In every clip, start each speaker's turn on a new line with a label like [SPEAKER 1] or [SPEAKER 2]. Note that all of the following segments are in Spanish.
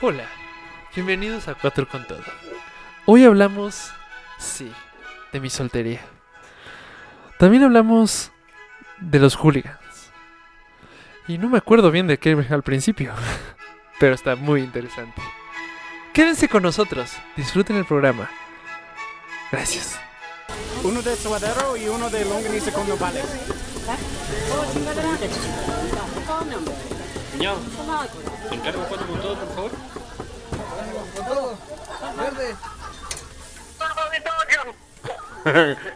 [SPEAKER 1] Hola, bienvenidos a Cuatro con Todo. Hoy hablamos, sí, de mi soltería. También hablamos de los hooligans. Y no me acuerdo bien de qué al principio, pero está muy interesante. Quédense con nosotros, disfruten el programa. Gracias.
[SPEAKER 2] Uno de suadero y uno de longaniza con nopales.
[SPEAKER 3] Cuñado, te encargo cuatro con todo, por favor.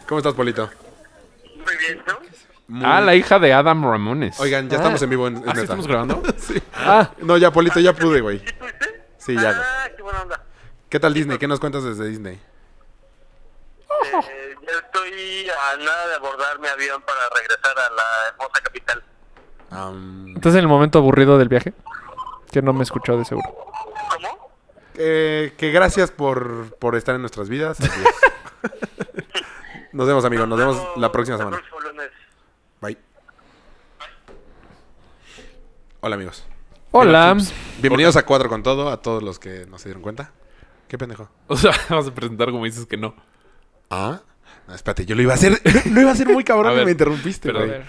[SPEAKER 4] ¿Cómo estás, Polito?
[SPEAKER 5] Muy bien, ¿no?
[SPEAKER 4] Muy-
[SPEAKER 6] Ah, la hija de Adam Ramones.
[SPEAKER 4] Oigan, ya
[SPEAKER 1] Ah.
[SPEAKER 4] estamos en vivo en, en
[SPEAKER 6] ¿Ah, sí
[SPEAKER 4] neta.
[SPEAKER 6] estamos grabando?
[SPEAKER 4] Sí.
[SPEAKER 1] Ah,
[SPEAKER 4] No, ya, Polito, ya pude, güey.
[SPEAKER 5] ¿Sí fuiste?
[SPEAKER 4] Sí, ya, güey.
[SPEAKER 5] Ah, qué buena onda.
[SPEAKER 4] ¿Qué tal Disney? ¿Qué nos cuentas desde Disney?
[SPEAKER 5] Eh, ya estoy a nada de abordar mi avión para regresar a la hermosa capital.
[SPEAKER 4] Am,
[SPEAKER 1] estás en el momento aburrido del viaje, que no me escuchó de seguro.
[SPEAKER 5] ¿Cómo?
[SPEAKER 4] eh, que gracias por, por estar en nuestras vidas. Así es. Nos vemos, amigo. Nos vemos la próxima semana.
[SPEAKER 5] Próximo lunes.
[SPEAKER 4] Bye. Hola, amigos.
[SPEAKER 1] Hola.
[SPEAKER 4] Bienvenidos a Cuatro con Todo, a todos los que no se dieron cuenta. ¿Qué pendejo?
[SPEAKER 6] O sea, vas a presentar como dices que no.
[SPEAKER 4] Ah, no, espérate, yo lo iba a hacer. Lo iba a hacer muy cabrón
[SPEAKER 6] A
[SPEAKER 4] y
[SPEAKER 6] ver,
[SPEAKER 4] me interrumpiste,
[SPEAKER 6] pero a
[SPEAKER 1] pues,
[SPEAKER 4] güey.
[SPEAKER 6] ver.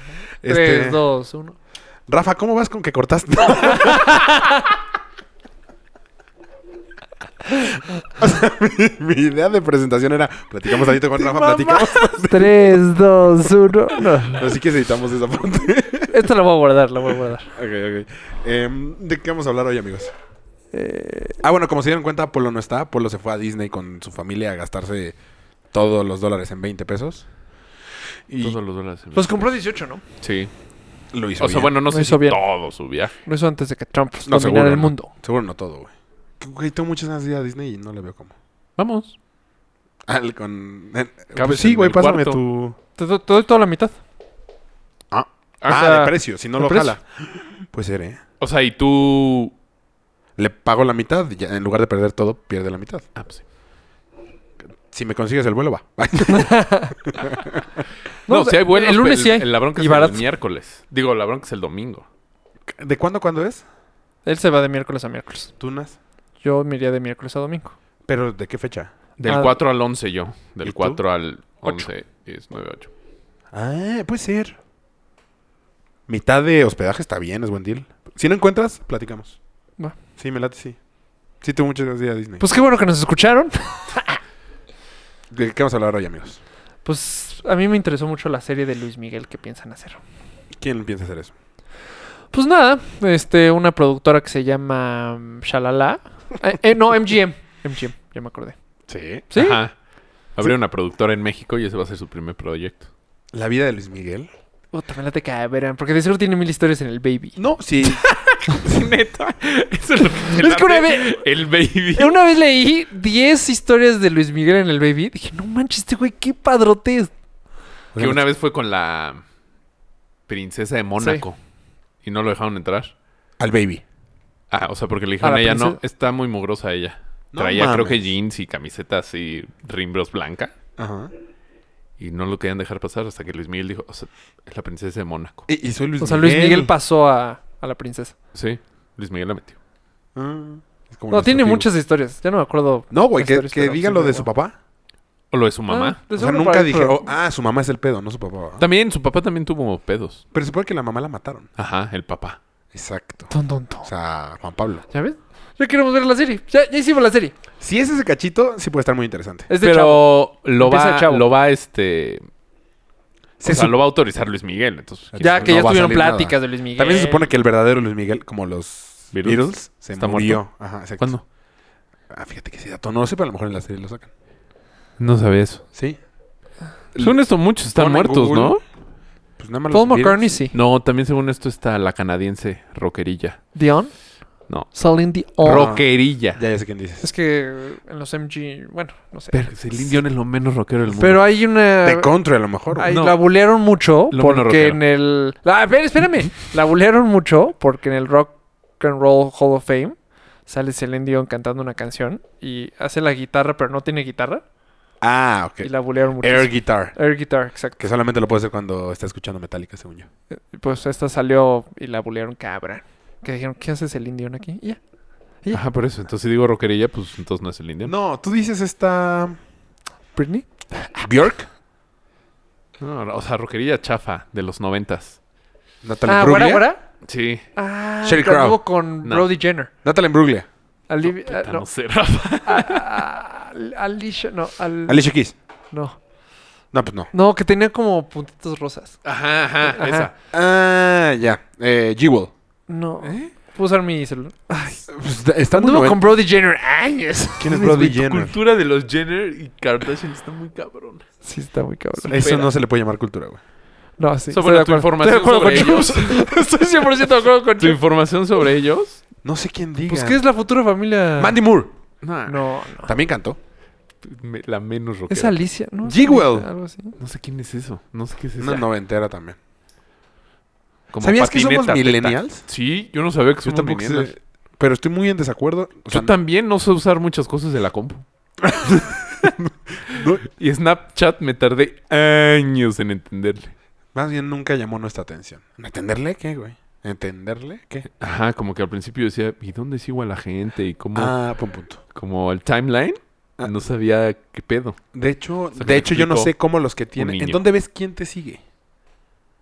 [SPEAKER 4] Este,
[SPEAKER 1] 3, 2, 1.
[SPEAKER 4] Rafa, ¿cómo vas con que cortaste? o sea, mi, mi idea de presentación era platicamos tantito con Rafa, platicamos.
[SPEAKER 1] 3, 2, 1.
[SPEAKER 4] Así que editamos esa parte.
[SPEAKER 1] Esto lo voy a guardar, lo voy a guardar.
[SPEAKER 4] ok, ok. Em, ¿De qué vamos a hablar hoy, amigos?
[SPEAKER 6] Eh,
[SPEAKER 4] Ah, bueno, como se dieron cuenta, Polo no está. Polo se fue a Disney con su familia a gastarse todos los dólares en 20 pesos. Y
[SPEAKER 6] Todos los dólares. en-
[SPEAKER 1] Los compró 18, ¿no?
[SPEAKER 6] Sí.
[SPEAKER 4] lo hizo.
[SPEAKER 6] O sea,
[SPEAKER 4] bien.
[SPEAKER 6] bueno, no sé
[SPEAKER 1] pues, hizo
[SPEAKER 6] si
[SPEAKER 1] bien.
[SPEAKER 6] todo su viaje.
[SPEAKER 1] Lo hizo antes de que Trump
[SPEAKER 4] no,
[SPEAKER 1] dominara
[SPEAKER 4] seguro,
[SPEAKER 1] el
[SPEAKER 4] no.
[SPEAKER 1] mundo.
[SPEAKER 4] Seguro no todo, güey. Que, Güey, tengo muchas ganas de ir a Disney y no le veo cómo.
[SPEAKER 6] Vamos.
[SPEAKER 4] Al con. eh,
[SPEAKER 6] Cabes
[SPEAKER 4] pues
[SPEAKER 6] en
[SPEAKER 4] sí, güey,
[SPEAKER 6] el
[SPEAKER 4] pásame
[SPEAKER 6] cuarto.
[SPEAKER 4] tu.
[SPEAKER 1] Te, do- te doy toda la mitad.
[SPEAKER 4] Ah,
[SPEAKER 6] Ah,
[SPEAKER 4] ah,
[SPEAKER 6] o sea,
[SPEAKER 4] de precio, si no
[SPEAKER 1] de
[SPEAKER 4] lo
[SPEAKER 1] precio.
[SPEAKER 4] jala. Puede ser, ¿eh?
[SPEAKER 6] O sea, y tú.
[SPEAKER 4] Le pago la mitad, y ya, en lugar de perder todo, pierde la mitad.
[SPEAKER 6] Ah, pues sí.
[SPEAKER 4] Si me consigues el vuelo, va.
[SPEAKER 6] No,
[SPEAKER 1] No,
[SPEAKER 6] si hay vuelos.
[SPEAKER 1] el lunes
[SPEAKER 6] pero
[SPEAKER 1] sí hay.
[SPEAKER 6] el- La bronca
[SPEAKER 1] Y
[SPEAKER 6] es
[SPEAKER 1] barato.
[SPEAKER 6] el miércoles. Digo, la bronca es el domingo.
[SPEAKER 4] ¿De cuándo cuándo es?
[SPEAKER 1] Él se va de miércoles a miércoles.
[SPEAKER 4] Tunas.
[SPEAKER 1] Yo me iría de miércoles a domingo.
[SPEAKER 4] ¿Pero de qué fecha?
[SPEAKER 6] Del
[SPEAKER 1] Ah.
[SPEAKER 6] 4 al 11 yo.
[SPEAKER 4] ¿Y
[SPEAKER 6] Del
[SPEAKER 4] tú?
[SPEAKER 6] 4 al
[SPEAKER 1] Ocho.
[SPEAKER 6] 11 es 9, 8.
[SPEAKER 4] Ah, puede ser. Mitad de hospedaje está bien, es buen deal. Si no encuentras, platicamos.
[SPEAKER 1] Va.
[SPEAKER 4] Sí, me late, sí. Sí, tengo muchas ganas de ir a Disney.
[SPEAKER 1] Pues qué bueno que nos escucharon.
[SPEAKER 4] ¿De qué vamos a hablar hoy, amigos?
[SPEAKER 1] Pues a mí me interesó mucho la serie de Luis Miguel que piensan hacer.
[SPEAKER 4] ¿Quién piensa hacer eso?
[SPEAKER 1] Pues nada, este, una productora que se llama mm, Shalala. Eh, eh, no, MGM. MGM, ya me acordé.
[SPEAKER 4] Sí.
[SPEAKER 1] ¿Sí?
[SPEAKER 6] Ajá. Abrió una productora en México y ese va a ser su primer proyecto.
[SPEAKER 4] ¿La vida de Luis Miguel?
[SPEAKER 1] Puta, me late que verán, porque de seguro tiene mil historias en el baby.
[SPEAKER 4] No, sí.
[SPEAKER 6] Neta. Eso es lo que
[SPEAKER 1] Es que una vez-
[SPEAKER 6] El baby.
[SPEAKER 1] Una vez leí 10 historias de Luis Miguel en el baby. Dije, no manches, este güey, qué padrote es.
[SPEAKER 6] Que una vez fue con la princesa de Mónaco y no lo dejaron entrar.
[SPEAKER 4] Al baby.
[SPEAKER 6] Ah, o sea, porque le dijeron
[SPEAKER 1] la
[SPEAKER 6] a ella, no,
[SPEAKER 1] princesa-
[SPEAKER 6] está muy mugrosa ella.
[SPEAKER 4] No
[SPEAKER 6] Traía creo que
[SPEAKER 4] mames.
[SPEAKER 6] jeans y camiseta así, rimbros blanca.
[SPEAKER 4] Ajá.
[SPEAKER 6] Y no lo querían dejar pasar hasta que Luis Miguel dijo, o sea, es la princesa de Mónaco.
[SPEAKER 4] E, Y, y soy Luis
[SPEAKER 1] O sea, Luis Miguel pasó a, a la princesa.
[SPEAKER 6] Sí, Luis Miguel la metió.
[SPEAKER 4] Ah, es como
[SPEAKER 1] No,
[SPEAKER 4] nuestro
[SPEAKER 1] tiene
[SPEAKER 4] tío.
[SPEAKER 1] muchas historias. Ya no me acuerdo.
[SPEAKER 4] No, güey,
[SPEAKER 1] las
[SPEAKER 4] que,
[SPEAKER 1] historias,
[SPEAKER 4] que
[SPEAKER 1] pero
[SPEAKER 4] diga
[SPEAKER 1] sí,
[SPEAKER 4] lo de
[SPEAKER 1] pero-
[SPEAKER 4] su papá.
[SPEAKER 6] O lo de su mamá.
[SPEAKER 1] Ah, de
[SPEAKER 4] O sea,
[SPEAKER 1] seguro
[SPEAKER 4] nunca
[SPEAKER 1] para-
[SPEAKER 4] dije,
[SPEAKER 1] pero-
[SPEAKER 4] oh, ah, su mamá es el pedo, no su papá. ¿verdad?
[SPEAKER 6] También su papá también tuvo pedos.
[SPEAKER 4] Pero supone que la mamá la mataron.
[SPEAKER 6] Ajá, el papá.
[SPEAKER 4] Exacto.
[SPEAKER 1] Ton, ton, ton.
[SPEAKER 4] O sea, Juan Pablo.
[SPEAKER 1] ¿Ya ves? Ya queremos ver la serie. Ya, ya hicimos la serie.
[SPEAKER 4] Si es ese cachito, sí puede estar muy interesante.
[SPEAKER 1] Es de Chavo.
[SPEAKER 6] Pero lo
[SPEAKER 1] Empieza
[SPEAKER 6] va,
[SPEAKER 1] Chavo.
[SPEAKER 6] lo va este...
[SPEAKER 4] Se
[SPEAKER 6] o sea,
[SPEAKER 4] sup-
[SPEAKER 6] lo va a autorizar Luis Miguel, entonces... quién
[SPEAKER 1] Ya
[SPEAKER 6] sabe.
[SPEAKER 1] que
[SPEAKER 4] no
[SPEAKER 1] ya
[SPEAKER 4] va a
[SPEAKER 1] estuvieron
[SPEAKER 4] salir nada.
[SPEAKER 1] pláticas de Luis Miguel.
[SPEAKER 4] También se supone que el verdadero Luis Miguel, como los
[SPEAKER 6] Beatles,
[SPEAKER 4] Beatles, se
[SPEAKER 6] está
[SPEAKER 4] murió.
[SPEAKER 6] muerto.
[SPEAKER 4] Ajá, exacto.
[SPEAKER 6] ¿Cuándo?
[SPEAKER 4] Ah, fíjate que ese dato no lo sé, pero a lo mejor en la serie lo sacan.
[SPEAKER 6] No sabía eso.
[SPEAKER 4] Sí.
[SPEAKER 6] Según esto, muchos están
[SPEAKER 4] Pon en
[SPEAKER 6] muertos,
[SPEAKER 4] Google.
[SPEAKER 6] ¿no?
[SPEAKER 4] Pues nada más
[SPEAKER 1] Paul
[SPEAKER 4] los Beatles.
[SPEAKER 1] McCartney sí.
[SPEAKER 6] No, también según esto está la canadiense rockerilla.
[SPEAKER 1] Dion.
[SPEAKER 6] No.
[SPEAKER 1] Celine Dion.
[SPEAKER 6] Rockerilla.
[SPEAKER 4] Ya, ya sé quién dices.
[SPEAKER 1] Es que en los MG. Bueno, no sé.
[SPEAKER 6] Pero Celine Dion es lo menos rockero del mundo.
[SPEAKER 1] Pero hay una.
[SPEAKER 4] De Country, a lo mejor. güey.
[SPEAKER 1] Ay,
[SPEAKER 6] No.
[SPEAKER 1] La bulearon mucho
[SPEAKER 6] Lo menos
[SPEAKER 1] porque
[SPEAKER 6] rockero.
[SPEAKER 1] en el. La, espérame, espérame. La bulearon mucho porque en el Rock and Roll Hall of Fame sale Celine Dion cantando una canción y hace la guitarra, pero no tiene guitarra.
[SPEAKER 4] Ah,
[SPEAKER 1] Y
[SPEAKER 4] ok.
[SPEAKER 1] la bulearon mucho.
[SPEAKER 4] Air Guitar.
[SPEAKER 1] Air guitar, exacto.
[SPEAKER 4] Que solamente lo puede hacer cuando está escuchando Metallica, según yo.
[SPEAKER 1] Pues esta salió y la bulearon cabra. Que dijeron, ¿qué hace Celine Dion aquí? Y ya. Y ya.
[SPEAKER 6] Ajá, por eso. Entonces, si digo rockerilla, pues entonces no es el indio.
[SPEAKER 4] No, tú dices esta.
[SPEAKER 1] Britney.
[SPEAKER 4] Bjork.
[SPEAKER 6] No, o sea, rockerilla chafa de los noventas.
[SPEAKER 4] Natalie
[SPEAKER 1] Ah,
[SPEAKER 4] Bruglia.
[SPEAKER 1] ¿Guara Guara?
[SPEAKER 6] Sí.
[SPEAKER 1] Ah,
[SPEAKER 4] Sheryl
[SPEAKER 1] pero
[SPEAKER 4] Crow.
[SPEAKER 1] anduvo con
[SPEAKER 6] No.
[SPEAKER 1] Brody Jenner.
[SPEAKER 4] Natalie Bruglia.
[SPEAKER 1] Alivi- ah,
[SPEAKER 6] Puta,
[SPEAKER 1] no.
[SPEAKER 6] no. sé, Rafa.
[SPEAKER 1] Ah, Al- Alicia, no, al-
[SPEAKER 4] Alicia Keys.
[SPEAKER 1] no.
[SPEAKER 4] No, pues no.
[SPEAKER 1] No, que tenía como puntitos rosas.
[SPEAKER 6] Ajá, ajá,
[SPEAKER 1] Ajá.
[SPEAKER 6] esa.
[SPEAKER 4] Ah, ya. Eh, Jewel.
[SPEAKER 1] No.
[SPEAKER 6] ¿Eh?
[SPEAKER 1] Puedo usar mi celular.
[SPEAKER 4] Pues, da- está muy
[SPEAKER 1] Anduvo
[SPEAKER 4] noven-
[SPEAKER 1] con Brody Jenner años.
[SPEAKER 4] ¿Quién es
[SPEAKER 6] Mames,
[SPEAKER 4] Brody
[SPEAKER 6] güey, tu
[SPEAKER 4] Jenner?
[SPEAKER 6] cultura de los Jenner y Kardashian está muy cabrona.
[SPEAKER 1] Sí, está muy cabrón.
[SPEAKER 4] Eso
[SPEAKER 6] Supera.
[SPEAKER 4] no se le puede llamar cultura, güey.
[SPEAKER 1] No, sí.
[SPEAKER 6] So,
[SPEAKER 1] estoy de
[SPEAKER 6] bueno, tu
[SPEAKER 1] acuerdo. Estoy
[SPEAKER 6] información
[SPEAKER 1] de acuerdo
[SPEAKER 6] sobre
[SPEAKER 1] con
[SPEAKER 6] ellos.
[SPEAKER 1] Chus. Estoy 100% de acuerdo con
[SPEAKER 6] ¿Tu
[SPEAKER 1] Chus.
[SPEAKER 6] información sobre ellos?
[SPEAKER 4] No sé quién diga.
[SPEAKER 1] Pues, ¿qué es la futura familia?
[SPEAKER 4] Mandy Moore.
[SPEAKER 6] No,
[SPEAKER 1] Ah. No, no.
[SPEAKER 4] También cantó.
[SPEAKER 6] me- la menos rockera.
[SPEAKER 1] Es Alicia, ¿no?
[SPEAKER 4] Jigwell.
[SPEAKER 1] Alicia, Algo así.
[SPEAKER 6] No sé quién es eso. No sé qué es eso.
[SPEAKER 4] Una noventera también.
[SPEAKER 6] Como
[SPEAKER 4] ¿Sabías que somos
[SPEAKER 6] patineta, teta.
[SPEAKER 4] millennials?
[SPEAKER 6] Sí, yo no sabía que
[SPEAKER 4] Yo
[SPEAKER 6] somos
[SPEAKER 4] también.
[SPEAKER 6] millennials.
[SPEAKER 4] ¿no? Pero estoy muy en desacuerdo. O sea,
[SPEAKER 6] Yo también no sé usar muchas cosas de la compu.
[SPEAKER 4] no-
[SPEAKER 6] Y Snapchat me tardé años en entenderle.
[SPEAKER 4] más bien nunca llamó nuestra atención. ¿Entenderle qué, güey? ¿Entenderle qué?
[SPEAKER 6] Ajá, como que al principio decía, ¿y dónde sigo a la gente? Y cómo,
[SPEAKER 4] Ah, buen punto.
[SPEAKER 6] como el timeline,
[SPEAKER 4] Ah.
[SPEAKER 6] no sabía qué pedo.
[SPEAKER 4] De hecho,
[SPEAKER 6] sea,
[SPEAKER 4] de
[SPEAKER 6] me
[SPEAKER 4] hecho yo no
[SPEAKER 6] explicó
[SPEAKER 4] sé cómo los que tienen. ¿En
[SPEAKER 6] niño.
[SPEAKER 4] dónde ves quién te sigue?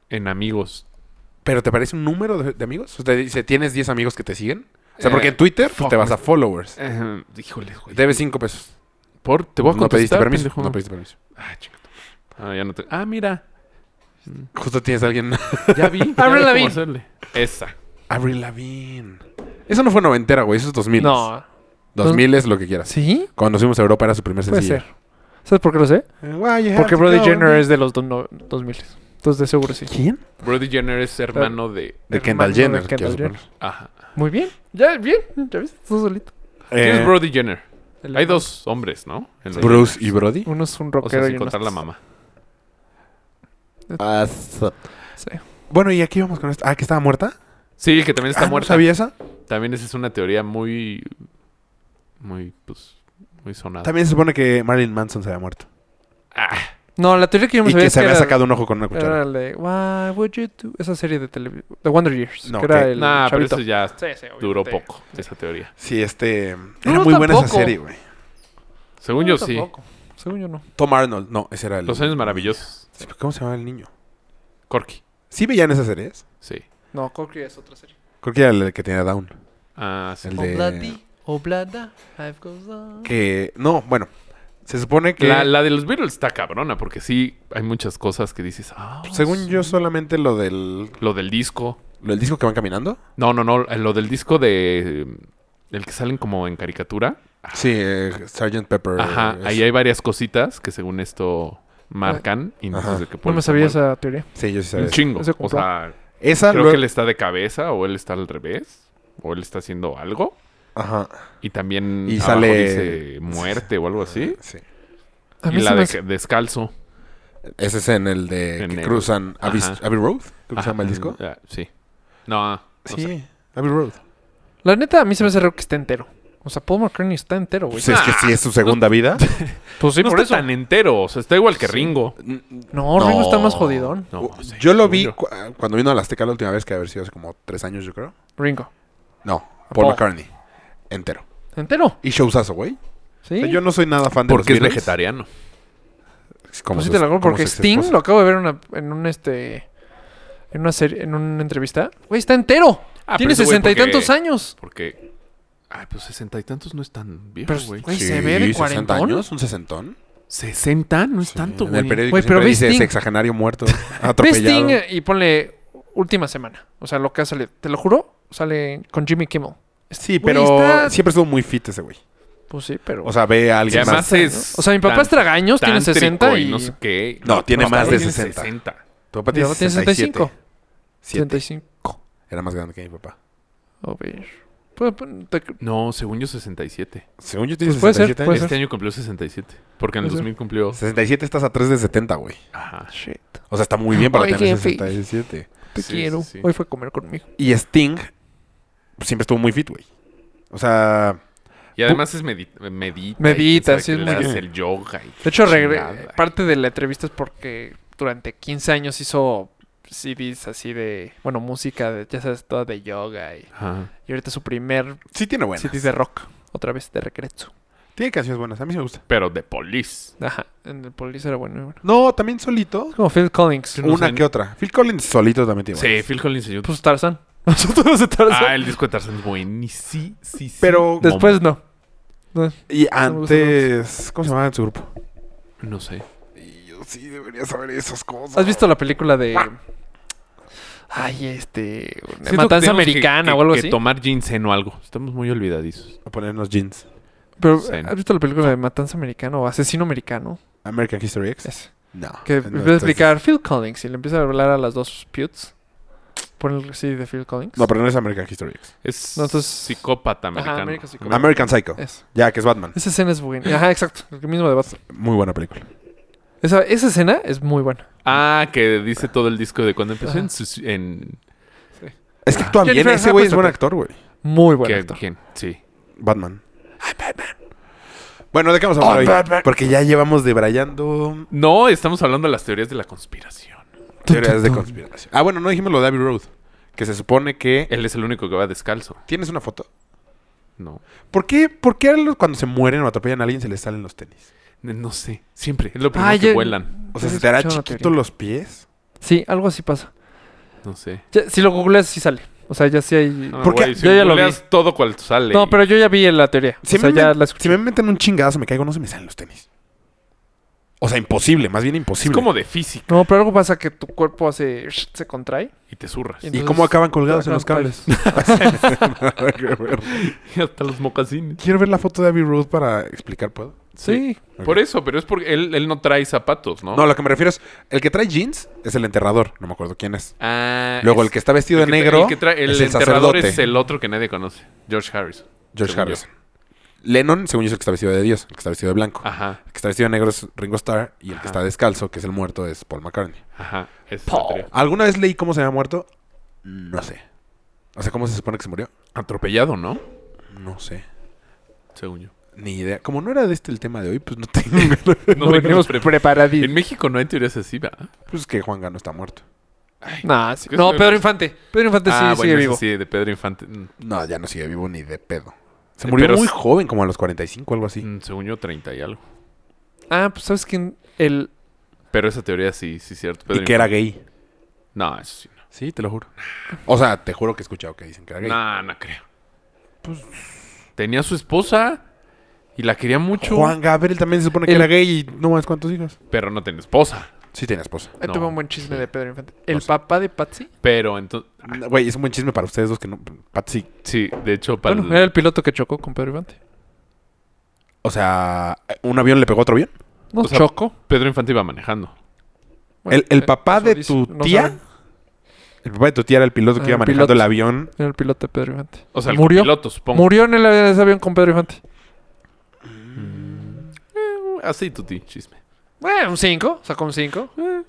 [SPEAKER 6] En amigos.
[SPEAKER 4] ¿Pero te parece un número de, de amigos? Usted dice, ¿tienes 10 amigos que te siguen? O sea,
[SPEAKER 6] Eh,
[SPEAKER 4] porque en Twitter pues,
[SPEAKER 6] fuck,
[SPEAKER 4] te vas a
[SPEAKER 6] güey.
[SPEAKER 4] followers.
[SPEAKER 6] Eh, híjole, güey.
[SPEAKER 4] Debes 5 pesos.
[SPEAKER 6] Por, te voy a
[SPEAKER 4] Em, No pediste
[SPEAKER 6] contestar,
[SPEAKER 4] permiso.
[SPEAKER 6] pendejo.
[SPEAKER 4] No pediste permiso.
[SPEAKER 6] Ah, chinga tu- Ah, ya no te- Ah, mira.
[SPEAKER 4] Justo tienes a alguien.
[SPEAKER 6] Ya vi.
[SPEAKER 4] Ah,
[SPEAKER 6] ya
[SPEAKER 1] Avril
[SPEAKER 6] vi cómo
[SPEAKER 1] Lavigne.
[SPEAKER 6] hacerle. Esa.
[SPEAKER 4] Avril Lavigne. Eso no fue noventera, güey. Eso es 2000.
[SPEAKER 1] No.
[SPEAKER 4] 2000 es lo que quieras.
[SPEAKER 1] ¿Sí?
[SPEAKER 4] Cuando nos fuimos a Europa era su primer
[SPEAKER 1] Puede
[SPEAKER 4] sencillo.
[SPEAKER 1] ser. ¿Sabes por qué lo sé?
[SPEAKER 4] Eh, why you have
[SPEAKER 1] Porque
[SPEAKER 4] to
[SPEAKER 1] Brody
[SPEAKER 4] go
[SPEAKER 1] Jenner
[SPEAKER 4] there?
[SPEAKER 1] es de los do- no- 2000. Entonces, de seguro sí.
[SPEAKER 4] ¿Quién?
[SPEAKER 6] Brody Jenner es hermano de...
[SPEAKER 4] De
[SPEAKER 1] Hermano
[SPEAKER 4] Kendall
[SPEAKER 1] de
[SPEAKER 4] Jenner.
[SPEAKER 1] Kendall
[SPEAKER 4] quiero
[SPEAKER 1] Jenner.
[SPEAKER 4] suponer.
[SPEAKER 6] Ajá.
[SPEAKER 1] Muy bien. Ya, bien. Ya ves, tú solito.
[SPEAKER 6] ¿Quién
[SPEAKER 4] Eh,
[SPEAKER 6] es Brody Jenner?
[SPEAKER 1] El
[SPEAKER 6] Hay
[SPEAKER 1] hermano.
[SPEAKER 6] dos hombres, ¿no? En los
[SPEAKER 4] Bruce y
[SPEAKER 6] Jenners.
[SPEAKER 4] Brody.
[SPEAKER 1] Uno es un
[SPEAKER 6] O sea,
[SPEAKER 1] rockero y
[SPEAKER 6] sin
[SPEAKER 1] uno es...
[SPEAKER 6] contar la mamá.
[SPEAKER 1] Sí.
[SPEAKER 4] Bueno, ¿y aquí vamos con esto? Ah, que estaba muerta.
[SPEAKER 6] Sí, que también está
[SPEAKER 4] Ah, ¿no
[SPEAKER 6] muerta.
[SPEAKER 4] ¿Sabía esa?
[SPEAKER 6] También esa es una teoría muy... Muy, pues... Muy sonada.
[SPEAKER 4] También se supone que Marilyn Manson se había muerto.
[SPEAKER 6] Ah,
[SPEAKER 1] No, la teoría que yo me
[SPEAKER 4] Y
[SPEAKER 1] sabía
[SPEAKER 4] que
[SPEAKER 1] es
[SPEAKER 4] se había
[SPEAKER 1] era-
[SPEAKER 4] sacado un ojo con una
[SPEAKER 1] Era
[SPEAKER 4] cuchara.
[SPEAKER 1] el de Why would you do? Esa serie de televisión. The Wonder Years.
[SPEAKER 4] No,
[SPEAKER 1] que era
[SPEAKER 4] ok.
[SPEAKER 1] el
[SPEAKER 6] nah, pero
[SPEAKER 1] chavito.
[SPEAKER 6] eso ya
[SPEAKER 1] Sí, sí, obviamente.
[SPEAKER 6] duró poco, esa teoría.
[SPEAKER 4] Sí, este. Era
[SPEAKER 1] No,
[SPEAKER 4] muy buena esa
[SPEAKER 1] tampoco.
[SPEAKER 4] serie, güey.
[SPEAKER 6] Según
[SPEAKER 1] No,
[SPEAKER 6] yo, sí.
[SPEAKER 1] tampoco. Según yo no.
[SPEAKER 4] Tom Arnold. No, ese era el.
[SPEAKER 6] Los años maravillosos.
[SPEAKER 4] Sí, pero ¿Cómo se llamaba el niño?
[SPEAKER 6] Corky.
[SPEAKER 4] ¿Sí veían esas series?
[SPEAKER 6] Sí.
[SPEAKER 1] No, Corky es otra serie.
[SPEAKER 4] Creo que era el que tenía Down.
[SPEAKER 6] Ah, sí.
[SPEAKER 4] El de-
[SPEAKER 1] Obladi, Oblada, Life Goes On.
[SPEAKER 4] Que. No, bueno. Se supone que.
[SPEAKER 6] La, la de los Beatles está cabrona, porque sí hay muchas cosas que dices, ah,
[SPEAKER 4] Pues, Según yo, solamente lo del.
[SPEAKER 6] lo del disco.
[SPEAKER 4] Lo del disco que van caminando.
[SPEAKER 6] No, no, no, eh, lo del disco de... mm, El que salen como en caricatura.
[SPEAKER 4] Sí, eh, Sgt. Pepper.
[SPEAKER 6] Ajá,
[SPEAKER 4] es-
[SPEAKER 6] ahí hay varias cositas que según esto marcan. Y no
[SPEAKER 4] Ajá.
[SPEAKER 6] sé qué
[SPEAKER 1] No me sabía esa teoría.
[SPEAKER 4] Sí, yo sí sabía.
[SPEAKER 6] Un
[SPEAKER 4] eso.
[SPEAKER 6] chingo.
[SPEAKER 1] Ese
[SPEAKER 6] O
[SPEAKER 1] complot.
[SPEAKER 6] sea,
[SPEAKER 4] Esa
[SPEAKER 6] creo
[SPEAKER 4] Ah, luego-
[SPEAKER 6] que él está de cabeza o él está al revés. O él está haciendo algo.
[SPEAKER 4] Ajá.
[SPEAKER 6] Y también
[SPEAKER 4] Y
[SPEAKER 6] abajo
[SPEAKER 4] sale-
[SPEAKER 6] dice muerte o algo así.
[SPEAKER 4] Sí.
[SPEAKER 1] A
[SPEAKER 6] Y
[SPEAKER 1] mí se
[SPEAKER 6] la
[SPEAKER 1] me
[SPEAKER 6] de
[SPEAKER 1] hace-
[SPEAKER 6] que- descalzo.
[SPEAKER 4] Ese es en el de
[SPEAKER 6] En
[SPEAKER 4] que
[SPEAKER 6] el-
[SPEAKER 4] cruzan Abbey,
[SPEAKER 6] Ajá.
[SPEAKER 4] Abbey Road. Creo que se
[SPEAKER 6] Ajá,
[SPEAKER 4] llama el disco.
[SPEAKER 6] ah, sí. No, ah, no
[SPEAKER 4] sí,
[SPEAKER 6] sé.
[SPEAKER 4] Abbey Road.
[SPEAKER 1] La neta, a mí se me hace raro que esté entero. O sea, Paul McCartney está entero, güey.
[SPEAKER 4] Pues
[SPEAKER 6] ah,
[SPEAKER 4] es que sí es su segunda vida.
[SPEAKER 1] Pues sí,
[SPEAKER 6] no
[SPEAKER 1] por eso.
[SPEAKER 6] está tan entero. O sea, está igual que Ringo.
[SPEAKER 1] No, Ringo está más jodidón.
[SPEAKER 6] No,
[SPEAKER 4] U-
[SPEAKER 6] sí,
[SPEAKER 4] yo lo
[SPEAKER 6] según
[SPEAKER 4] vi
[SPEAKER 6] yo.
[SPEAKER 4] cu- ah, cuando vino a la Azteca la última vez, que debe haber sido hace como tres años, yo creo.
[SPEAKER 1] Ringo.
[SPEAKER 4] No,
[SPEAKER 1] Paul.
[SPEAKER 4] Paul McCartney. Entero.
[SPEAKER 1] ¿Entero?
[SPEAKER 4] Y showzazo, güey.
[SPEAKER 1] Sí. Pues
[SPEAKER 4] O sea, yo no soy nada fan de
[SPEAKER 6] Porque es
[SPEAKER 4] los Beatles.
[SPEAKER 6] vegetariano.
[SPEAKER 4] Como
[SPEAKER 1] Pues sí
[SPEAKER 4] su-
[SPEAKER 1] te la compro,
[SPEAKER 4] como
[SPEAKER 1] porque
[SPEAKER 4] su
[SPEAKER 1] Sting
[SPEAKER 4] exesposa.
[SPEAKER 1] lo acabo de ver en una, en un este en una serie, en una entrevista. Güey, está entero.
[SPEAKER 6] Ah,
[SPEAKER 1] Tiene
[SPEAKER 6] pero ese güey
[SPEAKER 1] sesenta y
[SPEAKER 6] porque-
[SPEAKER 1] tantos años.
[SPEAKER 6] Porque. Ay, pues sesenta y tantos no es tan viejo,
[SPEAKER 1] Pero,
[SPEAKER 6] güey.
[SPEAKER 1] güey, se ve de
[SPEAKER 4] 60
[SPEAKER 1] cuarentón.
[SPEAKER 4] años? ¿Un sesentón?
[SPEAKER 6] Sesenta no es
[SPEAKER 4] Sí,
[SPEAKER 6] tanto,
[SPEAKER 4] En el
[SPEAKER 6] güey.
[SPEAKER 4] periódico
[SPEAKER 1] Güey, pero
[SPEAKER 4] siempre
[SPEAKER 1] ve
[SPEAKER 4] dice
[SPEAKER 1] Sting.
[SPEAKER 4] sexagenario muerto,
[SPEAKER 1] Ve
[SPEAKER 4] atropellado.
[SPEAKER 1] Sting eh, y ponle última semana. O sea, lo que ha salido. Te lo juro, sale con Jimmy Kimmel.
[SPEAKER 4] Sí,
[SPEAKER 1] Güey,
[SPEAKER 4] pero
[SPEAKER 1] está-
[SPEAKER 4] siempre estuvo muy fit ese güey.
[SPEAKER 1] Pues sí, pero.
[SPEAKER 4] O sea, ve a
[SPEAKER 6] Y
[SPEAKER 4] alguien
[SPEAKER 6] además
[SPEAKER 4] más.
[SPEAKER 6] es.
[SPEAKER 1] O sea, mi papá es tragaños, tiene
[SPEAKER 6] tántrico
[SPEAKER 1] 60 y-
[SPEAKER 6] no sé qué. Pues
[SPEAKER 4] No, tiene
[SPEAKER 6] está
[SPEAKER 4] más de
[SPEAKER 6] bien,
[SPEAKER 4] 60.
[SPEAKER 6] 60.
[SPEAKER 4] Tu papá
[SPEAKER 1] mi
[SPEAKER 4] tiene
[SPEAKER 1] papá tiene
[SPEAKER 4] 67.
[SPEAKER 1] 65.
[SPEAKER 4] Siete.
[SPEAKER 1] 65.
[SPEAKER 4] Era más grande que mi papá.
[SPEAKER 1] A ver. Pues, pues, te-
[SPEAKER 6] No, según yo 67.
[SPEAKER 4] Según yo tiene
[SPEAKER 1] Pues puede ser,
[SPEAKER 4] 67
[SPEAKER 1] puede
[SPEAKER 4] años.
[SPEAKER 1] ser.
[SPEAKER 6] Este año cumplió 67. Porque en el
[SPEAKER 1] Puede ser.
[SPEAKER 6] 2000 cumplió.
[SPEAKER 4] 67 estás a 3 de 70, güey.
[SPEAKER 6] Ajá.
[SPEAKER 1] ah, Shit.
[SPEAKER 4] O sea, está muy bien para
[SPEAKER 1] Ay,
[SPEAKER 4] tener
[SPEAKER 1] jefe.
[SPEAKER 4] 67.
[SPEAKER 1] Te
[SPEAKER 6] Sí,
[SPEAKER 1] quiero.
[SPEAKER 6] sí, sí.
[SPEAKER 1] Hoy fue a comer conmigo.
[SPEAKER 4] Y Sting pues, siempre estuvo muy fit, güey. O sea,
[SPEAKER 6] Y además es medi- medita. y
[SPEAKER 1] Medita,
[SPEAKER 6] quién sabe
[SPEAKER 1] sí,
[SPEAKER 6] qué
[SPEAKER 1] es
[SPEAKER 6] le
[SPEAKER 1] muy-
[SPEAKER 6] hace el yoga. y
[SPEAKER 1] De hecho,
[SPEAKER 6] chingada.
[SPEAKER 1] regre- parte de la entrevista es porque durante 15 años hizo CDs así de, bueno, música, de, ya sabes, toda de yoga. Y,
[SPEAKER 6] Ajá.
[SPEAKER 1] y ahorita su primer
[SPEAKER 4] Sí tiene buenas.
[SPEAKER 1] CD de rock, otra vez de Recrezo.
[SPEAKER 4] Tiene canciones buenas, a mí sí me gusta.
[SPEAKER 6] Pero de police.
[SPEAKER 1] Ajá, en el Police era bueno. muy bueno.
[SPEAKER 4] No, también solito.
[SPEAKER 1] Como Phil Collins,
[SPEAKER 6] no
[SPEAKER 4] una
[SPEAKER 6] sé.
[SPEAKER 4] que otra. Phil Collins solito también tiene
[SPEAKER 6] Sí,
[SPEAKER 4] buenas.
[SPEAKER 6] Phil Collins y yo.
[SPEAKER 1] pues Tarzan. Nosotros de Tarzan.
[SPEAKER 6] Ah, el disco de Tarzan es buenísimo. Sí, sí.
[SPEAKER 4] Pero-
[SPEAKER 1] Después no.
[SPEAKER 4] Y
[SPEAKER 1] me gustan
[SPEAKER 4] antes... ¿Cómo se llamaba su grupo?
[SPEAKER 6] No sé.
[SPEAKER 4] Y yo sí debería saber esas cosas.
[SPEAKER 1] ¿Has visto la película de... Ay, este... una
[SPEAKER 6] Siento que
[SPEAKER 1] Matanza
[SPEAKER 6] tenemos que-
[SPEAKER 1] Americana
[SPEAKER 6] que-
[SPEAKER 1] o algo
[SPEAKER 6] que
[SPEAKER 1] así.
[SPEAKER 6] tomar ginseng o algo. Estamos muy olvidadizos.
[SPEAKER 4] A ponernos jeans.
[SPEAKER 1] Pero,
[SPEAKER 6] Sen.
[SPEAKER 1] ¿Has visto la película de Matanza Americana o Asesino Americano?
[SPEAKER 4] American History X.
[SPEAKER 1] Es. Que
[SPEAKER 4] No. Ah, no,
[SPEAKER 1] empieza a
[SPEAKER 4] entonces-
[SPEAKER 1] explicar Phil Collins y le empieza a hablar a las dos putes. Pon el CD de Phil Collins.
[SPEAKER 4] No, pero no es American History X.
[SPEAKER 6] Es
[SPEAKER 1] No, entonces- Ajá,
[SPEAKER 6] psicópata americano.
[SPEAKER 1] American Psycho.
[SPEAKER 4] American Psycho.
[SPEAKER 1] Es.
[SPEAKER 4] Ya, que es Batman.
[SPEAKER 1] Esa escena es buena. Ajá, exacto. El mismo de Batman.
[SPEAKER 4] Muy buena película.
[SPEAKER 1] Esa, esa escena es muy buena.
[SPEAKER 6] Ah, que dice todo el disco de cuando empezó
[SPEAKER 1] Ajá.
[SPEAKER 6] en... sus- en-
[SPEAKER 4] Es que actúa bien.
[SPEAKER 1] Ah. Jennifer
[SPEAKER 4] Ese güey es
[SPEAKER 1] Aniston.
[SPEAKER 4] buen actor, güey.
[SPEAKER 1] Muy buena.
[SPEAKER 6] que-
[SPEAKER 1] actor.
[SPEAKER 6] ¿quién? Sí.
[SPEAKER 4] Batman. Bueno, ¿de qué vamos a hablar
[SPEAKER 1] Oh,
[SPEAKER 4] hoy?
[SPEAKER 1] Batman.
[SPEAKER 4] Porque ya llevamos debrayando
[SPEAKER 6] No, estamos hablando de las teorías de la conspiración.
[SPEAKER 4] teorías de conspiración. Ah, bueno, no dijimos lo de Abbey Road. Que se supone que...
[SPEAKER 6] Él es el único que va descalzo.
[SPEAKER 4] ¿Tienes una foto?
[SPEAKER 6] No.
[SPEAKER 4] ¿Por qué, ¿Por qué a los- cuando se mueren o atropellan a alguien se les salen los tenis?
[SPEAKER 6] Eh, No sé. Siempre.
[SPEAKER 1] Ah,
[SPEAKER 6] Es lo primero que
[SPEAKER 1] ya-
[SPEAKER 6] vuelan.
[SPEAKER 4] O sea,
[SPEAKER 1] ya
[SPEAKER 4] ¿se
[SPEAKER 1] he
[SPEAKER 4] te hará
[SPEAKER 1] escuchado una
[SPEAKER 4] chiquito
[SPEAKER 1] teoría.
[SPEAKER 4] los pies?
[SPEAKER 1] Sí, algo así pasa.
[SPEAKER 6] No sé.
[SPEAKER 1] Ya, si lo googleas, sí sale. O sea, ya sí hay.
[SPEAKER 6] No,
[SPEAKER 4] Porque
[SPEAKER 6] güey, si
[SPEAKER 1] yo ya lo
[SPEAKER 6] googleas todo cual sale.
[SPEAKER 1] No, pero yo ya vi la teoría.
[SPEAKER 4] Si,
[SPEAKER 1] o sea,
[SPEAKER 4] me,
[SPEAKER 1] ya
[SPEAKER 4] met-
[SPEAKER 1] la escuché.
[SPEAKER 4] si me meten un chingazo, me caigo, no se me salen los tenis. O sea, imposible, más bien
[SPEAKER 6] Es
[SPEAKER 4] imposible.
[SPEAKER 6] como de física.
[SPEAKER 1] No, pero algo pasa que tu cuerpo hace. se contrae. pues,
[SPEAKER 6] Y te zurras.
[SPEAKER 1] Y-
[SPEAKER 4] ¿Y cómo
[SPEAKER 1] Entonces,
[SPEAKER 4] acaban colgados en los
[SPEAKER 1] acaban
[SPEAKER 4] cables? Qué ver.
[SPEAKER 6] Y hasta los mocasines.
[SPEAKER 4] Quiero ver la foto de Abbey Road para explicar, ¿puedo?
[SPEAKER 1] Sí.
[SPEAKER 4] Ok.
[SPEAKER 6] Por eso, pero es porque él, él no trae zapatos, ¿no?
[SPEAKER 4] No, lo que me refiero es, el que trae jeans es el enterrador, no me acuerdo quién es.
[SPEAKER 6] Ah,
[SPEAKER 4] Luego
[SPEAKER 6] es-
[SPEAKER 4] el que está vestido de
[SPEAKER 6] el que tra-
[SPEAKER 4] negro
[SPEAKER 6] El, que trae- el
[SPEAKER 4] es el
[SPEAKER 6] enterrador
[SPEAKER 4] sacerdote,
[SPEAKER 6] es el otro que nadie conoce. George Harris.
[SPEAKER 4] George
[SPEAKER 6] según
[SPEAKER 4] Harrison. Lennon, según yo, es el que está vestido de Dios, el que está vestido de blanco.
[SPEAKER 6] Ajá,
[SPEAKER 4] El que está vestido de negro es Ringo Starr y el
[SPEAKER 6] Ah. Ajá.
[SPEAKER 4] que está descalzo, que es el muerto, es Paul McCartney.
[SPEAKER 6] ajá. Esa es la teoría.
[SPEAKER 4] ¿Alguna vez leí cómo se había muerto? No sé. O sea, ¿cómo se supone que se murió?
[SPEAKER 6] Atropellado, ¿no?
[SPEAKER 4] No sé.
[SPEAKER 6] Según yo.
[SPEAKER 4] Ni idea. Como no era de este el tema de hoy, pues no tengo.
[SPEAKER 6] No venimos pre-
[SPEAKER 1] preparaditos.
[SPEAKER 6] En México no hay teorías así, ¿verdad?
[SPEAKER 4] pues que Juan Gano está muerto.
[SPEAKER 1] Nah, sí.
[SPEAKER 6] ¿Qué es
[SPEAKER 1] No,
[SPEAKER 6] lo-
[SPEAKER 1] Pedro Infante. Pedro Infante sí
[SPEAKER 6] ah,
[SPEAKER 1] sigue
[SPEAKER 6] bueno,
[SPEAKER 1] vivo.
[SPEAKER 6] eso sí, de Pedro Infante. Mm,
[SPEAKER 4] No, ya no sigue vivo ni de pedo. Se
[SPEAKER 6] Eh,
[SPEAKER 4] murió
[SPEAKER 6] pero
[SPEAKER 4] muy
[SPEAKER 6] s-
[SPEAKER 4] joven, como a los 45, algo así.
[SPEAKER 6] mm, Según yo, 30 y algo.
[SPEAKER 1] Ah, pues sabes quién. El.
[SPEAKER 6] Pero esa teoría sí, sí es cierto.
[SPEAKER 4] y que era gay.
[SPEAKER 6] No, eso sí. No,
[SPEAKER 4] Sí, te lo juro. O sea, te juro que he escuchado que dicen que era gay.
[SPEAKER 6] no, no creo. Pues... Tenía su esposa y la quería mucho,
[SPEAKER 4] Juan Gabriel también se supone que
[SPEAKER 1] El-
[SPEAKER 4] era gay y no más cuántos hijos.
[SPEAKER 6] pero no tenía esposa.
[SPEAKER 4] Sí tenía esposa.
[SPEAKER 1] Ahí
[SPEAKER 6] No.
[SPEAKER 1] tuve un buen chisme de Pedro Infante. El papá de Patsy.
[SPEAKER 6] Pero entonces...
[SPEAKER 4] No, Güey, es un buen chisme para ustedes dos que no... Patsy.
[SPEAKER 6] Sí, de hecho, para
[SPEAKER 1] Bueno,
[SPEAKER 6] el-
[SPEAKER 1] era el piloto que chocó con Pedro Infante.
[SPEAKER 4] O sea, ¿un avión le pegó a otro avión?
[SPEAKER 1] No,
[SPEAKER 6] O sea,
[SPEAKER 1] chocó.
[SPEAKER 6] Pedro Infante iba manejando.
[SPEAKER 1] Bueno,
[SPEAKER 4] el, el
[SPEAKER 1] eh,
[SPEAKER 4] papá
[SPEAKER 1] eso
[SPEAKER 4] de
[SPEAKER 1] dice,
[SPEAKER 4] tu
[SPEAKER 1] no
[SPEAKER 4] tía...
[SPEAKER 1] saben.
[SPEAKER 4] El papá de tu tía era el piloto que
[SPEAKER 1] Ah,
[SPEAKER 4] iba
[SPEAKER 1] el
[SPEAKER 4] manejando
[SPEAKER 1] piloto.
[SPEAKER 4] el avión.
[SPEAKER 1] Era el piloto de Pedro Infante.
[SPEAKER 6] O sea, el
[SPEAKER 1] murió.
[SPEAKER 6] piloto, supongo.
[SPEAKER 1] Murió en el avión- ese avión con Pedro Infante.
[SPEAKER 6] Así tu ti, chisme.
[SPEAKER 1] Bueno, un 5. Sacó un 5.
[SPEAKER 4] Ah,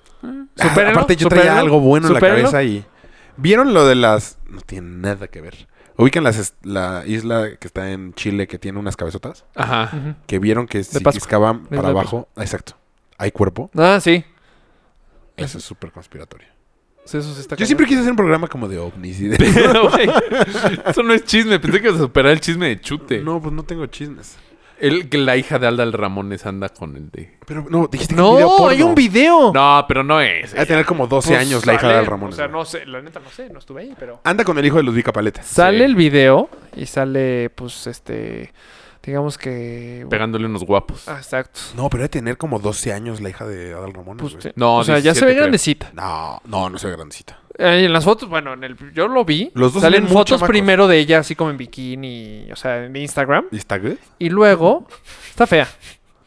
[SPEAKER 1] Supérenlo,
[SPEAKER 4] Aparte yo traía
[SPEAKER 1] supérenlo,
[SPEAKER 4] algo bueno en la
[SPEAKER 1] supérenlo.
[SPEAKER 4] cabeza y... ¿Vieron lo de las...? No tiene nada que ver. ¿Ubican las es- la isla que está en Chile que tiene unas cabezotas?
[SPEAKER 6] Ajá.
[SPEAKER 1] Ujú.
[SPEAKER 4] Que vieron que si
[SPEAKER 1] Pascua.
[SPEAKER 4] pescaban
[SPEAKER 1] isla
[SPEAKER 4] para
[SPEAKER 1] de
[SPEAKER 4] abajo... Ah, Exacto. Hay cuerpo.
[SPEAKER 1] Ah, sí.
[SPEAKER 4] Eso es súper conspiratorio.
[SPEAKER 1] Sí, Eso sí está
[SPEAKER 4] Yo
[SPEAKER 1] cañón.
[SPEAKER 4] siempre quise hacer un programa como de ovnis y de...
[SPEAKER 6] Pero, güey, eso no es chisme. Pensé que ibas a superar el chisme de chute.
[SPEAKER 4] No, pues no tengo chismes.
[SPEAKER 6] El que la hija de Aldal Ramones anda con el de.
[SPEAKER 4] Pero no, dijiste que es
[SPEAKER 1] No,
[SPEAKER 4] porno.
[SPEAKER 1] hay un video.
[SPEAKER 6] No, pero no es. eh.
[SPEAKER 4] Ha de tener como 12
[SPEAKER 1] Pues
[SPEAKER 4] años la hija de
[SPEAKER 1] sale,
[SPEAKER 4] Al Ramón.
[SPEAKER 1] O sea, no sé. La neta no sé. No estuve ahí, pero.
[SPEAKER 4] Anda con el hijo de Ludvica Paleta.
[SPEAKER 1] Sale
[SPEAKER 6] Sí.
[SPEAKER 1] el video y sale, pues, este. Digamos que.
[SPEAKER 6] Pegándole unos guapos.
[SPEAKER 1] Ah, exacto.
[SPEAKER 4] No, pero ha de tener como 12 años la hija de Adal Ramón.
[SPEAKER 1] Pues, sí.
[SPEAKER 6] No,
[SPEAKER 1] o sea, ya se
[SPEAKER 6] 17
[SPEAKER 1] ve
[SPEAKER 6] creo.
[SPEAKER 1] grandecita.
[SPEAKER 4] No, no, no se ve grandecita.
[SPEAKER 1] Eh, en las fotos, bueno, en el, yo lo vi.
[SPEAKER 4] Los dos
[SPEAKER 1] salen
[SPEAKER 4] salen muy
[SPEAKER 1] fotos
[SPEAKER 4] chamacos.
[SPEAKER 1] primero de ella, así como en bikini, o sea, en Instagram.
[SPEAKER 4] ¿Y está qué?
[SPEAKER 1] Y luego, está fea.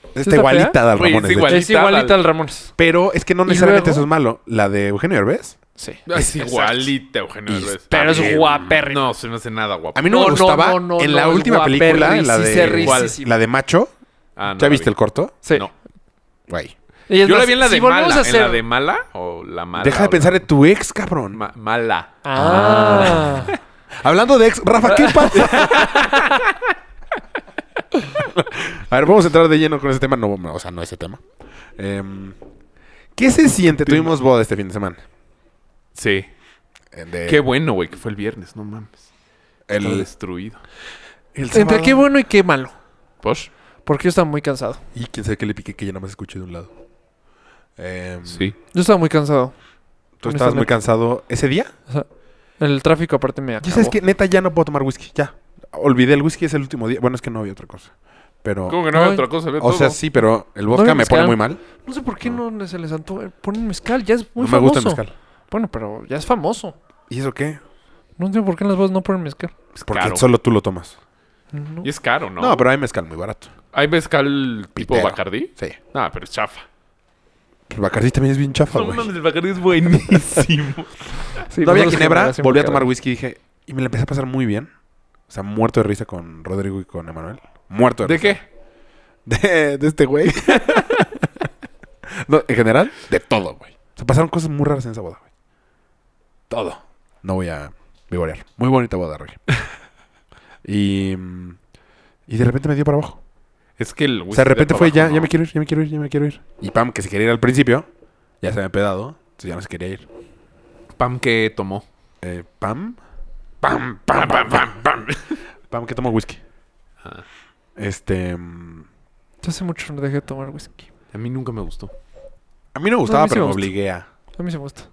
[SPEAKER 4] Está
[SPEAKER 1] está
[SPEAKER 4] igualita
[SPEAKER 1] fea?
[SPEAKER 4] a Adal
[SPEAKER 6] Güey,
[SPEAKER 4] Ramón.
[SPEAKER 6] es igual.
[SPEAKER 1] es igualita al Ramones.
[SPEAKER 4] Pero es que no
[SPEAKER 1] ¿Y
[SPEAKER 4] necesariamente
[SPEAKER 1] luego?
[SPEAKER 4] eso es malo. La de Eugenio Herbes.
[SPEAKER 1] Sí.
[SPEAKER 6] Ah, Es
[SPEAKER 1] Exacto.
[SPEAKER 6] igualita, Eugenio
[SPEAKER 4] Y-
[SPEAKER 6] Derbez.
[SPEAKER 1] Pero es
[SPEAKER 4] También.
[SPEAKER 1] guapérrima.
[SPEAKER 6] No, se me hace nada guapo.
[SPEAKER 4] A mí no,
[SPEAKER 1] No,
[SPEAKER 4] me
[SPEAKER 1] no,
[SPEAKER 4] gustaba
[SPEAKER 1] no, no,
[SPEAKER 4] en
[SPEAKER 1] no,
[SPEAKER 4] la
[SPEAKER 1] es
[SPEAKER 4] última película, la de,
[SPEAKER 1] guaperricísima.
[SPEAKER 4] la de Macho.
[SPEAKER 6] Ah, no
[SPEAKER 4] ¿Ya
[SPEAKER 6] la
[SPEAKER 4] viste
[SPEAKER 6] vi.
[SPEAKER 4] el corto?
[SPEAKER 1] Sí.
[SPEAKER 6] No.
[SPEAKER 4] Güey.
[SPEAKER 1] Y es
[SPEAKER 6] Yo la
[SPEAKER 1] más,
[SPEAKER 6] vi en la
[SPEAKER 1] si
[SPEAKER 6] de
[SPEAKER 1] volvemos
[SPEAKER 6] mala.
[SPEAKER 1] a hacer-
[SPEAKER 6] ¿En la de mala o la mala?
[SPEAKER 4] Deja
[SPEAKER 6] o
[SPEAKER 4] de
[SPEAKER 6] la-
[SPEAKER 4] pensar en tu ex, cabrón.
[SPEAKER 6] Ma- mala.
[SPEAKER 1] Ah.
[SPEAKER 4] Hablando de ex, Rafa, ¿qué pasa? A ver, vamos a entrar de lleno con ese tema. No, o sea, no ese tema. Em, ¿Qué se siente? Tuvimos boda este fin de semana.
[SPEAKER 6] Sí.
[SPEAKER 4] Eh, de-
[SPEAKER 6] Qué bueno, güey, que fue el viernes, no mames.
[SPEAKER 4] el-
[SPEAKER 6] Estaba destruido.
[SPEAKER 4] el
[SPEAKER 1] Entre
[SPEAKER 4] sábado.
[SPEAKER 1] qué bueno y qué malo.
[SPEAKER 6] ¿Posh?
[SPEAKER 1] Porque yo estaba muy cansado.
[SPEAKER 4] Y quién sabe qué le piqué que ya nada más escuché de un lado. Em,
[SPEAKER 6] Mm. Sí.
[SPEAKER 1] Yo estaba muy cansado.
[SPEAKER 4] ¿Tú estabas muy cansado ese día?
[SPEAKER 1] O sea, el tráfico aparte me
[SPEAKER 4] Ya
[SPEAKER 1] acabó.
[SPEAKER 4] sabes que neta ya no puedo tomar whisky, ya. Olvidé el whisky, es el último día. Bueno, es que no había otra cosa. Pero.
[SPEAKER 6] ¿Cómo que no había
[SPEAKER 1] Ay.
[SPEAKER 6] otra cosa? Había
[SPEAKER 4] oh, O sea,
[SPEAKER 6] todo.
[SPEAKER 4] sí, pero el
[SPEAKER 1] No
[SPEAKER 4] vodka
[SPEAKER 1] había
[SPEAKER 4] me pone
[SPEAKER 1] mezcal.
[SPEAKER 4] muy mal.
[SPEAKER 1] No sé por qué no les- se les antoja. Ponen mezcal, ya es muy
[SPEAKER 4] no me
[SPEAKER 1] famoso.
[SPEAKER 4] gusta el mezcal.
[SPEAKER 1] Bueno, pero ya es famoso.
[SPEAKER 4] ¿Y eso qué?
[SPEAKER 1] No entiendo por qué en las bodas no ponen mezcal.
[SPEAKER 4] Porque
[SPEAKER 6] caro.
[SPEAKER 4] solo tú lo tomas.
[SPEAKER 1] No.
[SPEAKER 6] Y es caro, ¿no?
[SPEAKER 4] No, pero hay mezcal muy barato.
[SPEAKER 6] ¿Hay mezcal tipo
[SPEAKER 4] Pitero.
[SPEAKER 6] Bacardí?
[SPEAKER 4] Sí.
[SPEAKER 6] No, pero es chafa.
[SPEAKER 4] El Bacardí también es bien chafa,
[SPEAKER 6] No
[SPEAKER 4] güey.
[SPEAKER 6] mames, el Bacardí es buenísimo.
[SPEAKER 1] Sí,
[SPEAKER 4] no había
[SPEAKER 1] nosotros
[SPEAKER 4] ginebra,
[SPEAKER 1] generación
[SPEAKER 4] volví a
[SPEAKER 1] Bacardí.
[SPEAKER 4] tomar whisky y dije... Y me la empecé a pasar muy bien. O sea, muerto de risa con Rodrigo y con Emanuel. Muerto de,
[SPEAKER 6] ¿De
[SPEAKER 4] risa.
[SPEAKER 6] qué?
[SPEAKER 4] De, de este güey. No, en general, de todo, güey. Se pasaron cosas muy raras en esa boda, güey. Todo. No voy a vigorear. Muy bonita boda, Rey. y, mm, y de repente me dio para abajo.
[SPEAKER 6] Es que el
[SPEAKER 4] o sea, de repente fue ya, ya me
[SPEAKER 6] quiero.
[SPEAKER 4] quiero ir, ya me quiero ir, ya me quiero ir. Y Pam, que se quería ir al principio, ya se había pedado, entonces ya no se quería ir.
[SPEAKER 6] Pam que tomó.
[SPEAKER 4] Eh, Pam. Pam, pam, pam, pam, pam. Pam, que tomo whisky.
[SPEAKER 6] Ah.
[SPEAKER 4] Este. mm,
[SPEAKER 1] Yo hace mucho no dejé de tomar whisky.
[SPEAKER 6] A mí nunca me gustó.
[SPEAKER 4] A mí no me gustaba,
[SPEAKER 1] sí
[SPEAKER 4] pero
[SPEAKER 1] me
[SPEAKER 4] me
[SPEAKER 1] gusta.
[SPEAKER 4] obligué a.
[SPEAKER 1] A mí se me gusta.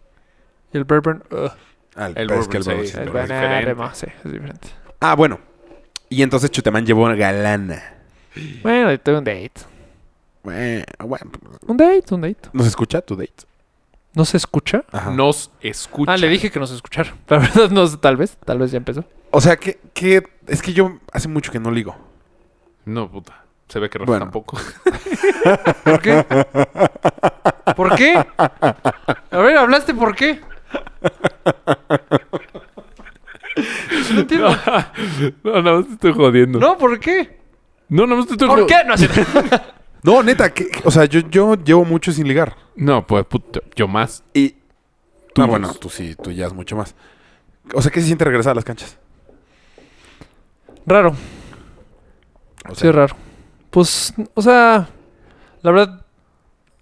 [SPEAKER 1] Y el bourbon, ugh,
[SPEAKER 4] al-
[SPEAKER 6] El
[SPEAKER 4] es que
[SPEAKER 6] bourbon, sí,
[SPEAKER 4] bourbon sí,
[SPEAKER 6] el
[SPEAKER 4] pero-
[SPEAKER 6] bourbon. diferente.
[SPEAKER 1] no, sí, es diferente.
[SPEAKER 4] Ah, bueno. Y entonces Chutemán llevó a Galana.
[SPEAKER 1] Bueno, y tuve un date.
[SPEAKER 4] Bueno, bueno, pues,
[SPEAKER 1] Un date, un date.
[SPEAKER 4] ¿Nos escucha tu date?
[SPEAKER 1] ¿No se escucha?
[SPEAKER 4] Ajá.
[SPEAKER 6] Nos escucha.
[SPEAKER 1] Ah, le dije que no se escuchara. La verdad, no sé, tal vez. Tal vez ya empezó.
[SPEAKER 4] O sea, que, que es que yo hace mucho que no ligo.
[SPEAKER 6] No, puta. Se ve que Rafa
[SPEAKER 4] Bueno.
[SPEAKER 6] tampoco.
[SPEAKER 1] ¿Por qué? ¿Por qué? A ver, ¿hablaste por qué? No entiendo.
[SPEAKER 6] No, nada más te estoy jodiendo.
[SPEAKER 1] No, ¿por qué?
[SPEAKER 6] no, nada más te estoy
[SPEAKER 1] ¿Por
[SPEAKER 6] jodiendo.
[SPEAKER 1] qué? No, es cierto.
[SPEAKER 4] No, neta, que, o sea, yo, yo llevo mucho sin ligar.
[SPEAKER 6] No, pues puta, yo más.
[SPEAKER 4] Y.
[SPEAKER 6] Tú
[SPEAKER 4] no,
[SPEAKER 6] no.
[SPEAKER 4] bueno, tú sí, tú ya es mucho más. O sea, ¿qué se siente regresar a las canchas?
[SPEAKER 1] Raro,
[SPEAKER 4] O
[SPEAKER 1] sí,
[SPEAKER 4] sea,
[SPEAKER 1] es raro. Pues, o sea, la verdad,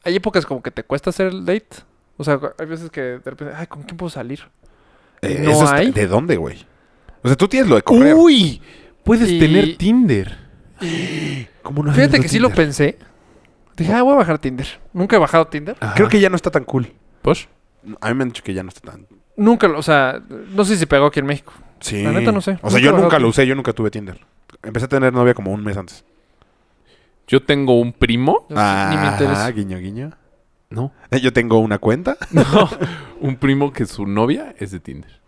[SPEAKER 1] hay épocas como que te cuesta hacer el date. O sea, hay veces que de repente, ay, ¿con quién puedo salir?
[SPEAKER 4] eh,
[SPEAKER 1] ¿no
[SPEAKER 4] eso está-
[SPEAKER 1] hay?
[SPEAKER 4] ¿De dónde, güey? O sea, tú tienes lo de correr.
[SPEAKER 6] ¡Uy! Puedes
[SPEAKER 1] Y-
[SPEAKER 6] tener Tinder.
[SPEAKER 4] ¿Cómo no
[SPEAKER 1] Fíjate
[SPEAKER 4] había
[SPEAKER 1] que sí lo
[SPEAKER 4] Tinder?
[SPEAKER 1] pensé. Dije, ah, voy a bajar Tinder. Nunca he bajado Tinder.
[SPEAKER 4] Creo que ya no está tan cool.
[SPEAKER 6] ¿Posh?
[SPEAKER 4] A mí me han dicho que ya no está tan.
[SPEAKER 1] Nunca, lo- o sea, no sé si pegó aquí en México.
[SPEAKER 4] Sí.
[SPEAKER 1] La neta no sé.
[SPEAKER 4] O
[SPEAKER 1] Nunca
[SPEAKER 4] sea,
[SPEAKER 1] he
[SPEAKER 4] yo nunca
[SPEAKER 1] bajado
[SPEAKER 4] lo usé, yo nunca tuve Tinder. Empecé a tener novia como un mes antes.
[SPEAKER 6] Yo tengo un primo.
[SPEAKER 1] Yo sí, ni me interesa.
[SPEAKER 4] guiño, guiño.
[SPEAKER 6] No.
[SPEAKER 4] Eh, Yo tengo una cuenta.
[SPEAKER 6] No. un primo que su novia es de Tinder.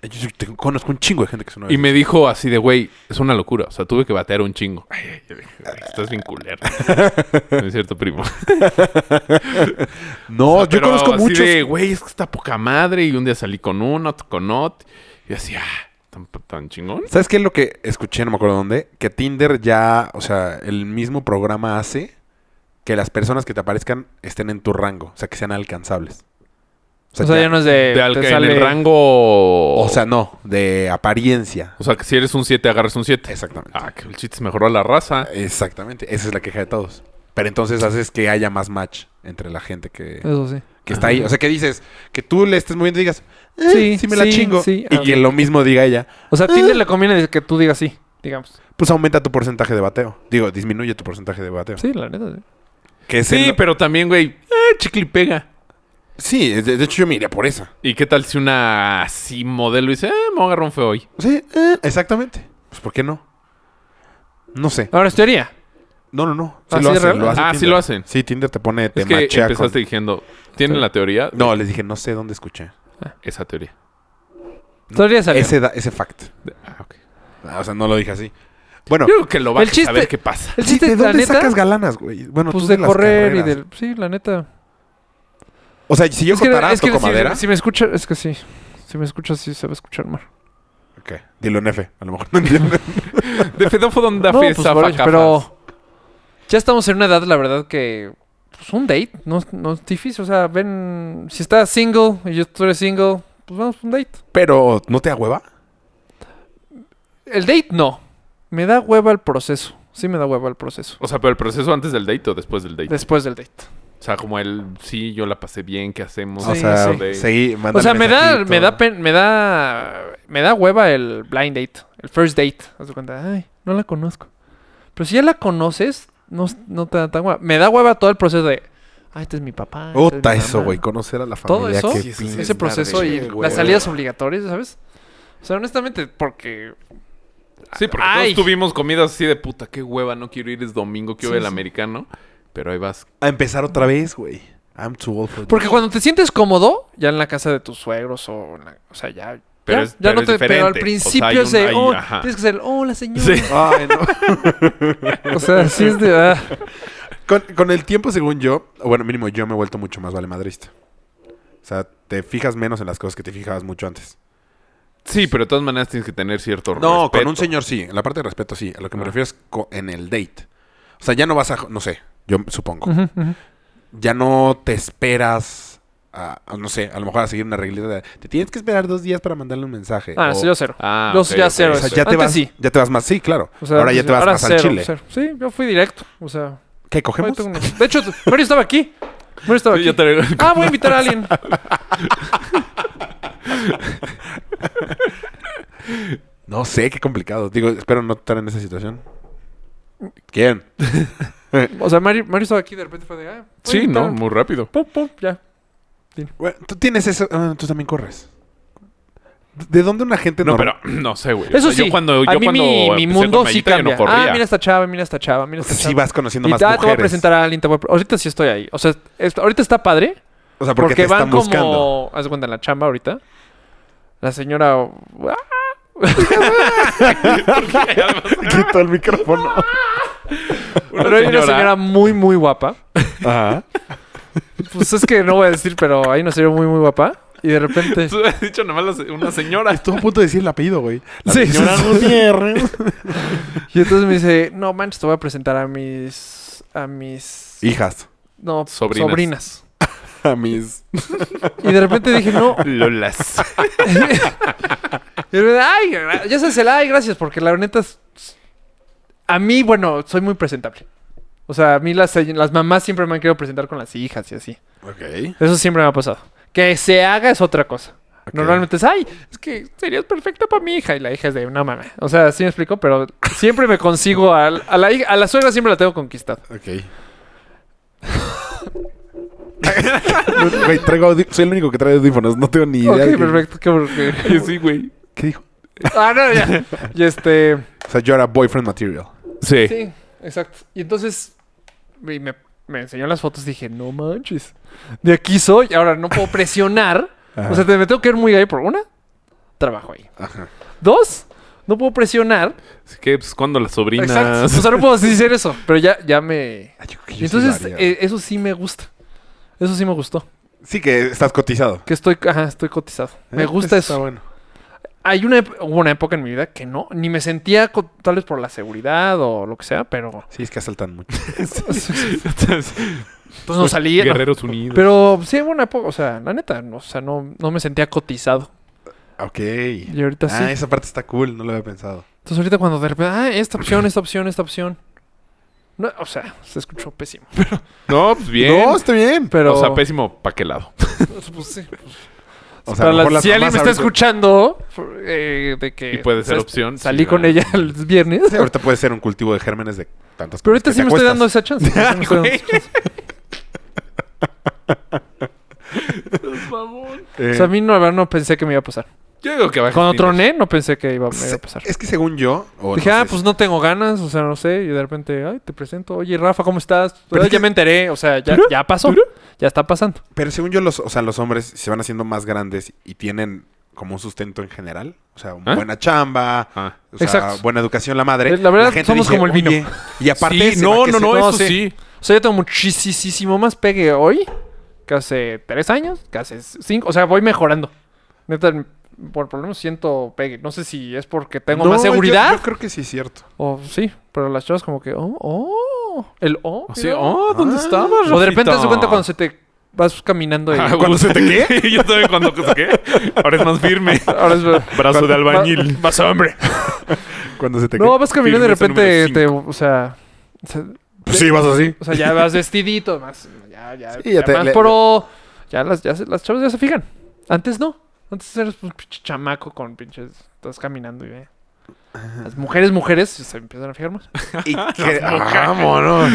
[SPEAKER 4] Eh, Yo sí tengo- conozco un chingo de gente que es una
[SPEAKER 6] Y me dijo así de, güey, es una locura. O sea, tuve que batear un chingo. Ay, ay, yo dije, "Güey, estás bien culero. no es cierto, primo.
[SPEAKER 4] No,
[SPEAKER 6] O sea,
[SPEAKER 4] yo
[SPEAKER 6] pero
[SPEAKER 4] conozco
[SPEAKER 6] así
[SPEAKER 4] muchos.
[SPEAKER 6] de, güey, es que está poca madre. Y un día salí con uno, otro con otro. Y así, ah, tan, tan chingón.
[SPEAKER 4] ¿Sabes qué es lo que escuché? No me acuerdo dónde. Que Tinder ya, o sea, el mismo programa hace que las personas que te aparezcan estén en tu rango. O sea, que sean alcanzables.
[SPEAKER 1] O sea, ya no es de.
[SPEAKER 6] De al-
[SPEAKER 1] Eh, te
[SPEAKER 6] en
[SPEAKER 1] sale-
[SPEAKER 6] el rango.
[SPEAKER 4] O sea, no, de apariencia.
[SPEAKER 6] o sea, que si eres un 7, agarras un 7.
[SPEAKER 4] Exactamente.
[SPEAKER 6] Ah, que el chiste mejoró a la raza.
[SPEAKER 4] Exactamente. Esa es la queja de todos. Pero entonces haces que haya más match entre la gente que...
[SPEAKER 1] Eso sí.
[SPEAKER 4] que está ahí. O sea, que dices, que tú le estés moviendo y digas, eh, sí,
[SPEAKER 1] Sí,
[SPEAKER 4] me la
[SPEAKER 1] sí,
[SPEAKER 4] chingo.
[SPEAKER 1] sí.
[SPEAKER 4] y
[SPEAKER 1] Ah,
[SPEAKER 4] que
[SPEAKER 1] ok.
[SPEAKER 4] lo mismo diga ella,
[SPEAKER 1] O sea, a Tinder le conviene que tú digas sí, digamos.
[SPEAKER 4] pues aumenta tu porcentaje de bateo. Digo, disminuye tu porcentaje de bateo.
[SPEAKER 1] Sí, la neta. sí.
[SPEAKER 4] Que es
[SPEAKER 6] Sí,
[SPEAKER 4] el-
[SPEAKER 6] pero también, güey, eh, chicle y pega.
[SPEAKER 4] sí de, de hecho yo me iría por esa.
[SPEAKER 6] ¿Y qué tal si una así modelo dice, eh, me agarró un feo hoy?
[SPEAKER 4] Sí, eh, exactamente. Pues ¿por qué no? No sé.
[SPEAKER 1] Ahora, es teoría.
[SPEAKER 4] No, no, no.
[SPEAKER 1] ¿Ah,
[SPEAKER 4] Sí lo
[SPEAKER 1] sí,
[SPEAKER 4] hacen,
[SPEAKER 1] real?
[SPEAKER 4] lo hace
[SPEAKER 6] Ah, sí
[SPEAKER 4] Tinder.
[SPEAKER 6] lo hacen.
[SPEAKER 4] Sí, Tinder te pone, te
[SPEAKER 6] es que
[SPEAKER 4] machea
[SPEAKER 6] empezaste
[SPEAKER 4] con-
[SPEAKER 6] diciendo, ¿tienen la teoría?
[SPEAKER 4] No, les dije, no sé dónde escuché.
[SPEAKER 6] Esa teoría.
[SPEAKER 1] Teoría salió.
[SPEAKER 4] Ese, da- ese fact.
[SPEAKER 6] Ah, ok.
[SPEAKER 4] Ah, O sea, no lo dije así. Bueno,
[SPEAKER 6] Yo creo que lo vas
[SPEAKER 1] El chiste-
[SPEAKER 6] a ver qué pasa.
[SPEAKER 1] El
[SPEAKER 4] sí,
[SPEAKER 1] chiste,
[SPEAKER 4] ¿de
[SPEAKER 1] la
[SPEAKER 4] dónde
[SPEAKER 1] neta.
[SPEAKER 4] sacas galanas, güey? Bueno,
[SPEAKER 1] pues
[SPEAKER 4] tú
[SPEAKER 1] de
[SPEAKER 4] las
[SPEAKER 1] correr y
[SPEAKER 4] carreras.
[SPEAKER 1] del. Sí, la neta.
[SPEAKER 4] O sea, si yo
[SPEAKER 1] es que,
[SPEAKER 4] contara
[SPEAKER 1] es que
[SPEAKER 4] toco
[SPEAKER 1] si,
[SPEAKER 4] madera...
[SPEAKER 1] si me escuchas, es que sí. Si me escuchas, sí se va a escuchar mal.
[SPEAKER 4] Ok. Dilo en F, a lo mejor no entienden.
[SPEAKER 6] De Fedofo donde
[SPEAKER 1] No, pues, por ello, pero. Ya estamos en una edad, la verdad, que. Pues un date no, no es difícil. O sea, ven. Si estás single y yo tú eres single, pues vamos a un date.
[SPEAKER 4] Pero, ¿no te da hueva?
[SPEAKER 1] El date no. Me da hueva el proceso. Sí me da hueva el proceso.
[SPEAKER 6] O sea, pero el proceso antes del date o después del date.
[SPEAKER 1] Después del date.
[SPEAKER 6] O sea, como el, sí, yo la pasé bien, ¿qué hacemos?
[SPEAKER 4] o
[SPEAKER 1] Sí,
[SPEAKER 4] sea,
[SPEAKER 1] sí.
[SPEAKER 6] de-
[SPEAKER 4] seguí, manda
[SPEAKER 1] O
[SPEAKER 4] el
[SPEAKER 1] sea, me da,
[SPEAKER 4] mensajito.
[SPEAKER 1] me da, pen- me da, me da hueva el blind date, el first date. Haz de cuenta, ay, no la conozco. Pero si ya la conoces, no, no te da tan hueva. Me da hueva todo el proceso de, ay, este es mi papá. esta es mi
[SPEAKER 4] Puta, eso,
[SPEAKER 1] mamá".
[SPEAKER 4] güey. Conocer a la
[SPEAKER 1] Todo
[SPEAKER 4] familia.
[SPEAKER 1] eso, sí,
[SPEAKER 4] qué
[SPEAKER 6] sí, sí,
[SPEAKER 4] pinche
[SPEAKER 1] Ese
[SPEAKER 6] es
[SPEAKER 1] proceso
[SPEAKER 4] madre,
[SPEAKER 1] y
[SPEAKER 4] güey.
[SPEAKER 1] las salidas obligatorias, ¿sabes? O sea, honestamente, porque
[SPEAKER 6] Sí, porque
[SPEAKER 1] Ay.
[SPEAKER 6] todos tuvimos comidas así de puta, qué hueva, no quiero ir, es domingo, quiero
[SPEAKER 1] Sí,
[SPEAKER 6] ver el
[SPEAKER 1] sí.
[SPEAKER 6] americano. Pero ahí vas.
[SPEAKER 4] A empezar otra vez, güey. I'm too old for
[SPEAKER 1] Porque
[SPEAKER 4] this.
[SPEAKER 1] cuando te sientes cómodo, ya en la casa de tus suegros o, en la- o sea, ya.
[SPEAKER 6] Pero
[SPEAKER 1] ya,
[SPEAKER 6] es-
[SPEAKER 1] ya
[SPEAKER 6] pero
[SPEAKER 1] no
[SPEAKER 6] es
[SPEAKER 1] te. Pero al
[SPEAKER 6] diferente. O sea,
[SPEAKER 1] principio
[SPEAKER 6] hay
[SPEAKER 1] es de.
[SPEAKER 6] un- hay-
[SPEAKER 1] "Oh,
[SPEAKER 6] ajá.
[SPEAKER 1] tienes que ser. Hola, señor.
[SPEAKER 6] Sí.
[SPEAKER 4] Ay, no.
[SPEAKER 1] O sea, sí es de. ah.
[SPEAKER 4] Con, con el tiempo, según yo, o bueno, mínimo yo me he vuelto mucho más vale madrista. O sea, te fijas menos en las cosas que te fijabas mucho antes.
[SPEAKER 6] Sí, pero de todas maneras tienes que tener cierto
[SPEAKER 4] No,
[SPEAKER 6] respeto.
[SPEAKER 4] con un señor sí, en la parte de respeto sí. A lo que me
[SPEAKER 6] Ah.
[SPEAKER 4] refiero es co- en el date. O sea, ya no vas a, no sé, yo supongo.
[SPEAKER 1] Ujú, ujú.
[SPEAKER 4] Ya no te esperas a, a, no sé, a lo mejor a seguir una reglita de, te tienes que esperar dos días para mandarle un mensaje.
[SPEAKER 1] Ah,
[SPEAKER 4] o-
[SPEAKER 1] sí, yo cero.
[SPEAKER 6] Ah,
[SPEAKER 1] Yo
[SPEAKER 6] ok,
[SPEAKER 1] ya
[SPEAKER 6] ok,
[SPEAKER 1] cero
[SPEAKER 4] o
[SPEAKER 6] ok.
[SPEAKER 4] sea,
[SPEAKER 1] eso.
[SPEAKER 4] ya te
[SPEAKER 1] Antes
[SPEAKER 4] vas,
[SPEAKER 1] sí.
[SPEAKER 4] ya te vas más, sí, claro.
[SPEAKER 1] O sea, pues,
[SPEAKER 4] ahora ya te vas
[SPEAKER 1] ahora
[SPEAKER 4] más al
[SPEAKER 1] cero,
[SPEAKER 4] chile.
[SPEAKER 1] cero. Sí, yo fui directo. O sea,
[SPEAKER 4] ¿Qué
[SPEAKER 1] ahí
[SPEAKER 4] cogemos?
[SPEAKER 1] tengo unos- de hecho, Mario estaba aquí. Mario estaba
[SPEAKER 6] Sí,
[SPEAKER 1] aquí.
[SPEAKER 6] yo traigo el-
[SPEAKER 1] Ah, voy a invitar a alguien.
[SPEAKER 4] No sé, qué complicado. Digo, espero no estar en esa situación. ¿Quién?
[SPEAKER 1] O sea, Mario, Mario estaba aquí de repente fue de. Ah, voy a
[SPEAKER 6] Sí,
[SPEAKER 1] invitar
[SPEAKER 6] no,
[SPEAKER 1] a-
[SPEAKER 6] muy rápido.
[SPEAKER 1] Pum, pum, ya.
[SPEAKER 4] Bueno, tú tienes eso. ah, tú también corres. ¿De dónde una gente
[SPEAKER 6] No, pero
[SPEAKER 4] normal-
[SPEAKER 6] no sé, güey. O
[SPEAKER 1] Eso
[SPEAKER 6] sea,
[SPEAKER 1] sí.
[SPEAKER 6] Yo cuando, yo
[SPEAKER 1] a mí
[SPEAKER 6] cuando
[SPEAKER 1] mi, mi
[SPEAKER 6] empecé con
[SPEAKER 1] mundo sí
[SPEAKER 6] Mayita, yo
[SPEAKER 1] cambia.
[SPEAKER 6] no corría.
[SPEAKER 1] ah, mira esta chava, mira esta chava, mira esta chava.
[SPEAKER 4] Sí vas conociendo
[SPEAKER 1] y
[SPEAKER 4] más
[SPEAKER 1] ya
[SPEAKER 4] mujeres.
[SPEAKER 1] te voy a presentar a alguien, te voy a pre- ahorita sí estoy ahí. O sea, es- ahorita está padre
[SPEAKER 4] O sea, porque,
[SPEAKER 1] porque,
[SPEAKER 4] te
[SPEAKER 1] van
[SPEAKER 4] están buscando.
[SPEAKER 1] como... Haz de cuenta, en la chamba ahorita. La señora... ah,
[SPEAKER 4] Quito el micrófono.
[SPEAKER 6] Una
[SPEAKER 1] pero hay una
[SPEAKER 6] señora-
[SPEAKER 1] señora muy, muy guapa.
[SPEAKER 4] Ajá.
[SPEAKER 1] Pues es que no voy a decir, pero hay una señora muy, muy guapa. Y de repente...
[SPEAKER 6] Tú has dicho nomás la se- una señora.
[SPEAKER 4] Estuve a punto de decir el apellido, güey. La
[SPEAKER 1] Sí,
[SPEAKER 4] señora
[SPEAKER 1] sí, sí.
[SPEAKER 4] Gutiérrez.
[SPEAKER 1] Y entonces me dice, no manches, te voy a presentar a mis... A mis...
[SPEAKER 4] Hijas.
[SPEAKER 1] No,
[SPEAKER 6] Sobrinas.
[SPEAKER 1] sobrinas.
[SPEAKER 4] A mis.
[SPEAKER 1] Y de repente dije, no.
[SPEAKER 6] Lolas.
[SPEAKER 1] Y de repente, ay, gra- ya sabes el ay, gracias, porque la neta es... A mí, bueno, soy muy presentable. O sea, a mí las, las mamás siempre me han querido presentar con las hijas y así.
[SPEAKER 4] Ok.
[SPEAKER 1] Eso siempre me ha pasado. Que se haga es otra cosa. Normalmente es, ay, es que serías perfecta para mi hija. Y la hija es de, no mames. O sea, sí me explico, pero siempre me consigo al- a, la hija, a la suegra siempre la tengo conquistada.
[SPEAKER 4] Ok. No, Güey, traigo audi- Soy el único que trae audífonos. No tengo ni idea.
[SPEAKER 1] ok,
[SPEAKER 4] de qué-
[SPEAKER 1] perfecto. qué bueno que-
[SPEAKER 6] Yo sí, güey.
[SPEAKER 4] ¿Qué dijo?
[SPEAKER 1] Ah, no, ya. Y este,
[SPEAKER 4] O sea, yo era boyfriend material.
[SPEAKER 6] Sí.
[SPEAKER 1] sí, exacto. Y entonces, y me, me enseñó las fotos y dije, no manches. De aquí soy. Ahora no puedo presionar.
[SPEAKER 4] Ajá.
[SPEAKER 1] O sea, te, me tengo que ir muy ahí por una. Trabajo ahí.
[SPEAKER 4] Ajá.
[SPEAKER 1] Dos, no puedo presionar.
[SPEAKER 6] Así que, pues, cuando las sobrinas...
[SPEAKER 1] Exacto. O sea, no puedo decir eso, pero ya, ya me.
[SPEAKER 4] Ay, yo- yo sí
[SPEAKER 1] Y entonces,
[SPEAKER 4] varía.
[SPEAKER 1] eh, eso sí me gusta. Eso sí me gustó.
[SPEAKER 4] sí que estás cotizado.
[SPEAKER 1] Que estoy, ajá, estoy cotizado. Me
[SPEAKER 4] Eh,
[SPEAKER 1] gusta
[SPEAKER 4] Está
[SPEAKER 1] eso.
[SPEAKER 4] bueno.
[SPEAKER 1] Hay una, ep- hubo una época en mi vida que no, ni me sentía co- tal vez por la seguridad o lo que sea, pero
[SPEAKER 4] Sí, es que asaltan mucho.
[SPEAKER 1] pues no salía. no.
[SPEAKER 6] Guerreros Unidos.
[SPEAKER 1] Pero sí hubo una época, o sea, la neta, no, o sea, no, no me sentía cotizado.
[SPEAKER 4] Ok.
[SPEAKER 1] Y ahorita sí.
[SPEAKER 4] Ah, esa parte está cool, no lo había pensado.
[SPEAKER 1] Entonces ahorita cuando de repente, ah, esta opción, esta opción, esta opción. No, o sea, se escuchó pésimo.
[SPEAKER 6] No, pues bien.
[SPEAKER 4] No, está bien.
[SPEAKER 1] Pero.
[SPEAKER 6] O sea, pésimo, ¿pa' qué lado?
[SPEAKER 1] pues, sí, pues.
[SPEAKER 4] O sea, a
[SPEAKER 1] Para
[SPEAKER 4] lo
[SPEAKER 1] las-
[SPEAKER 4] mejor las
[SPEAKER 1] si alguien
[SPEAKER 4] mamás
[SPEAKER 1] me está
[SPEAKER 4] ahorita-
[SPEAKER 1] escuchando, eh, de que.
[SPEAKER 6] Y puede ser
[SPEAKER 1] ¿sabes?
[SPEAKER 6] opción, sí,
[SPEAKER 1] Salí con
[SPEAKER 6] ¿verdad?
[SPEAKER 1] ella el viernes.
[SPEAKER 4] Sí, ahorita puede ser un cultivo de gérmenes de tantas
[SPEAKER 1] Pero ahorita
[SPEAKER 4] cosas
[SPEAKER 1] sí
[SPEAKER 4] que
[SPEAKER 1] me
[SPEAKER 4] te
[SPEAKER 1] estoy
[SPEAKER 4] acuestas.
[SPEAKER 1] dando esa chance. ahorita me estoy dando esa chance.
[SPEAKER 4] Eh,
[SPEAKER 1] O sea, a mí no, la verdad, no pensé que me iba a pasar.
[SPEAKER 6] Yo digo que bajes
[SPEAKER 1] Cuando
[SPEAKER 6] Tinder.
[SPEAKER 1] troné, no pensé que iba, me iba a
[SPEAKER 4] se-
[SPEAKER 1] pasar.
[SPEAKER 4] Es que según yo. o
[SPEAKER 1] Dije,
[SPEAKER 4] no
[SPEAKER 1] ah,
[SPEAKER 4] sé
[SPEAKER 1] pues
[SPEAKER 4] si-
[SPEAKER 1] no tengo ganas, o sea, no sé. Y de repente, ay, te presento. Oye, Rafa, ¿cómo estás?
[SPEAKER 4] Pero
[SPEAKER 1] Ay,
[SPEAKER 4] es
[SPEAKER 1] ya
[SPEAKER 4] que-
[SPEAKER 1] me enteré, o sea, ya, ya pasó. Ya está pasando.
[SPEAKER 4] Pero según yo, los, o sea, los hombres se van haciendo más grandes y tienen como un sustento en general. O sea,
[SPEAKER 6] ¿Ah?
[SPEAKER 4] buena chamba,
[SPEAKER 6] Ah.
[SPEAKER 4] o sea,
[SPEAKER 1] Exacto.
[SPEAKER 4] buena educación la madre.
[SPEAKER 1] Eh, la verdad, somos como el vino.
[SPEAKER 4] "Oye", Y aparte,
[SPEAKER 6] Sí,
[SPEAKER 4] se
[SPEAKER 6] no,
[SPEAKER 4] va que
[SPEAKER 6] no,
[SPEAKER 4] se-
[SPEAKER 6] no,
[SPEAKER 1] no,
[SPEAKER 6] eso
[SPEAKER 1] sí.
[SPEAKER 6] sí.
[SPEAKER 1] O sea, yo tengo muchísimo más pegue hoy que hace tres años, que hace cinco. O sea, voy mejorando. Neta, por lo menos siento pegue. No sé si es porque tengo
[SPEAKER 4] No,
[SPEAKER 1] más
[SPEAKER 4] yo-
[SPEAKER 1] seguridad.
[SPEAKER 4] Yo, creo que sí es cierto.
[SPEAKER 1] O sí, pero las chavas como que, oh, oh, el oh.
[SPEAKER 6] O
[SPEAKER 1] mira.
[SPEAKER 6] sea, oh, ¿dónde
[SPEAKER 4] Ah.
[SPEAKER 6] estabas,
[SPEAKER 1] O de repente
[SPEAKER 6] Rafita?
[SPEAKER 1] se cuenta cuando se te vas caminando y...
[SPEAKER 6] Ah, ¿Cuándo se te qué? Yo también cuando se qué. Ahora es más firme.
[SPEAKER 1] Ahora es...
[SPEAKER 6] Brazo de albañil.
[SPEAKER 1] Va- vas hambre.
[SPEAKER 4] Cuando se te
[SPEAKER 1] No, vas caminando y de
[SPEAKER 6] Firmeza
[SPEAKER 1] repente
[SPEAKER 6] número
[SPEAKER 1] te... O sea... se-
[SPEAKER 4] Pues sí, vas así.
[SPEAKER 1] O sea, ya vas vestidito, más, ya, ya,
[SPEAKER 4] Sí, ya
[SPEAKER 1] ya
[SPEAKER 4] te-
[SPEAKER 1] más
[SPEAKER 4] le-
[SPEAKER 1] pro. Ya las, ya se- las chavas ya se fijan. Antes no. Antes eras un pinche chamaco con pinches. Estás caminando y ve. Las mujeres, mujeres, se empiezan a fijar más.
[SPEAKER 4] Y que- vámonos.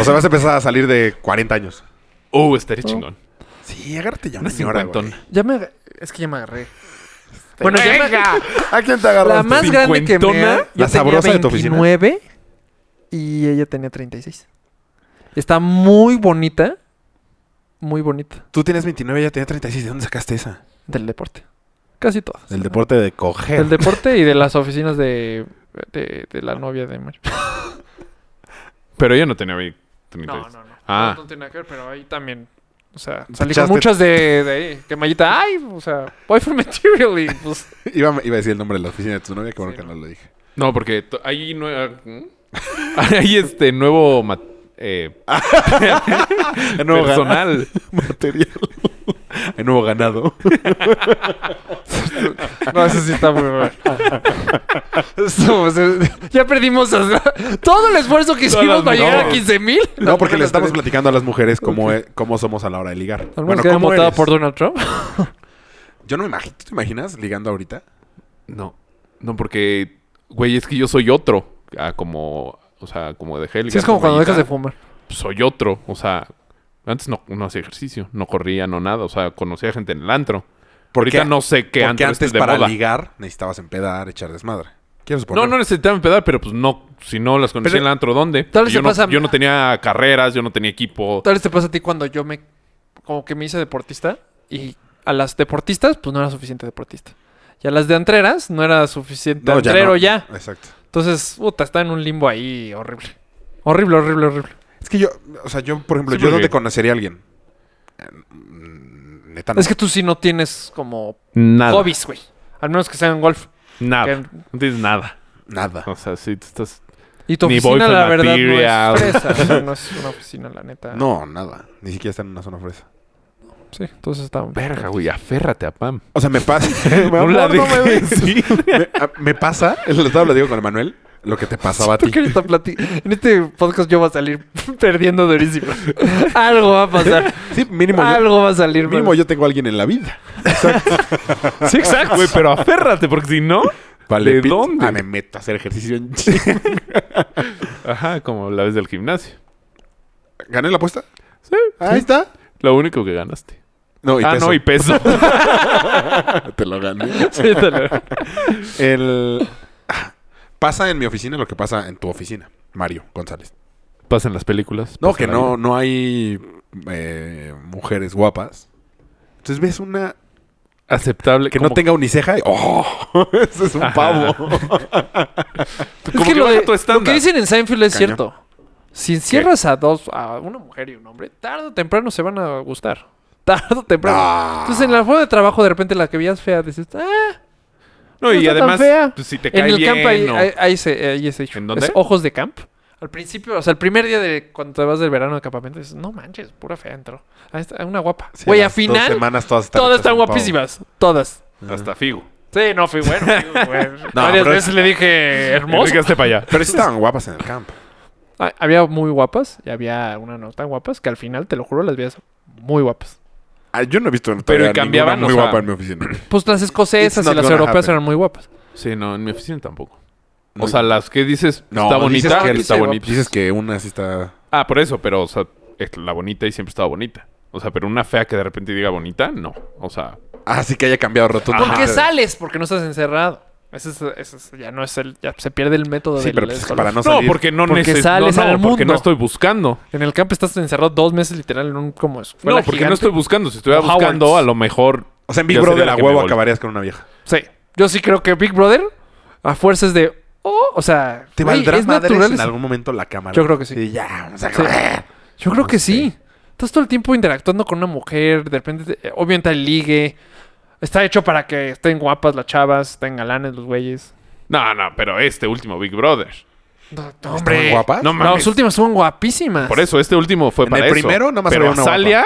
[SPEAKER 4] O sea, vas a empezar a salir de 40 años.
[SPEAKER 6] Uh, estaría chingón.
[SPEAKER 4] Sí, agárrate ya
[SPEAKER 6] Una
[SPEAKER 4] una señora,
[SPEAKER 6] cincuentona.
[SPEAKER 4] güey.
[SPEAKER 1] Ya me. aga- Es que ya me agarré. Bueno, ya me-
[SPEAKER 4] ¿A quién te
[SPEAKER 1] La
[SPEAKER 4] agarraste?
[SPEAKER 1] más grande que me.
[SPEAKER 6] cincuentona,
[SPEAKER 1] yo
[SPEAKER 4] la
[SPEAKER 1] tenía
[SPEAKER 4] sabrosa de tu oficina.
[SPEAKER 1] 29 y ella tenía 36. Está muy bonita. Muy bonita.
[SPEAKER 4] Tú tienes 29, ya tenía 36. ¿De dónde sacaste esa?
[SPEAKER 1] Del deporte. Casi todas.
[SPEAKER 4] Del deporte de coger.
[SPEAKER 1] Del deporte y de las oficinas de, de, de la novia de Mario.
[SPEAKER 6] Pero ella no tenía 20.
[SPEAKER 1] No, no, no.
[SPEAKER 6] Ah.
[SPEAKER 1] No, no tiene nada que ver, pero ahí también. O sea, salí
[SPEAKER 4] Echaste-
[SPEAKER 1] con muchas de, de ahí. Que Mayita, ay, o sea, boyfriend material. Y pues,
[SPEAKER 4] Iba, iba a decir el nombre de la oficina de tu novia, que bueno
[SPEAKER 1] Sí,
[SPEAKER 4] que
[SPEAKER 1] no.
[SPEAKER 4] no lo dije.
[SPEAKER 6] No, porque to- hay nueva. hay este nuevo ma- eh,
[SPEAKER 4] Ah, nuevo
[SPEAKER 6] personal.
[SPEAKER 4] Material. Hay nuevo ganado.
[SPEAKER 1] no, eso sí está muy mal. Esto, o sea, ya perdimos o sea, todo el esfuerzo que hicimos
[SPEAKER 6] Todas
[SPEAKER 1] para llegar a
[SPEAKER 4] no.
[SPEAKER 1] 15 mil.
[SPEAKER 4] No, porque le estamos platicando a las mujeres cómo, e- cómo somos a la hora de ligar.
[SPEAKER 1] Bueno,
[SPEAKER 4] ¿cómo
[SPEAKER 1] votada
[SPEAKER 4] eres?
[SPEAKER 1] por Donald Trump?
[SPEAKER 4] Yo no me imagino. ¿Tú te imaginas ligando ahorita?
[SPEAKER 6] No, no, porque, güey, es que yo soy otro. Ah, como, o sea, como dejé el.
[SPEAKER 1] Sí, es como cuando dejas de
[SPEAKER 6] fumar.
[SPEAKER 1] fumar.
[SPEAKER 6] Soy otro, o sea, antes no, no hacía ejercicio, no corría, no nada, o sea, conocía gente en el antro. Ahorita no sé qué
[SPEAKER 4] porque
[SPEAKER 6] antro
[SPEAKER 4] antes
[SPEAKER 6] antes de
[SPEAKER 4] para
[SPEAKER 6] moda.
[SPEAKER 4] ligar necesitabas empedar, echar desmadre. Quiero suponer.
[SPEAKER 6] No, no necesitaba empedar, pero pues no, si no las conocí
[SPEAKER 4] Pero-
[SPEAKER 6] en el antro, ¿dónde?
[SPEAKER 1] Tal vez
[SPEAKER 6] yo,
[SPEAKER 1] te
[SPEAKER 6] no,
[SPEAKER 1] pasa-
[SPEAKER 6] yo no tenía carreras, yo no tenía equipo.
[SPEAKER 1] Tal vez te pasa a ti cuando yo me. Como que me hice deportista. Y a las deportistas, pues no era suficiente deportista. Y a las de antreras, no era suficiente
[SPEAKER 4] No, ya
[SPEAKER 1] antrero
[SPEAKER 4] no.
[SPEAKER 1] ya.
[SPEAKER 4] Exacto.
[SPEAKER 1] Entonces, puta, está en un limbo ahí horrible. Horrible, horrible, horrible.
[SPEAKER 4] Es que yo, o sea, yo, por ejemplo,
[SPEAKER 6] Sí,
[SPEAKER 4] yo no
[SPEAKER 6] porque-
[SPEAKER 4] te conocería a alguien. Eh, mm, Neta, no.
[SPEAKER 1] Es que tú sí no tienes como
[SPEAKER 6] Nada.
[SPEAKER 1] hobbies, güey. Al menos que sean golf.
[SPEAKER 4] Ah,
[SPEAKER 6] Nada.
[SPEAKER 1] Que-
[SPEAKER 6] No tienes nada.
[SPEAKER 4] Nada.
[SPEAKER 6] O sea, sí, tú estás.
[SPEAKER 1] Y tu
[SPEAKER 6] Ni
[SPEAKER 1] oficina, la
[SPEAKER 6] boyfriend
[SPEAKER 1] verdad, no
[SPEAKER 6] material.
[SPEAKER 1] es fresa. O sea, no es una oficina, la neta.
[SPEAKER 4] No, nada. Ni siquiera está en una zona fresa.
[SPEAKER 1] Sí, entonces está...
[SPEAKER 6] Verga, güey, aférrate a Pam.
[SPEAKER 4] O sea, me pasa.
[SPEAKER 6] No la
[SPEAKER 4] Amor, me
[SPEAKER 6] dejes
[SPEAKER 4] dejes.
[SPEAKER 6] ir.
[SPEAKER 4] Me- a- me pasa, el otro día lo digo con Emanuel, lo que te pasaba a
[SPEAKER 1] Siento
[SPEAKER 4] ti.
[SPEAKER 1] que ahorita plati- En este podcast yo voy a salir perdiendo durísimo. Algo va a pasar.
[SPEAKER 4] Sí, mínimo, yo,
[SPEAKER 1] Algo va a salir.
[SPEAKER 4] mínimo
[SPEAKER 1] mal.
[SPEAKER 4] yo tengo a alguien en la vida.
[SPEAKER 6] Sí, exacto. Güey, pero aférrate, porque si no.
[SPEAKER 4] Vale,
[SPEAKER 6] ¿De
[SPEAKER 4] pit.
[SPEAKER 6] dónde?
[SPEAKER 4] Ah, me meto a hacer ejercicio. en-
[SPEAKER 6] Ajá, como la vez del gimnasio.
[SPEAKER 4] ¿Gané la apuesta?
[SPEAKER 6] Sí.
[SPEAKER 4] Ahí está.
[SPEAKER 6] Lo único que ganaste.
[SPEAKER 4] No, y
[SPEAKER 6] ah,
[SPEAKER 4] peso.
[SPEAKER 6] no, y peso.
[SPEAKER 4] Te lo gané.
[SPEAKER 1] Sí, tal vez.
[SPEAKER 4] El... Ah, Pasa en mi oficina lo que pasa en tu oficina, Mario González.
[SPEAKER 6] Pasan las películas.
[SPEAKER 4] No,
[SPEAKER 6] pasa
[SPEAKER 4] que
[SPEAKER 6] la
[SPEAKER 4] no,
[SPEAKER 6] vida.
[SPEAKER 4] no hay eh, mujeres guapas. Entonces ves una
[SPEAKER 6] Aceptable.
[SPEAKER 4] que
[SPEAKER 6] como-
[SPEAKER 4] no tenga uniceja y ¡oh! Ese es un
[SPEAKER 6] Ajá.
[SPEAKER 4] pavo.
[SPEAKER 1] Es
[SPEAKER 6] Como
[SPEAKER 1] que,
[SPEAKER 6] que
[SPEAKER 1] lo,
[SPEAKER 6] baja
[SPEAKER 1] de-
[SPEAKER 6] tu estándar.
[SPEAKER 1] lo que dicen en Seinfeld es
[SPEAKER 4] Cañón.
[SPEAKER 1] cierto. Si encierras a dos, a una mujer y un hombre, tarde o temprano se van a gustar. Tarde o temprano.
[SPEAKER 4] Ah.
[SPEAKER 1] Entonces en la fuera de trabajo de repente la que veías fea dices, ah,
[SPEAKER 6] No,
[SPEAKER 1] no
[SPEAKER 6] y
[SPEAKER 1] está tan
[SPEAKER 6] además,
[SPEAKER 1] fea.
[SPEAKER 6] pues, si te cae
[SPEAKER 1] en el
[SPEAKER 6] bien.
[SPEAKER 1] camp ahí,
[SPEAKER 6] o-
[SPEAKER 1] ahí- ahí se, ahí es hecho.
[SPEAKER 6] ¿En dónde?
[SPEAKER 1] Es ojos de camp. Al principio, o sea, el primer día de cuando te vas del verano de campamento, dices, no manches, pura fea entró. Ahí está, una guapa.
[SPEAKER 4] Sí,
[SPEAKER 1] Güey,
[SPEAKER 4] las
[SPEAKER 1] al
[SPEAKER 4] dos
[SPEAKER 1] final,
[SPEAKER 4] semanas todas están
[SPEAKER 1] todas
[SPEAKER 4] hechas
[SPEAKER 1] están
[SPEAKER 4] un pavo.
[SPEAKER 1] guapísimas. Todas.
[SPEAKER 6] Hasta Figo.
[SPEAKER 1] Sí, no, fui bueno. fui bueno.
[SPEAKER 4] No,
[SPEAKER 1] Varias
[SPEAKER 4] pero es-
[SPEAKER 1] veces le dije, hermoso.
[SPEAKER 6] Enrique, hazte para allá.
[SPEAKER 4] Pero sí estaban guapas en el campo.
[SPEAKER 1] Ah, Había muy guapas y había unas no tan guapas que al final, te lo juro, las veas muy guapas.
[SPEAKER 4] Ah, yo no he visto
[SPEAKER 6] Pero
[SPEAKER 4] todavía
[SPEAKER 6] y cambiaban,
[SPEAKER 4] ninguna muy
[SPEAKER 6] o sea-
[SPEAKER 4] guapa en mi oficina.
[SPEAKER 1] Pues las escocesas
[SPEAKER 4] It's
[SPEAKER 1] y
[SPEAKER 4] not
[SPEAKER 1] las
[SPEAKER 4] gonna
[SPEAKER 1] europeas
[SPEAKER 4] happen.
[SPEAKER 1] eran muy guapas.
[SPEAKER 6] Sí, no, en mi oficina tampoco.
[SPEAKER 4] No.
[SPEAKER 6] O sea, las que dices,
[SPEAKER 4] No,
[SPEAKER 6] está
[SPEAKER 4] dices
[SPEAKER 6] bonita,
[SPEAKER 4] que el-
[SPEAKER 6] está
[SPEAKER 1] sí,
[SPEAKER 6] bonita.
[SPEAKER 4] Dices que una sí está...
[SPEAKER 6] Ah, por eso, pero, o sea, es la bonita y siempre estaba bonita. O sea, pero una fea que de repente diga bonita, no. O sea,
[SPEAKER 4] Ah, sí que haya cambiado rotundamente.
[SPEAKER 1] Porque sales, porque no estás encerrado. Ese es, ese es- ya no es el, ya se pierde el método
[SPEAKER 4] Sí,
[SPEAKER 1] del-
[SPEAKER 4] pero pues
[SPEAKER 1] del
[SPEAKER 4] es que para
[SPEAKER 1] color.
[SPEAKER 4] no
[SPEAKER 6] no,
[SPEAKER 4] salir...
[SPEAKER 6] porque no
[SPEAKER 1] Porque
[SPEAKER 6] necesito.
[SPEAKER 1] sales al
[SPEAKER 6] porque
[SPEAKER 1] mundo.
[SPEAKER 6] no estoy buscando.
[SPEAKER 1] En el campo estás encerrado dos meses literal en un como
[SPEAKER 6] No,
[SPEAKER 1] escuela
[SPEAKER 6] porque
[SPEAKER 1] gigante.
[SPEAKER 6] no estoy buscando. Si estuviera
[SPEAKER 1] O
[SPEAKER 6] buscando,
[SPEAKER 1] Howard's.
[SPEAKER 6] a lo mejor.
[SPEAKER 4] O sea, en Big
[SPEAKER 6] ya
[SPEAKER 4] Brother
[SPEAKER 6] sería
[SPEAKER 4] a
[SPEAKER 6] que me
[SPEAKER 4] huevo
[SPEAKER 6] vol-
[SPEAKER 4] acabarías con una vieja.
[SPEAKER 1] Sí. Yo sí creo que Big Brother a fuerzas de oh, o sea,
[SPEAKER 4] ¿Te
[SPEAKER 1] güey,
[SPEAKER 4] valdrá
[SPEAKER 1] es
[SPEAKER 4] madres
[SPEAKER 1] natural.
[SPEAKER 4] en
[SPEAKER 1] es-
[SPEAKER 4] algún momento la cámara?
[SPEAKER 1] Yo creo que sí.
[SPEAKER 4] Sí, ya, vamos a
[SPEAKER 1] Sí.
[SPEAKER 4] correr.
[SPEAKER 1] Yo creo que sí. Estás todo el tiempo interactuando con una mujer, de repente, te- obviamente el ligue. Está hecho para que estén guapas las chavas, estén galanes los güeyes.
[SPEAKER 6] No, no, pero este último Big Brother.
[SPEAKER 1] No, no, hombre.
[SPEAKER 4] guapas?
[SPEAKER 6] No
[SPEAKER 1] No,
[SPEAKER 6] mames.
[SPEAKER 1] las últimas son guapísimas.
[SPEAKER 6] Por eso, este último fue
[SPEAKER 4] En
[SPEAKER 6] para
[SPEAKER 4] el
[SPEAKER 6] eso.
[SPEAKER 4] primero nomás
[SPEAKER 6] Pero
[SPEAKER 4] había una
[SPEAKER 6] Azalia,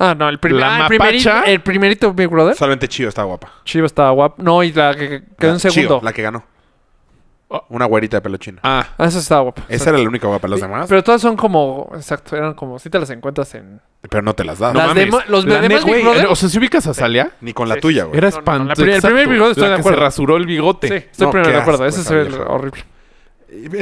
[SPEAKER 1] Ah, no, el, primer,
[SPEAKER 6] La
[SPEAKER 1] ah, el primerito,
[SPEAKER 6] mapacha.
[SPEAKER 1] el primerito Big Brother.
[SPEAKER 4] Solamente Chio está guapa.
[SPEAKER 1] Chiva estaba guapa. No, y la que que quedó en
[SPEAKER 4] Chío,
[SPEAKER 1] segundo.
[SPEAKER 4] la que ganó. Una güerita de pelo chino.
[SPEAKER 6] Oh. Ah,
[SPEAKER 1] Ah, eso estaba guapo.
[SPEAKER 4] Esa era la única guapa. Las demás,
[SPEAKER 1] Pero todas son como. Exacto, eran como. Si te las encuentras en.
[SPEAKER 4] pero no te las das.
[SPEAKER 1] Las
[SPEAKER 6] mames.
[SPEAKER 1] demo- los
[SPEAKER 6] la
[SPEAKER 1] bebés
[SPEAKER 6] neta,
[SPEAKER 1] Big
[SPEAKER 6] güey,
[SPEAKER 1] Brother- Pues
[SPEAKER 6] O sea, si ubicas a Salia,
[SPEAKER 4] Ni con la tuya, güey.
[SPEAKER 6] era
[SPEAKER 1] No, no, no, la
[SPEAKER 6] espantoso.
[SPEAKER 1] pri- el primer Big Brother estoy
[SPEAKER 6] la
[SPEAKER 1] de
[SPEAKER 6] que
[SPEAKER 1] acuerdo.
[SPEAKER 6] Se rasuró el bigote.
[SPEAKER 1] Sí, estoy
[SPEAKER 4] No,
[SPEAKER 1] primero
[SPEAKER 4] qué
[SPEAKER 1] de acuerdo.
[SPEAKER 4] asco
[SPEAKER 1] Ese
[SPEAKER 4] esa
[SPEAKER 1] se ve
[SPEAKER 4] vieja.
[SPEAKER 1] horrible.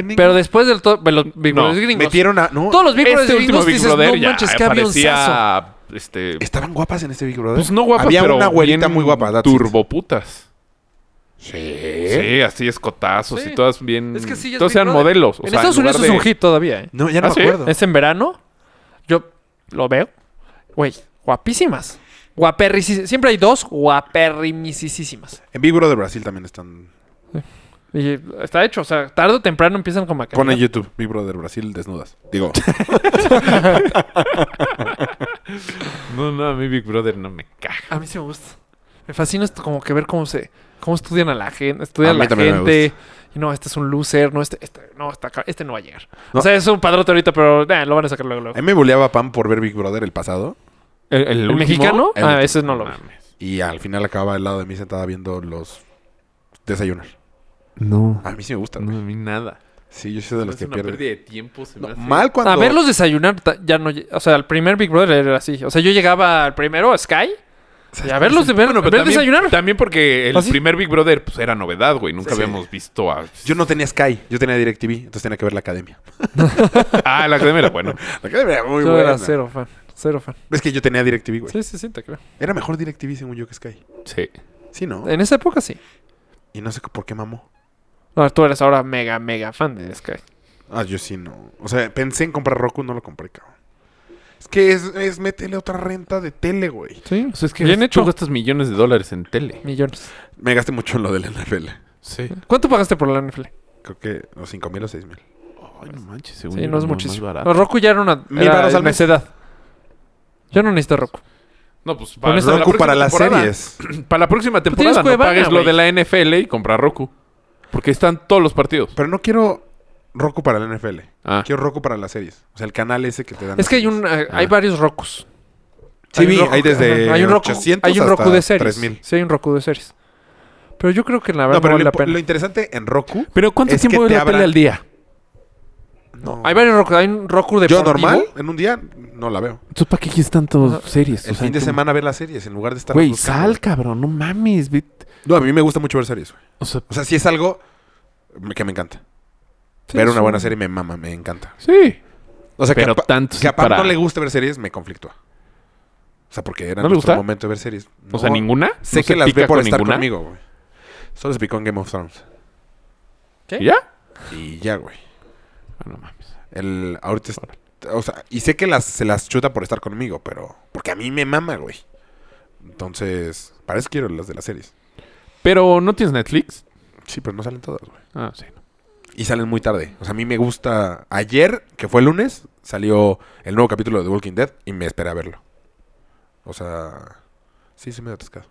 [SPEAKER 4] Ni-
[SPEAKER 1] Pero después del to- de los Big
[SPEAKER 6] No,
[SPEAKER 1] Brothers gringos.
[SPEAKER 4] Metieron a. No,
[SPEAKER 1] Todos los Big Brothers
[SPEAKER 6] Este último
[SPEAKER 1] gringos
[SPEAKER 6] Big
[SPEAKER 1] dices,
[SPEAKER 6] Brother
[SPEAKER 1] no
[SPEAKER 6] ya
[SPEAKER 1] manches, qué avionzazo.
[SPEAKER 6] parecía... Este,
[SPEAKER 4] Estaban guapas en este Big Brother.
[SPEAKER 6] pues no guapa,
[SPEAKER 4] Había
[SPEAKER 6] pero
[SPEAKER 4] una güerita
[SPEAKER 6] bien
[SPEAKER 4] muy guapa. that's it. ¿Eh?
[SPEAKER 6] Turboputas.
[SPEAKER 4] Sí.
[SPEAKER 6] Sí, así escotazos
[SPEAKER 1] Sí.
[SPEAKER 6] y todas bien...
[SPEAKER 1] Es que sí, es
[SPEAKER 6] todas
[SPEAKER 1] Big
[SPEAKER 6] eran
[SPEAKER 1] Brother.
[SPEAKER 6] modelos. o
[SPEAKER 1] En
[SPEAKER 6] sea,
[SPEAKER 1] Estados
[SPEAKER 6] lugar
[SPEAKER 1] Unidos es
[SPEAKER 6] de-
[SPEAKER 1] un hit todavía, ¿eh?
[SPEAKER 4] No, ya no
[SPEAKER 6] ¿Ah,
[SPEAKER 4] me
[SPEAKER 6] sí?
[SPEAKER 4] acuerdo.
[SPEAKER 1] Es en verano. Yo lo veo. Güey, guapísimas. Guaperricis. Siempre hay dos guaperrimisísimas.
[SPEAKER 4] En Big Brother Brasil también están.
[SPEAKER 1] Y está hecho, o sea, tarde o temprano empiezan como a
[SPEAKER 4] Pon en
[SPEAKER 1] cambiar.
[SPEAKER 4] YouTube Big Brother Brasil desnudas. Digo,
[SPEAKER 6] No, no, a mí Big Brother no me caga.
[SPEAKER 1] A mí sí me gusta. Me fascina esto como que ver cómo se cómo estudian a la gente, estudian
[SPEAKER 4] A
[SPEAKER 1] a
[SPEAKER 4] mí
[SPEAKER 1] la
[SPEAKER 4] también me
[SPEAKER 1] gente. Y no, este es un loser, no este, este no está acá, este no va a llegar.
[SPEAKER 4] No.
[SPEAKER 1] O sea, es un padrote ahorita, pero nah, lo van a sacar luego. luego.
[SPEAKER 4] a mí me buleaba Pam por ver Big Brother el pasado.
[SPEAKER 6] ¿El,
[SPEAKER 1] ¿El
[SPEAKER 6] último?
[SPEAKER 1] mexicano?
[SPEAKER 4] El
[SPEAKER 1] ah,
[SPEAKER 4] último.
[SPEAKER 1] ese no lo vi.
[SPEAKER 6] Mames.
[SPEAKER 4] Y al final acababa al lado de mí sentada viendo los desayunar.
[SPEAKER 6] No.
[SPEAKER 4] A mí sí me gusta.
[SPEAKER 6] No, a mí nada.
[SPEAKER 4] Sí, yo soy de los
[SPEAKER 6] es
[SPEAKER 4] que
[SPEAKER 6] una
[SPEAKER 4] pierden.
[SPEAKER 6] pérdida de tiempo. Se
[SPEAKER 4] No,
[SPEAKER 6] me hace.
[SPEAKER 4] mal cuando.
[SPEAKER 1] A verlos desayunar ta- ya no. lle- O sea, al primer Big Brother era así. O sea, yo llegaba al primero, a Sky. Y a verlos de ver,
[SPEAKER 6] Bueno, pero
[SPEAKER 1] ver
[SPEAKER 6] también,
[SPEAKER 1] desayunar.
[SPEAKER 6] también porque el
[SPEAKER 1] ¿Ah, sí?
[SPEAKER 6] primer Big Brother pues, era novedad, güey. Nunca habíamos visto a...
[SPEAKER 4] Yo no tenía Sky, yo tenía DirecTV, entonces tenía que ver la academia.
[SPEAKER 6] Ah, la academia era bueno.
[SPEAKER 4] La academia era muy
[SPEAKER 1] Yo
[SPEAKER 4] buena.
[SPEAKER 1] era cero fan. Cero fan.
[SPEAKER 4] Es que yo tenía DirecTV, güey.
[SPEAKER 1] Sí, sí, sí, te creo.
[SPEAKER 4] Era mejor DirecTV según yo que Sky.
[SPEAKER 6] Sí.
[SPEAKER 4] Sí, ¿no?
[SPEAKER 1] En esa época sí.
[SPEAKER 4] Y no sé por qué mamó.
[SPEAKER 1] No, tú eres ahora mega, mega fan de Sky.
[SPEAKER 4] Ah, yo sí no. O sea, pensé en comprar Roku, no lo compré, cabrón. Es que es, es métele otra renta de tele, güey.
[SPEAKER 1] Sí.
[SPEAKER 6] O sea, Pues es que
[SPEAKER 1] Bien
[SPEAKER 6] tú
[SPEAKER 1] hecho.
[SPEAKER 6] gastas millones de dólares en tele.
[SPEAKER 1] Millones.
[SPEAKER 4] Me gasté mucho en lo de la NFL.
[SPEAKER 6] Sí.
[SPEAKER 1] ¿Cuánto pagaste por la NFL?
[SPEAKER 4] Creo que o cinco mil o seis mil.
[SPEAKER 6] Ay, Pues, no manches. según
[SPEAKER 1] Sí,
[SPEAKER 6] yo
[SPEAKER 1] no es
[SPEAKER 6] era más
[SPEAKER 1] muchísimo.
[SPEAKER 6] barato.
[SPEAKER 1] No, Roku ya era una
[SPEAKER 4] Mil varos
[SPEAKER 1] era
[SPEAKER 4] al mes.
[SPEAKER 1] necedad. Yo no necesito Roku.
[SPEAKER 6] No, pues para,
[SPEAKER 1] Pones
[SPEAKER 6] la
[SPEAKER 4] Roku
[SPEAKER 6] próxima
[SPEAKER 4] para las
[SPEAKER 6] temporada.
[SPEAKER 4] series.
[SPEAKER 6] Para la próxima
[SPEAKER 1] tienes
[SPEAKER 6] temporada no
[SPEAKER 1] Cuevana,
[SPEAKER 6] pagues
[SPEAKER 1] güey.
[SPEAKER 6] lo de la NFL y compra Roku. Porque están todos los partidos.
[SPEAKER 4] Pero no quiero Roku para la NFL.
[SPEAKER 6] Ah.
[SPEAKER 4] Quiero Roku para las series. O sea, el canal ese que te dan.
[SPEAKER 1] Es que hay
[SPEAKER 4] las
[SPEAKER 1] un
[SPEAKER 4] series.
[SPEAKER 1] eh, hay
[SPEAKER 6] Ah.
[SPEAKER 1] varios Rokus.
[SPEAKER 4] Sí,
[SPEAKER 1] un
[SPEAKER 4] vi,
[SPEAKER 1] Roku
[SPEAKER 4] hay
[SPEAKER 1] que-
[SPEAKER 4] desde
[SPEAKER 1] ajá, hay un Roku,
[SPEAKER 4] 800
[SPEAKER 1] hay un Roku
[SPEAKER 4] hasta
[SPEAKER 1] de series.
[SPEAKER 4] 3000.
[SPEAKER 1] Sí, hay un Roku de series. Pero yo creo que la verdad
[SPEAKER 4] No,
[SPEAKER 1] no,
[SPEAKER 4] pero
[SPEAKER 1] vale
[SPEAKER 4] lo,
[SPEAKER 1] la
[SPEAKER 4] impo-
[SPEAKER 1] pena.
[SPEAKER 4] lo interesante en Roku.
[SPEAKER 6] Pero ¿cuánto
[SPEAKER 4] Es que
[SPEAKER 6] tiempo
[SPEAKER 4] te
[SPEAKER 6] ve la
[SPEAKER 4] abran-
[SPEAKER 6] tele al día?
[SPEAKER 4] No.
[SPEAKER 1] Hay varios Roku, hay un Roku de
[SPEAKER 4] Yo normal, en un día, no la veo.
[SPEAKER 6] Entonces, ¿para qué quieres tantas series?
[SPEAKER 4] El fin de semana ver las series en lugar de estar.
[SPEAKER 6] Güey,
[SPEAKER 4] buscando.
[SPEAKER 6] sal, cabrón. No mames. ve-
[SPEAKER 4] No, a mí me gusta mucho ver series, güey.
[SPEAKER 6] O sea,
[SPEAKER 4] O sea, si es algo me- que me encanta. ver una buena serie me mama, me encanta.
[SPEAKER 6] sí.
[SPEAKER 4] O sea,
[SPEAKER 6] Pero
[SPEAKER 4] que, a Pa-
[SPEAKER 6] tanto
[SPEAKER 4] que a Pam
[SPEAKER 6] para-
[SPEAKER 4] no le gusta ver series, me conflictúa. O sea, porque era
[SPEAKER 6] ¿No le
[SPEAKER 4] nuestro
[SPEAKER 6] gusta?
[SPEAKER 4] momento de ver series.
[SPEAKER 6] O sea,
[SPEAKER 4] No,
[SPEAKER 6] ¿ninguna?
[SPEAKER 4] Sé que
[SPEAKER 6] ¿No se
[SPEAKER 4] las
[SPEAKER 6] pica
[SPEAKER 4] ve por
[SPEAKER 6] con
[SPEAKER 4] estar
[SPEAKER 6] ninguna?
[SPEAKER 4] conmigo, güey. Solo se picó en Game of Thrones.
[SPEAKER 6] ¿Y ¿Ya?
[SPEAKER 4] Y ya, güey.
[SPEAKER 6] Ah, no mames.
[SPEAKER 4] El, ahorita es- o sea, y sé que las, se las chuta por estar conmigo, pero... Porque a mí me mama, güey. Entonces, para eso quiero las de las series.
[SPEAKER 6] Pero no tienes Netflix.
[SPEAKER 4] Sí, pero no salen todas, güey.
[SPEAKER 6] Ah, sí. no.
[SPEAKER 4] Y salen muy tarde. O sea, a mí me gusta... Ayer, que fue lunes, salió el nuevo capítulo de The Walking Dead y me esperé a verlo. O sea... Sí, sí me he atascado.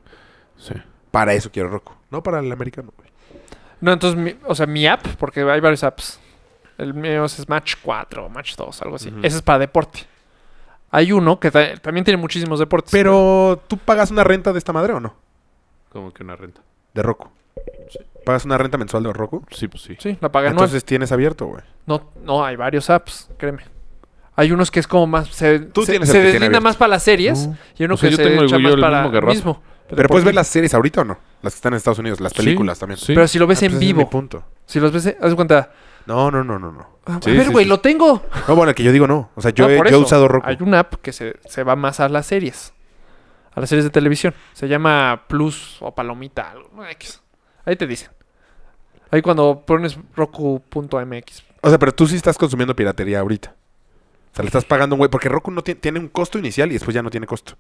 [SPEAKER 6] Sí.
[SPEAKER 4] Para eso quiero Roku. No para el americano, güey.
[SPEAKER 1] No, entonces, mi- o sea, mi app, porque hay varios apps. El mío es Match 4, Match 2, algo así. Ese es para deporte. Hay uno que ta- también tiene muchísimos deportes.
[SPEAKER 4] Pero, ¿tú pagas una renta de esta madre o no?
[SPEAKER 6] Como que una renta.
[SPEAKER 4] De Roku. ¿Pagas una renta mensual de Roku?
[SPEAKER 6] Sí, pues sí.
[SPEAKER 1] Sí, la paga anual.
[SPEAKER 4] Entonces tienes abierto, güey.
[SPEAKER 1] No, no, hay varios apps, créeme. Hay unos que es como más. Se,
[SPEAKER 4] Tú
[SPEAKER 1] se,
[SPEAKER 4] tienes
[SPEAKER 1] se
[SPEAKER 4] el que tiene
[SPEAKER 1] deslinda
[SPEAKER 4] abierto.
[SPEAKER 1] más para las series.
[SPEAKER 6] No.
[SPEAKER 1] Y uno
[SPEAKER 6] O sea,
[SPEAKER 1] que
[SPEAKER 6] yo
[SPEAKER 1] se
[SPEAKER 6] tengo el-
[SPEAKER 1] echa
[SPEAKER 6] yo
[SPEAKER 1] más
[SPEAKER 6] el
[SPEAKER 1] para
[SPEAKER 6] mismo que Rafa.
[SPEAKER 1] mismo.
[SPEAKER 4] Pero puedes
[SPEAKER 1] porque-
[SPEAKER 4] ver las series ahorita o no? Las que están en Estados Unidos, las películas también.
[SPEAKER 6] Sí.
[SPEAKER 1] Pero si lo ves
[SPEAKER 4] Ah,
[SPEAKER 1] en
[SPEAKER 4] pues ese es mi
[SPEAKER 1] vivo.
[SPEAKER 4] punto.
[SPEAKER 1] Si los ves, en- haz de cuenta.
[SPEAKER 4] No, no, no, no, no.
[SPEAKER 1] ah,
[SPEAKER 6] Sí,
[SPEAKER 1] a ver,
[SPEAKER 6] sí,
[SPEAKER 1] güey,
[SPEAKER 6] sí.
[SPEAKER 1] lo tengo.
[SPEAKER 4] No, bueno, el que yo digo no. O sea, yo,
[SPEAKER 1] Ah,
[SPEAKER 4] he,
[SPEAKER 1] por
[SPEAKER 4] yo he
[SPEAKER 1] eso.
[SPEAKER 4] usado Roku.
[SPEAKER 1] Hay una app que se, se va más a las series. A las series de televisión. Se llama Plus o Palomita. Algo, no, X. Ahí te dicen. Ahí cuando pones Roku.mx.
[SPEAKER 4] O sea, pero tú sí estás consumiendo piratería ahorita. O sea, le estás pagando un güey. Porque Roku no tiene, tiene un costo inicial y después ya no tiene costo.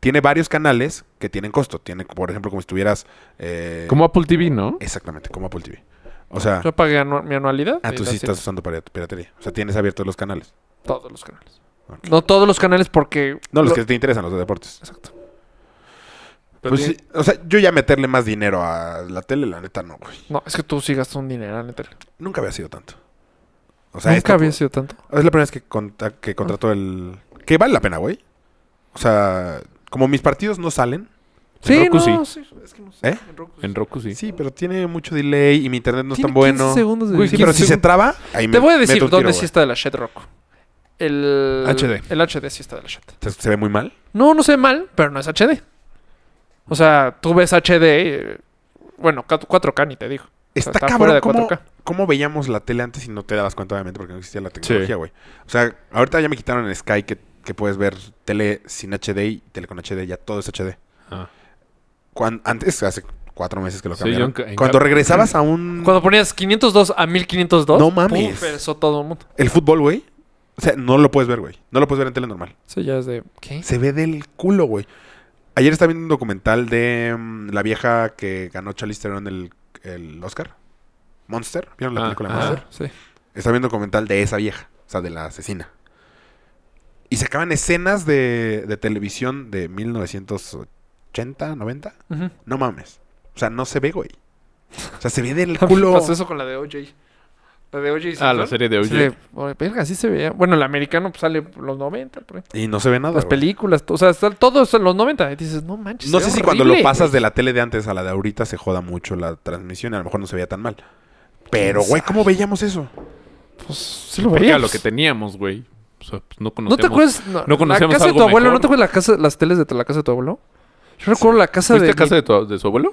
[SPEAKER 4] Tiene varios canales que tienen costo. Tiene, por ejemplo, como si tuvieras. eh,
[SPEAKER 6] Como Apple TV, ¿no?
[SPEAKER 4] Exactamente, como Apple TV. O sea,
[SPEAKER 1] Yo pagué anu- mi anualidad.
[SPEAKER 4] ah,
[SPEAKER 1] y
[SPEAKER 4] tú
[SPEAKER 1] las
[SPEAKER 4] sí
[SPEAKER 1] series.
[SPEAKER 4] estás usando para- piratería. O sea, tienes abiertos los canales.
[SPEAKER 1] Todos los canales.
[SPEAKER 4] Ok.
[SPEAKER 1] No todos los canales porque...
[SPEAKER 4] No, los
[SPEAKER 1] lo-
[SPEAKER 4] que te interesan, los de deportes.
[SPEAKER 1] Exacto.
[SPEAKER 4] Pues sí, o sea, yo ya meterle más dinero a la tele, la neta no, güey.
[SPEAKER 1] No, es que tú sí gastas un dinero, neta.
[SPEAKER 4] Nunca había sido tanto. O sea,
[SPEAKER 1] Nunca
[SPEAKER 4] esto-
[SPEAKER 1] había sido tanto.
[SPEAKER 4] Es la primera vez que, conta- que contrató el... Que vale la pena, güey. O sea, como mis partidos no salen,
[SPEAKER 1] Sí,
[SPEAKER 6] Roku
[SPEAKER 1] no, sí. Es que no sé.
[SPEAKER 4] ¿Eh?
[SPEAKER 1] En Roku sí.
[SPEAKER 6] En Roku sí.
[SPEAKER 4] Sí, pero tiene mucho delay y mi internet no es
[SPEAKER 1] Tiene
[SPEAKER 4] tan bueno.
[SPEAKER 1] 15 segundos de
[SPEAKER 4] Güey, sí,
[SPEAKER 1] delay.
[SPEAKER 4] pero
[SPEAKER 1] 15
[SPEAKER 4] si se
[SPEAKER 1] segundos.
[SPEAKER 4] traba, ahí
[SPEAKER 1] Te
[SPEAKER 4] me-
[SPEAKER 1] voy a
[SPEAKER 4] meto
[SPEAKER 1] decir
[SPEAKER 4] un
[SPEAKER 1] dónde
[SPEAKER 4] tiro,
[SPEAKER 1] sí
[SPEAKER 4] güey.
[SPEAKER 1] está la Shed Roku. El
[SPEAKER 6] HD.
[SPEAKER 1] El HD sí está de la Shed.
[SPEAKER 4] ¿Se, se ve muy mal?
[SPEAKER 1] No, no sé mal, pero no es HD. O sea, tú ves HD, eh, bueno, 4K ni te digo. O sea,
[SPEAKER 4] Está,
[SPEAKER 1] fuera
[SPEAKER 4] cabrón
[SPEAKER 1] de
[SPEAKER 4] cómo,
[SPEAKER 1] 4K.
[SPEAKER 4] cómo veíamos la tele antes y no te dabas cuenta, obviamente, porque no existía la tecnología, güey. O sea, ahorita ya me quitaron en Sky que, que puedes ver tele sin HD y tele con HD, ya todo es HD.
[SPEAKER 6] Ah.
[SPEAKER 4] Cuan- antes, hace cuatro meses que lo
[SPEAKER 6] Sí,
[SPEAKER 4] cambiaron.
[SPEAKER 6] yo en ca- en
[SPEAKER 4] Cuando
[SPEAKER 6] ca-
[SPEAKER 4] regresabas a un...
[SPEAKER 1] Cuando ponías 502 a 1502,
[SPEAKER 4] No mames.
[SPEAKER 1] pum, empezó todo el mundo.
[SPEAKER 4] El fútbol, güey. O sea, no lo puedes ver, güey. No lo puedes ver en tele normal.
[SPEAKER 1] Eso ya es de. ¿Qué?
[SPEAKER 4] Se ve del culo, güey. Ayer estaba viendo un documental de mm, la vieja que ganó Charlize Theron el, el Oscar. Monster. ¿Vieron la
[SPEAKER 6] Ah,
[SPEAKER 4] película
[SPEAKER 6] ah.
[SPEAKER 4] Monster?
[SPEAKER 1] Sí.
[SPEAKER 4] Estaba viendo un documental de esa vieja. O sea, de la asesina. Y sacaban escenas de, de televisión de 1980, 90.
[SPEAKER 1] Ujú.
[SPEAKER 4] No mames. O sea, no se ve, güey. O sea, se ve del
[SPEAKER 1] También
[SPEAKER 4] culo.
[SPEAKER 1] Pasó eso con la de OJ. La de OJ.
[SPEAKER 6] Ah, la
[SPEAKER 1] Simpson.
[SPEAKER 6] serie de OJ.
[SPEAKER 1] Sí, de, "Oye, verga, sí se veía. Bueno, el americano pues, sale por los 90, por ahí.
[SPEAKER 4] Y no se ve nada,
[SPEAKER 1] Las
[SPEAKER 4] güey.
[SPEAKER 1] películas, to- o sea, sal- todo es en los 90. Y dices, no manches.
[SPEAKER 4] No
[SPEAKER 1] se
[SPEAKER 4] sé
[SPEAKER 1] ve
[SPEAKER 4] si cuando lo
[SPEAKER 1] horrible".
[SPEAKER 4] pasas de la tele de antes a la de ahorita se joda mucho la transmisión y a lo mejor no se veía tan mal. Pero, güey, ¿cómo veíamos eso?
[SPEAKER 1] Pues sí lo
[SPEAKER 6] Porque era
[SPEAKER 1] veías.
[SPEAKER 6] lo que teníamos, güey. O sea, pues no
[SPEAKER 1] ¿No
[SPEAKER 6] conocíamos.
[SPEAKER 1] te acuerdas?
[SPEAKER 6] no
[SPEAKER 1] La
[SPEAKER 6] conocíamos
[SPEAKER 1] casa de tu
[SPEAKER 6] algo
[SPEAKER 1] abuelo,
[SPEAKER 6] mejor.
[SPEAKER 1] ¿no te acuerdas la casa, las teles de tu- la casa de tu abuelo? Yo recuerdo la casa de.
[SPEAKER 6] ¿Fuiste a
[SPEAKER 1] mi-
[SPEAKER 6] casa de, tu- de su abuelo?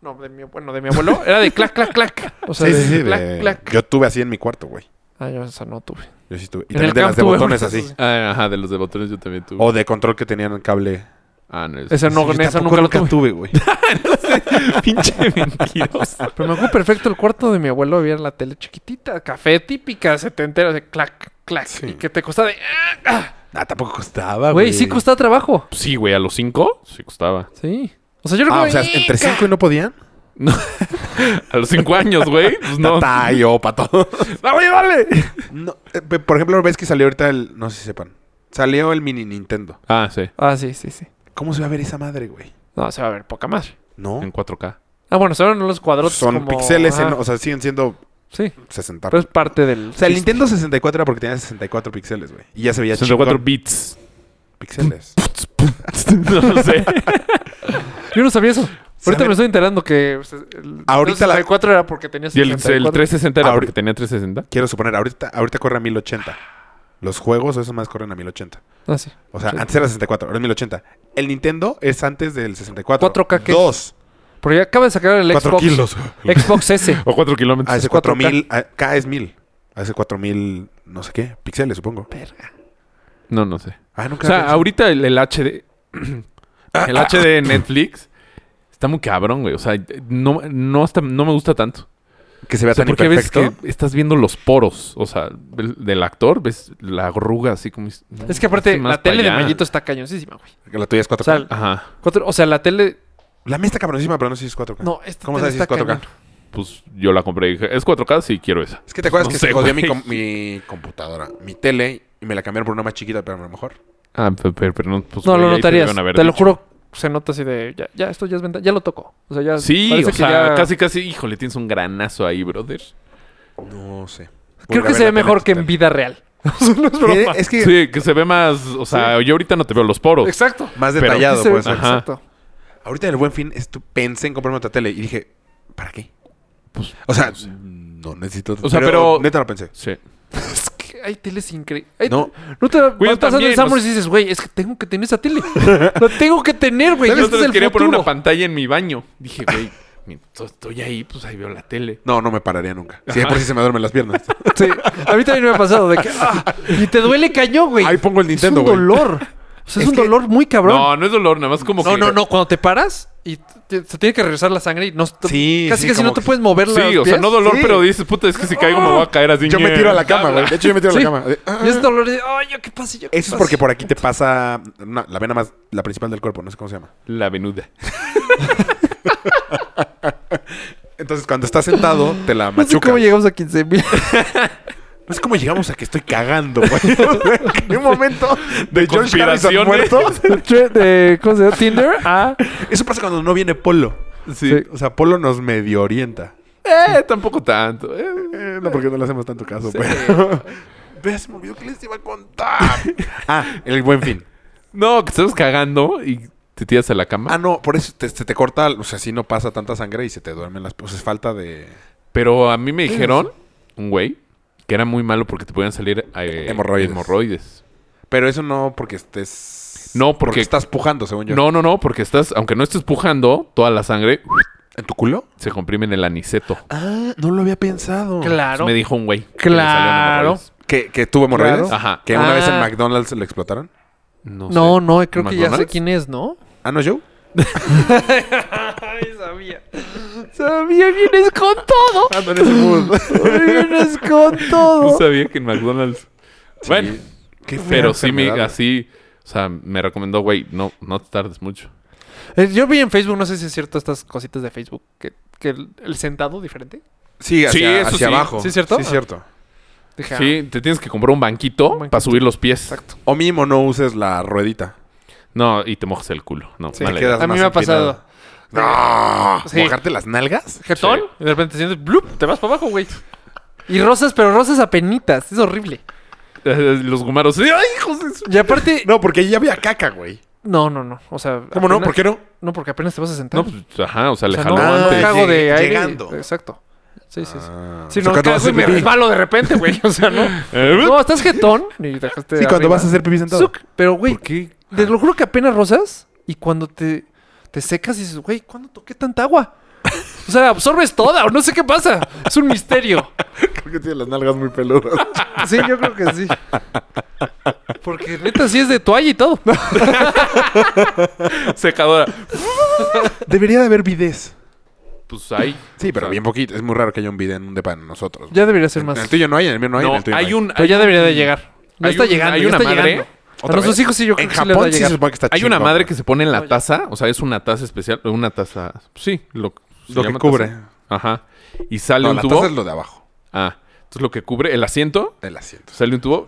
[SPEAKER 1] No, de mi, bueno, de mi abuelo. Era de clac, clac, clac. O sea,
[SPEAKER 4] Sí,
[SPEAKER 1] de
[SPEAKER 4] sí, sí,
[SPEAKER 1] clac,
[SPEAKER 4] de-
[SPEAKER 1] clac.
[SPEAKER 4] Yo tuve así en mi cuarto, güey.
[SPEAKER 1] Ah, yo esa no tuve.
[SPEAKER 4] Yo sí tuve. Y
[SPEAKER 1] En el
[SPEAKER 4] también de
[SPEAKER 1] camp
[SPEAKER 4] las de
[SPEAKER 1] tuve
[SPEAKER 4] botones
[SPEAKER 1] una,
[SPEAKER 4] así.
[SPEAKER 1] sí.
[SPEAKER 6] Ah, ajá, de los de botones yo también tuve.
[SPEAKER 4] O de control que tenían el cable.
[SPEAKER 6] Ah, no. es-
[SPEAKER 1] Esa no,
[SPEAKER 4] Yo
[SPEAKER 1] esa
[SPEAKER 4] tampoco
[SPEAKER 1] nunca lo tuve.
[SPEAKER 4] tuve, güey.
[SPEAKER 6] pinche mentiroso.
[SPEAKER 1] Pero me acuerdo perfecto el cuarto de mi abuelo había la tele chiquitita, café típica, setentera, de clac, clac.
[SPEAKER 4] Sí.
[SPEAKER 1] Y que te costaba de. ah, ah.
[SPEAKER 4] Nah, tampoco costaba, güey.
[SPEAKER 1] Güey, sí costaba trabajo.
[SPEAKER 6] Sí, güey, a los cinco sí costaba.
[SPEAKER 1] Sí. O sea, yo recuerdo.
[SPEAKER 4] Ah, o sea, entre cinco y no podían.
[SPEAKER 6] A los cinco años, güey. Pues no.
[SPEAKER 4] Tata, yo, pa' todo.
[SPEAKER 6] ¡Dale, dale!
[SPEAKER 4] No, eh, pe- por ejemplo, ves que salió ahorita el. No sé si sepan. Salió el mini Nintendo.
[SPEAKER 6] Ah, sí.
[SPEAKER 1] Ah, sí, sí, sí.
[SPEAKER 4] ¿Cómo se va a ver esa madre, güey?
[SPEAKER 1] No, se va a ver poca madre.
[SPEAKER 4] No.
[SPEAKER 6] En 4K.
[SPEAKER 1] Ah, bueno, se ven los cuadros.
[SPEAKER 4] Son
[SPEAKER 1] como-
[SPEAKER 4] píxeles, en-
[SPEAKER 1] ajá.
[SPEAKER 4] o sea, siguen siendo
[SPEAKER 1] Sí,
[SPEAKER 4] 60.
[SPEAKER 1] pero es parte del.
[SPEAKER 4] O sea, el Nintendo 64 era porque tenía 64 píxeles, güey. Y ya se veía
[SPEAKER 6] 64
[SPEAKER 4] chingón.
[SPEAKER 6] bits.
[SPEAKER 4] píxeles.
[SPEAKER 6] No lo sé.
[SPEAKER 1] Yo no sabía eso. Ahorita
[SPEAKER 4] ¿Saben?
[SPEAKER 1] me estoy enterando que o sea, el
[SPEAKER 4] Ahorita la-
[SPEAKER 1] 64 era porque tenías
[SPEAKER 6] Y el, el 360 era porque
[SPEAKER 4] Ahorita-
[SPEAKER 6] tenía 360.
[SPEAKER 4] Quiero suponer, ahorita, ahorita corre a 1080. Los juegos o eso más corren a 1080.
[SPEAKER 1] Ah, sí.
[SPEAKER 4] O sea,
[SPEAKER 1] Sí.
[SPEAKER 4] antes era 64, ahora es 1080. El Nintendo es antes del 64.
[SPEAKER 1] 4K que-
[SPEAKER 4] Dos.
[SPEAKER 1] Porque acaba de sacar el
[SPEAKER 4] 4
[SPEAKER 1] Xbox.
[SPEAKER 4] kilos.
[SPEAKER 1] Xbox S.
[SPEAKER 6] O 4 kilómetros.
[SPEAKER 4] A ese
[SPEAKER 1] 4K.
[SPEAKER 4] 4000, a- K es 1000. A ese 4000, no sé qué, píxeles, supongo.
[SPEAKER 6] No, no sé.
[SPEAKER 4] Ah,
[SPEAKER 6] O
[SPEAKER 4] nunca.
[SPEAKER 6] sea,
[SPEAKER 4] había Ah,
[SPEAKER 6] ahorita el, el HD. El HD de Netflix. Está muy cabrón, güey. O sea, no, no, hasta, no me gusta tanto.
[SPEAKER 4] pensado que se vea
[SPEAKER 6] O sea,
[SPEAKER 4] tan
[SPEAKER 6] porque ves
[SPEAKER 4] imperfecto.
[SPEAKER 6] que estás viendo los poros, o sea, del, del actor, ves la arruga así como...
[SPEAKER 1] Es que aparte,
[SPEAKER 6] Este más
[SPEAKER 1] la tele de
[SPEAKER 6] pa' allá.
[SPEAKER 1] Mayito está cañoncísima, güey.
[SPEAKER 4] Que la tuya es 4K.
[SPEAKER 1] O sea,
[SPEAKER 6] Ajá,
[SPEAKER 1] cuatro- o sea, la tele.
[SPEAKER 4] la mía está cabronísima, pero no sé si es 4K.
[SPEAKER 1] No, esta
[SPEAKER 4] ¿Cómo
[SPEAKER 1] tele
[SPEAKER 4] sabes si es
[SPEAKER 1] está
[SPEAKER 4] 4K?
[SPEAKER 1] cañón.
[SPEAKER 6] pues yo la compré y dije, es 4K, sí, quiero esa.
[SPEAKER 4] Es que te acuerdas
[SPEAKER 6] No
[SPEAKER 4] que
[SPEAKER 6] sé,
[SPEAKER 4] se jodió mi,
[SPEAKER 6] güey.
[SPEAKER 4] com- mi computadora, mi tele, y me la cambiaron por una más chiquita, pero a lo mejor.
[SPEAKER 6] Ah, pe- pe- pero, no... Pues,
[SPEAKER 1] No,
[SPEAKER 6] güey,
[SPEAKER 1] lo
[SPEAKER 6] ahí te
[SPEAKER 1] notarías.
[SPEAKER 6] debieron
[SPEAKER 1] Te,
[SPEAKER 6] haber
[SPEAKER 1] lo
[SPEAKER 6] dicho.
[SPEAKER 1] juro, se nota así de. Ya, ya esto ya es venta. Ya lo toco. O sea, ya.
[SPEAKER 6] Sí,
[SPEAKER 1] parece
[SPEAKER 6] o
[SPEAKER 1] que
[SPEAKER 6] sea,
[SPEAKER 1] ya-
[SPEAKER 6] casi, casi, híjole, tienes un granazo ahí, brother.
[SPEAKER 4] No sé.
[SPEAKER 1] Creo
[SPEAKER 4] Volver a
[SPEAKER 1] que se ve
[SPEAKER 4] ver la
[SPEAKER 1] mejor que
[SPEAKER 4] tele
[SPEAKER 1] en
[SPEAKER 4] en tu
[SPEAKER 1] vida real. O sea, no es
[SPEAKER 4] tele.
[SPEAKER 1] broma.
[SPEAKER 4] Eh, Es que
[SPEAKER 6] Sí, que se ve más, o sea, yo ahorita no te veo los poros.
[SPEAKER 1] Exacto.
[SPEAKER 4] más
[SPEAKER 6] pero-
[SPEAKER 4] detallado,
[SPEAKER 1] Sí se ve-
[SPEAKER 4] pues.
[SPEAKER 6] Ajá.
[SPEAKER 1] Exacto.
[SPEAKER 4] Ahorita en el buen fin estu- pensé en comprarme otra tele y dije, ¿para qué?
[SPEAKER 6] Pues,
[SPEAKER 4] o sea, no necesito.
[SPEAKER 6] O sea, pero-
[SPEAKER 4] Neta lo pensé.
[SPEAKER 6] Sí.
[SPEAKER 1] Es que hay teles increíbles.
[SPEAKER 4] No.
[SPEAKER 1] No. No te vas pasando
[SPEAKER 6] también,
[SPEAKER 1] en Samsung
[SPEAKER 6] o sea-
[SPEAKER 1] y dices, güey, es que tengo que tener esa tele. Lo tengo que tener, güey.
[SPEAKER 6] Yo
[SPEAKER 1] Este
[SPEAKER 6] otra
[SPEAKER 1] es
[SPEAKER 6] vez
[SPEAKER 1] el
[SPEAKER 6] quería poner
[SPEAKER 1] futuro.
[SPEAKER 6] una pantalla en mi baño. Dije, güey, mientras estoy ahí, pues ahí veo la tele.
[SPEAKER 4] No, no me pararía nunca. Si de por sí se me duermen las piernas.
[SPEAKER 1] Sí. A mí también me ha pasado de que. ah, y te duele cañón, güey.
[SPEAKER 4] Ahí pongo el Nintendo,
[SPEAKER 1] Es un
[SPEAKER 4] güey.
[SPEAKER 1] dolor. O sea, es,
[SPEAKER 4] Es
[SPEAKER 1] un
[SPEAKER 4] que-
[SPEAKER 1] dolor muy cabrón.
[SPEAKER 6] No, no es dolor, nada más como
[SPEAKER 1] No,
[SPEAKER 6] que...
[SPEAKER 1] no, no. Cuando te paras y te- se tiene que regresar la sangre y no
[SPEAKER 4] Sí,
[SPEAKER 1] casi
[SPEAKER 4] sí,
[SPEAKER 1] casi
[SPEAKER 4] como
[SPEAKER 1] no te
[SPEAKER 4] que-
[SPEAKER 1] puedes mover
[SPEAKER 6] Sí, o sea, no dolor, pero dices, puta, es que si caigo me voy a caer así.
[SPEAKER 4] Yo me tiro a la cama, güey. De hecho, yo me tiro a
[SPEAKER 1] Sí.
[SPEAKER 4] la cama. De- ah.
[SPEAKER 1] Y es dolor de, ay, yo qué pasa, yo qué
[SPEAKER 4] Eso es
[SPEAKER 1] pasa".
[SPEAKER 4] porque por aquí te pasa una- la vena más, la principal del cuerpo, no sé cómo se llama.
[SPEAKER 6] La venuda.
[SPEAKER 4] Entonces, cuando estás sentado, te la
[SPEAKER 1] No sé
[SPEAKER 4] machuca.
[SPEAKER 1] cómo llegamos a 15 mil.
[SPEAKER 4] No sé cómo llegamos a que estoy cagando, güey. En un momento de George Harrison
[SPEAKER 6] conspiraciones.
[SPEAKER 4] muerto.
[SPEAKER 1] de, ¿Cómo se llama? Tinder. Ah.
[SPEAKER 4] Eso pasa cuando no viene Polo.
[SPEAKER 1] Sí.
[SPEAKER 4] O sea, Polo nos medio orienta.
[SPEAKER 6] Eh, tampoco tanto. eh.
[SPEAKER 4] Eh, no, porque no le hacemos tanto caso, pero. Vea, se me olvidó que les iba a contar. ah, el buen fin.
[SPEAKER 6] No, que estás cagando y ¿Te tiras a la cama?
[SPEAKER 4] Ah, no, por eso te, se te corta, o sea, si no pasa tanta sangre y se te duermen las... O sea, es falta de
[SPEAKER 6] Pero a mí me dijeron, un güey, que era muy malo porque te podían salir eh,
[SPEAKER 4] Hemorroides.
[SPEAKER 6] hemorroides.
[SPEAKER 4] Pero eso no porque estés...
[SPEAKER 6] No, porque-
[SPEAKER 4] estás pujando, según yo.
[SPEAKER 6] No, no, no, porque estás, aunque no estés pujando, toda la sangre
[SPEAKER 4] ¿En tu culo?
[SPEAKER 6] se comprime en el aniceto.
[SPEAKER 4] Ah, no lo había pensado.
[SPEAKER 6] Eso
[SPEAKER 1] Claro.
[SPEAKER 6] Pues Me dijo un güey. que le
[SPEAKER 1] Claro.
[SPEAKER 6] salían hemorroides.
[SPEAKER 4] ¿Que, que tuvo hemorroides?
[SPEAKER 1] Claro.
[SPEAKER 6] Ajá.
[SPEAKER 4] ¿Que una vez en
[SPEAKER 1] Ah.
[SPEAKER 4] McDonald's lo explotaron?
[SPEAKER 6] No,
[SPEAKER 1] No,
[SPEAKER 6] sé.
[SPEAKER 1] no, creo que ya sé
[SPEAKER 6] ¿McDonald's?
[SPEAKER 1] quién es, ¿no?
[SPEAKER 4] Ah, no, yo.
[SPEAKER 1] Ay, sabía. Sabía, vienes con todo.
[SPEAKER 4] Ando en ese mood.
[SPEAKER 1] Vienes con
[SPEAKER 6] No
[SPEAKER 1] todo.
[SPEAKER 6] sabía que en McDonald's. Bueno,
[SPEAKER 4] Qué fea
[SPEAKER 6] pero sí, me,
[SPEAKER 4] enfermedad.
[SPEAKER 6] así, o sea, me recomendó, güey, no, no te tardes mucho.
[SPEAKER 1] Eh, Yo vi en Facebook, no sé si es cierto estas cositas de Facebook, que, que el, el sentado diferente.
[SPEAKER 4] Sí, hacia,
[SPEAKER 6] Sí, eso
[SPEAKER 4] hacia
[SPEAKER 6] sí.
[SPEAKER 4] abajo.
[SPEAKER 1] ¿Sí es cierto?
[SPEAKER 4] Sí, es cierto.
[SPEAKER 1] Dije, ah,
[SPEAKER 6] Sí, te tienes que comprar un banquito,
[SPEAKER 1] Un banquito.
[SPEAKER 6] para subir los pies.
[SPEAKER 1] Exacto.
[SPEAKER 4] O mínimo no uses la ruedita.
[SPEAKER 6] No, y te mojas el culo. No,
[SPEAKER 4] Sí,
[SPEAKER 6] mala
[SPEAKER 4] te quedas
[SPEAKER 1] A mí
[SPEAKER 4] más
[SPEAKER 1] me ha pasado.
[SPEAKER 4] empinado. ¡No!
[SPEAKER 1] Sí.
[SPEAKER 4] ¡Ah! ¿Mojarte las nalgas?
[SPEAKER 1] Jetón,
[SPEAKER 6] Sí.
[SPEAKER 1] y de repente te sientes, ¡blup! Te vas para abajo, güey. Y rosas, pero rosas a penitas. Es horrible.
[SPEAKER 6] idea. Los gumaros. ¡Ay, hijos de su-!
[SPEAKER 1] Y aparte.
[SPEAKER 4] No, porque ahí ya había caca, güey.
[SPEAKER 1] No, no, no. O sea.
[SPEAKER 4] ¿Cómo no?
[SPEAKER 1] apenas-
[SPEAKER 4] ¿Por qué no?
[SPEAKER 1] No, porque apenas te vas a sentar.
[SPEAKER 6] No, pues, ajá, o sea,
[SPEAKER 1] O
[SPEAKER 6] le
[SPEAKER 1] sea,
[SPEAKER 6] jaló
[SPEAKER 1] no,
[SPEAKER 6] antes.
[SPEAKER 1] cago de
[SPEAKER 4] Lleg-
[SPEAKER 1] aire.
[SPEAKER 4] llegando.
[SPEAKER 1] Exacto. Sí, sí, pues, sí.
[SPEAKER 4] Ah.
[SPEAKER 1] Si
[SPEAKER 4] O
[SPEAKER 1] no,
[SPEAKER 4] sea, cuando vas
[SPEAKER 1] cago
[SPEAKER 4] a
[SPEAKER 1] y me
[SPEAKER 4] hacer pipí.
[SPEAKER 1] resbalo de repente, güey. O sea, no.
[SPEAKER 6] Eh,
[SPEAKER 1] No, estás jetón. Y dejaste
[SPEAKER 4] Sí, cuando
[SPEAKER 1] arriba.
[SPEAKER 4] vas a hacer pipí sentado.
[SPEAKER 1] Zuc, pero, güey,
[SPEAKER 6] ¿Por qué?
[SPEAKER 1] te lo juro que apenas rosas y cuando te, te secas dices, güey, ¿cuándo toqué tanta agua? O sea, absorbes toda o no sé qué pasa. Es un misterio.
[SPEAKER 4] Creo que tiene las nalgas muy peludas.
[SPEAKER 1] Sí, yo creo que sí. Porque neta sí es de toalla y todo.
[SPEAKER 6] Secadora.
[SPEAKER 4] Debería de haber bidés.
[SPEAKER 6] Pues ahí.
[SPEAKER 4] Sí, pero
[SPEAKER 6] O sea,
[SPEAKER 4] bien poquito. Es muy raro que haya un bidé en un depa en nosotros.
[SPEAKER 1] Ya debería ser
[SPEAKER 4] En-
[SPEAKER 1] más.
[SPEAKER 4] En el tuyo no hay, en el mío no hay. en
[SPEAKER 6] No,
[SPEAKER 4] el tuyo
[SPEAKER 6] hay un.
[SPEAKER 1] Pero ya debería de llegar. Ya
[SPEAKER 6] hay
[SPEAKER 1] está
[SPEAKER 6] un-
[SPEAKER 1] llegando.
[SPEAKER 6] hay
[SPEAKER 1] ya
[SPEAKER 6] una
[SPEAKER 1] está
[SPEAKER 6] madre.
[SPEAKER 1] llegando. A
[SPEAKER 4] ¿Otra
[SPEAKER 1] nuestros
[SPEAKER 4] vez?
[SPEAKER 1] hijos sí yo creo
[SPEAKER 4] En
[SPEAKER 1] que sí les va a
[SPEAKER 4] Japón sí se
[SPEAKER 1] llegar.
[SPEAKER 4] supone que está
[SPEAKER 6] Hay una
[SPEAKER 4] chingón,
[SPEAKER 6] madre
[SPEAKER 4] güey.
[SPEAKER 6] que se pone en la
[SPEAKER 1] Oye.
[SPEAKER 6] taza, o sea, es una taza especial, una taza, sí, lo, se
[SPEAKER 4] Lo que
[SPEAKER 6] llama
[SPEAKER 4] cubre.
[SPEAKER 6] taza. Ajá. Y sale
[SPEAKER 4] No,
[SPEAKER 6] un
[SPEAKER 4] la
[SPEAKER 6] tubo.
[SPEAKER 4] taza es lo de abajo.
[SPEAKER 6] Ah, entonces lo que cubre el asiento,
[SPEAKER 4] El asiento.
[SPEAKER 6] sale un tubo,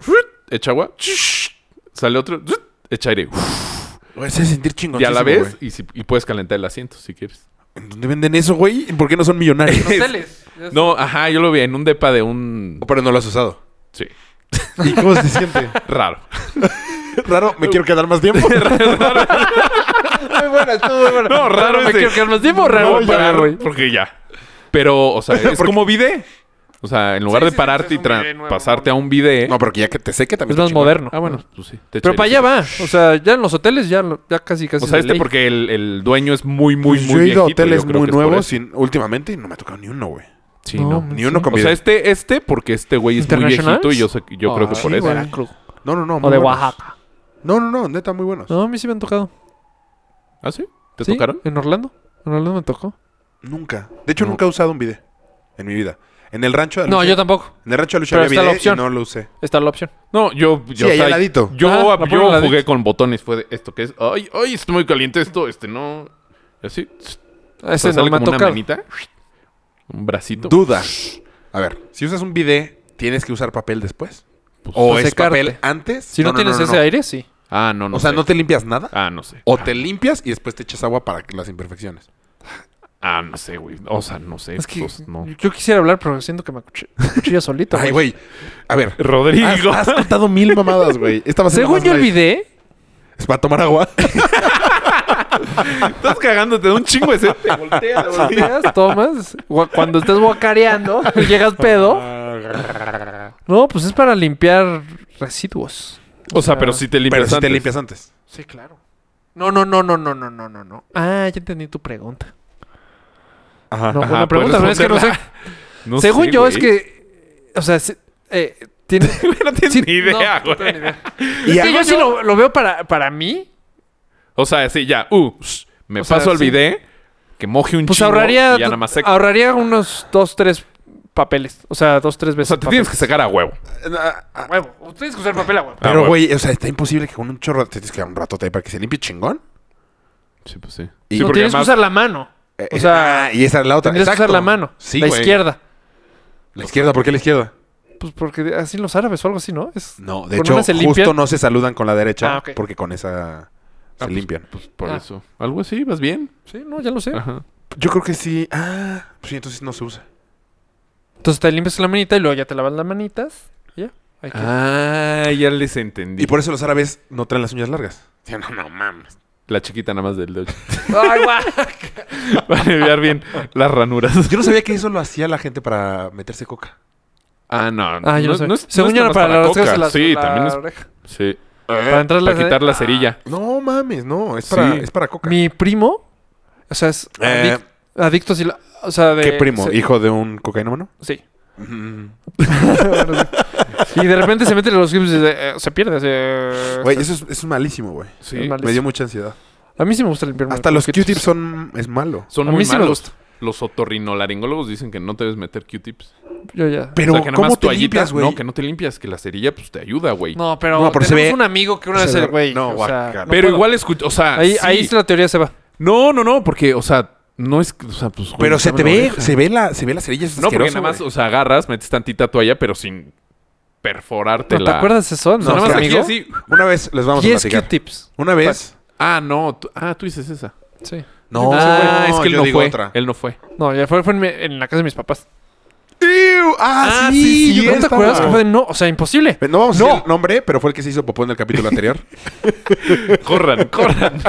[SPEAKER 6] echa agua, sale otro, echa aire.
[SPEAKER 4] Güey, se sentir chingón.
[SPEAKER 6] Y a la vez, y, si- y puedes calentar el asiento si quieres.
[SPEAKER 4] ¿Dónde venden eso, güey? ¿Por qué no son millonarios?
[SPEAKER 1] En hoteles. Ya
[SPEAKER 6] No, ajá, yo lo vi en un depa de un.
[SPEAKER 4] Pero no lo has usado.
[SPEAKER 6] Sí,
[SPEAKER 4] ¿Y cómo se siente?
[SPEAKER 6] raro.
[SPEAKER 4] Raro, me quiero quedar más tiempo.
[SPEAKER 1] está. Muy buena, estuvo muy buena.
[SPEAKER 6] No, raro
[SPEAKER 1] Me
[SPEAKER 6] es de-
[SPEAKER 1] quiero quedar más tiempo
[SPEAKER 6] No
[SPEAKER 1] raro.
[SPEAKER 6] voy a
[SPEAKER 1] para-
[SPEAKER 6] parar, Porque ya. Pero, o sea, es como vide. O sea, en lugar
[SPEAKER 1] Sí,
[SPEAKER 6] de
[SPEAKER 1] sí,
[SPEAKER 6] pararte
[SPEAKER 1] sí,
[SPEAKER 6] y
[SPEAKER 1] es un
[SPEAKER 6] tra-
[SPEAKER 1] vide nuevo,
[SPEAKER 6] pasarte a un vide.
[SPEAKER 4] no, pero que ya que te seque también.
[SPEAKER 1] Es
[SPEAKER 4] está
[SPEAKER 1] más
[SPEAKER 4] chingón.
[SPEAKER 1] moderno.
[SPEAKER 6] Ah, bueno, pues sí. te echa
[SPEAKER 1] Pero para
[SPEAKER 6] aire.
[SPEAKER 1] allá va. O sea, ya en los hoteles ya, lo- ya casi, casi.
[SPEAKER 6] O sea,
[SPEAKER 1] es de
[SPEAKER 6] este
[SPEAKER 1] ley.
[SPEAKER 6] porque el, el dueño es muy, muy,
[SPEAKER 4] Pues
[SPEAKER 6] muy
[SPEAKER 4] yo he ido a
[SPEAKER 6] viejito,
[SPEAKER 4] hoteles
[SPEAKER 6] yo creo
[SPEAKER 4] muy
[SPEAKER 6] que es por
[SPEAKER 4] nuevos
[SPEAKER 6] eso.
[SPEAKER 4] sin- últimamente y no me ha tocado ni uno, güey.
[SPEAKER 6] Sí, no.
[SPEAKER 1] No,
[SPEAKER 4] Ni uno
[SPEAKER 1] sí.
[SPEAKER 4] con
[SPEAKER 6] O sea,
[SPEAKER 4] vida.
[SPEAKER 6] este, este, porque este güey es muy
[SPEAKER 1] ¿Internationals?
[SPEAKER 6] viejito y yo, sé- yo creo que
[SPEAKER 1] Ah,
[SPEAKER 6] por
[SPEAKER 1] sí,
[SPEAKER 6] eso.
[SPEAKER 1] güey.
[SPEAKER 4] No, no, no.
[SPEAKER 1] O
[SPEAKER 4] muy
[SPEAKER 1] de
[SPEAKER 4] buenos.
[SPEAKER 1] Oaxaca.
[SPEAKER 4] No, no, no, neta, muy buenos.
[SPEAKER 1] No, a mí sí me han tocado.
[SPEAKER 6] ¿Ah, sí? ¿Te
[SPEAKER 1] Sí,
[SPEAKER 6] tocaron?
[SPEAKER 1] En Orlando. En Orlando me tocó.
[SPEAKER 4] Nunca. De hecho, nunca he usado un video en mi vida. En el rancho de
[SPEAKER 1] No,
[SPEAKER 4] Lucha-
[SPEAKER 1] yo tampoco.
[SPEAKER 4] En el rancho de Lucha
[SPEAKER 1] Pero
[SPEAKER 4] había
[SPEAKER 1] está la
[SPEAKER 4] bidet
[SPEAKER 1] opción.
[SPEAKER 4] y no lo usé.
[SPEAKER 1] Está la opción.
[SPEAKER 6] No, yo... yo
[SPEAKER 4] Sí, ahí al ladito.
[SPEAKER 6] Yo,
[SPEAKER 1] Ajá, Ah, la
[SPEAKER 6] yo
[SPEAKER 1] ponen al ladito.
[SPEAKER 6] jugué con botones. Fue de esto que es... Ay, ay, está muy caliente esto. Este no... Y así. tss,
[SPEAKER 1] Ese
[SPEAKER 6] o sea,
[SPEAKER 1] no
[SPEAKER 6] sale
[SPEAKER 1] me ha
[SPEAKER 6] como una
[SPEAKER 1] tocado.
[SPEAKER 6] manita. Un bracito.
[SPEAKER 4] Duda. A ver, si usas un bidet, ¿tienes que usar papel después?
[SPEAKER 6] Pues,
[SPEAKER 4] ¿O
[SPEAKER 1] para
[SPEAKER 4] es
[SPEAKER 1] secarte.
[SPEAKER 4] papel antes?
[SPEAKER 1] Si no, tienes ese
[SPEAKER 4] no.
[SPEAKER 1] aire, sí.
[SPEAKER 6] Ah, no, no
[SPEAKER 4] O sea,
[SPEAKER 6] sé.
[SPEAKER 4] ¿no te limpias nada?
[SPEAKER 6] Ah, no sé.
[SPEAKER 4] O te limpias y después te echas agua para que las imperfecciones.
[SPEAKER 6] Ah, no sé, güey. O sea, no sé.
[SPEAKER 1] Es que
[SPEAKER 6] pues, no.
[SPEAKER 1] yo quisiera hablar, pero siento que me acuch- cuchilla solito.
[SPEAKER 4] Ay, güey. A ver. Has,
[SPEAKER 6] Rodrigo.
[SPEAKER 4] has contado mil mamadas, güey. Esta va a ser
[SPEAKER 1] Según
[SPEAKER 4] más
[SPEAKER 1] yo el
[SPEAKER 4] light.
[SPEAKER 1] video,
[SPEAKER 4] Es para tomar agua.
[SPEAKER 6] Estás cagándote de un chingo ese. Te volteas,
[SPEAKER 1] volteas, tomas, gua- cuando estés guacareando, llegas pedo. No, pues es para limpiar residuos.
[SPEAKER 6] O sea, pero si te limpias
[SPEAKER 4] Pero si te
[SPEAKER 6] antes.
[SPEAKER 4] limpias antes.
[SPEAKER 1] Sí, claro. No, no, no, no, no, no, no, no, no. Ah, ya entendí tu pregunta.
[SPEAKER 4] Ajá.
[SPEAKER 1] No,
[SPEAKER 6] Ajá,
[SPEAKER 1] buena pregunta,
[SPEAKER 6] puedes
[SPEAKER 1] pero es que no sé.
[SPEAKER 6] No
[SPEAKER 1] Según
[SPEAKER 6] sé,
[SPEAKER 1] yo
[SPEAKER 6] güey.
[SPEAKER 1] es que, o sea, sí, eh, tiene...
[SPEAKER 6] no tienes
[SPEAKER 1] sí,
[SPEAKER 6] ni idea,
[SPEAKER 1] no, no
[SPEAKER 6] güey.
[SPEAKER 1] tengo ni idea.
[SPEAKER 4] Y
[SPEAKER 1] Es
[SPEAKER 4] a-
[SPEAKER 1] que yo sí lo, lo veo para, para mí.
[SPEAKER 6] O sea, sí, ya. Uh, shh, me
[SPEAKER 1] O sea,
[SPEAKER 6] paso al
[SPEAKER 1] sí.
[SPEAKER 6] bidé, que moje un
[SPEAKER 1] Pues
[SPEAKER 6] chingo
[SPEAKER 1] ahorraría,
[SPEAKER 6] y ya nada más seco.
[SPEAKER 1] ahorraría unos dos, tres papeles. O sea, dos, tres
[SPEAKER 6] O
[SPEAKER 1] veces.
[SPEAKER 6] sea, te tienes Ah, que secar a huevo.
[SPEAKER 1] A huevo. Tienes que usar papel a huevo.
[SPEAKER 6] Ah,
[SPEAKER 4] Ah, Pero,
[SPEAKER 6] bueno.
[SPEAKER 4] güey, o sea, está imposible que con un chorro te tienes que dar un ratote ahí para que se limpie chingón.
[SPEAKER 6] Sí, pues sí.
[SPEAKER 4] Y-
[SPEAKER 6] Sí,
[SPEAKER 4] No
[SPEAKER 1] no
[SPEAKER 6] porque
[SPEAKER 1] tienes
[SPEAKER 6] además,
[SPEAKER 1] que usar la mano.
[SPEAKER 4] Eh,
[SPEAKER 1] O sea,
[SPEAKER 4] ah, y esa es la otra.
[SPEAKER 1] Tendrías que usar
[SPEAKER 4] Exacto.
[SPEAKER 1] la mano.
[SPEAKER 4] Sí,
[SPEAKER 1] la
[SPEAKER 4] güey.
[SPEAKER 1] izquierda.
[SPEAKER 4] La izquierda, ¿por qué la izquierda?
[SPEAKER 1] Pues porque así los árabes o algo así, ¿no? Es...
[SPEAKER 4] No, de
[SPEAKER 1] Con
[SPEAKER 4] hecho,
[SPEAKER 1] una se
[SPEAKER 4] justo
[SPEAKER 1] limpian.
[SPEAKER 4] no se saludan con la derecha
[SPEAKER 1] Ah, ok.
[SPEAKER 4] porque con esa se
[SPEAKER 6] pues-
[SPEAKER 4] limpian.
[SPEAKER 6] pues por
[SPEAKER 1] Ah.
[SPEAKER 6] eso. Algo así, vas bien.
[SPEAKER 1] Sí, no, ya lo sé.
[SPEAKER 6] Ajá.
[SPEAKER 4] Yo creo que sí. Ah, pues sí, entonces no se usa.
[SPEAKER 1] Entonces te limpias la manita y luego ya te lavas las manitas. y Ya. Ahí queda.
[SPEAKER 6] Ah, ya les entendí.
[SPEAKER 4] Y por eso los árabes no traen las uñas largas. Sí, no, no mames.
[SPEAKER 6] La chiquita nada más del dedo. Para aliviar bien las ranuras.
[SPEAKER 4] Yo no sabía que eso lo hacía la gente para meterse coca.
[SPEAKER 6] Ah, no.
[SPEAKER 1] Ah, yo no, sé.
[SPEAKER 6] es-
[SPEAKER 1] Según
[SPEAKER 6] es
[SPEAKER 1] yo era
[SPEAKER 6] nada más
[SPEAKER 1] para,
[SPEAKER 6] la
[SPEAKER 1] las
[SPEAKER 6] coca.
[SPEAKER 1] las-
[SPEAKER 6] Sí,
[SPEAKER 1] la
[SPEAKER 6] también es...
[SPEAKER 1] oreja.
[SPEAKER 6] Sí.
[SPEAKER 1] Para entrar
[SPEAKER 6] Para
[SPEAKER 1] las-
[SPEAKER 6] quitar la cerilla.
[SPEAKER 4] No mames, no. Es para,
[SPEAKER 6] Sí.
[SPEAKER 4] es para coca.
[SPEAKER 1] Mi primo, o sea, es
[SPEAKER 4] Eh.
[SPEAKER 1] adic- adicto, sí, la- o sea, de...
[SPEAKER 4] ¿Qué primo?
[SPEAKER 1] se-
[SPEAKER 4] ¿Hijo de un cocainómano?
[SPEAKER 1] Sí. Bueno, sí. y de repente se mete en los games y se, eh, se pierde. se-
[SPEAKER 4] Güey,
[SPEAKER 1] se-
[SPEAKER 4] eso es, eso es malísimo, güey.
[SPEAKER 6] Sí.
[SPEAKER 1] Es mal-
[SPEAKER 4] Me dio mucha ansiedad.
[SPEAKER 1] A mí sí me gusta limpiarme.
[SPEAKER 4] Hasta los Q-tips son... Es malo.
[SPEAKER 6] Son
[SPEAKER 1] A
[SPEAKER 6] muy
[SPEAKER 1] mí sí me
[SPEAKER 6] malos.
[SPEAKER 1] gusta.
[SPEAKER 6] Los otorrinolaringólogos dicen que no te debes meter Q-tips.
[SPEAKER 1] Yo ya.
[SPEAKER 4] Pero,
[SPEAKER 6] o sea, que nada
[SPEAKER 4] ¿cómo
[SPEAKER 6] más
[SPEAKER 4] te
[SPEAKER 6] toallitas,
[SPEAKER 4] limpias, güey?
[SPEAKER 6] No, que no te limpias, que la cerilla pues te ayuda, güey.
[SPEAKER 1] No, pero
[SPEAKER 4] No, pero se
[SPEAKER 1] tenemos
[SPEAKER 4] ve-
[SPEAKER 1] un amigo que una
[SPEAKER 4] se
[SPEAKER 1] vez
[SPEAKER 4] ve-
[SPEAKER 1] el güey. o
[SPEAKER 4] no,
[SPEAKER 1] sea,
[SPEAKER 4] guácala.
[SPEAKER 1] no
[SPEAKER 6] pero
[SPEAKER 1] puedo.
[SPEAKER 6] igual escucho, o sea,
[SPEAKER 1] Ahí,
[SPEAKER 6] sí.
[SPEAKER 1] ahí es la teoría se va.
[SPEAKER 6] No, no, no, porque, o sea, no es, o sea, pues, güey,
[SPEAKER 4] Pero se
[SPEAKER 6] dame
[SPEAKER 4] te
[SPEAKER 6] la
[SPEAKER 4] ve...
[SPEAKER 6] oreja.
[SPEAKER 4] Se ve la, se ve la cerilla. eso Es
[SPEAKER 6] No, porque
[SPEAKER 4] asqueroso,
[SPEAKER 6] nada más,
[SPEAKER 4] güey.
[SPEAKER 6] o sea, agarras, metes tantita toalla, pero sin perforarte
[SPEAKER 1] ¿No
[SPEAKER 6] la...
[SPEAKER 1] te acuerdas eso? No,
[SPEAKER 6] O sea, nada más
[SPEAKER 4] pero
[SPEAKER 6] aquí
[SPEAKER 1] amigo.
[SPEAKER 6] así.
[SPEAKER 4] Una vez les vamos a
[SPEAKER 1] 10
[SPEAKER 4] platicar.
[SPEAKER 1] Q-tips.
[SPEAKER 4] Una vez...
[SPEAKER 6] Ah, no. tú- ah, tú dices esa.
[SPEAKER 1] Sí.
[SPEAKER 4] No,
[SPEAKER 6] ah, es que él
[SPEAKER 4] yo
[SPEAKER 6] no
[SPEAKER 4] digo
[SPEAKER 6] fue.
[SPEAKER 4] otra.
[SPEAKER 6] Él no fue.
[SPEAKER 1] No, ya fue, fue en, mi- en la casa de mis papás.
[SPEAKER 4] ¡Ew! Ah,
[SPEAKER 6] Ah,
[SPEAKER 4] sí,
[SPEAKER 6] sí, sí,
[SPEAKER 4] yo
[SPEAKER 1] ¿No te
[SPEAKER 4] estaba.
[SPEAKER 1] acuerdas que fue de no? O sea, imposible.
[SPEAKER 4] No vamos a
[SPEAKER 1] No.
[SPEAKER 4] decir el nombre, pero fue el que se hizo popó en el capítulo anterior.
[SPEAKER 6] Corran, corran.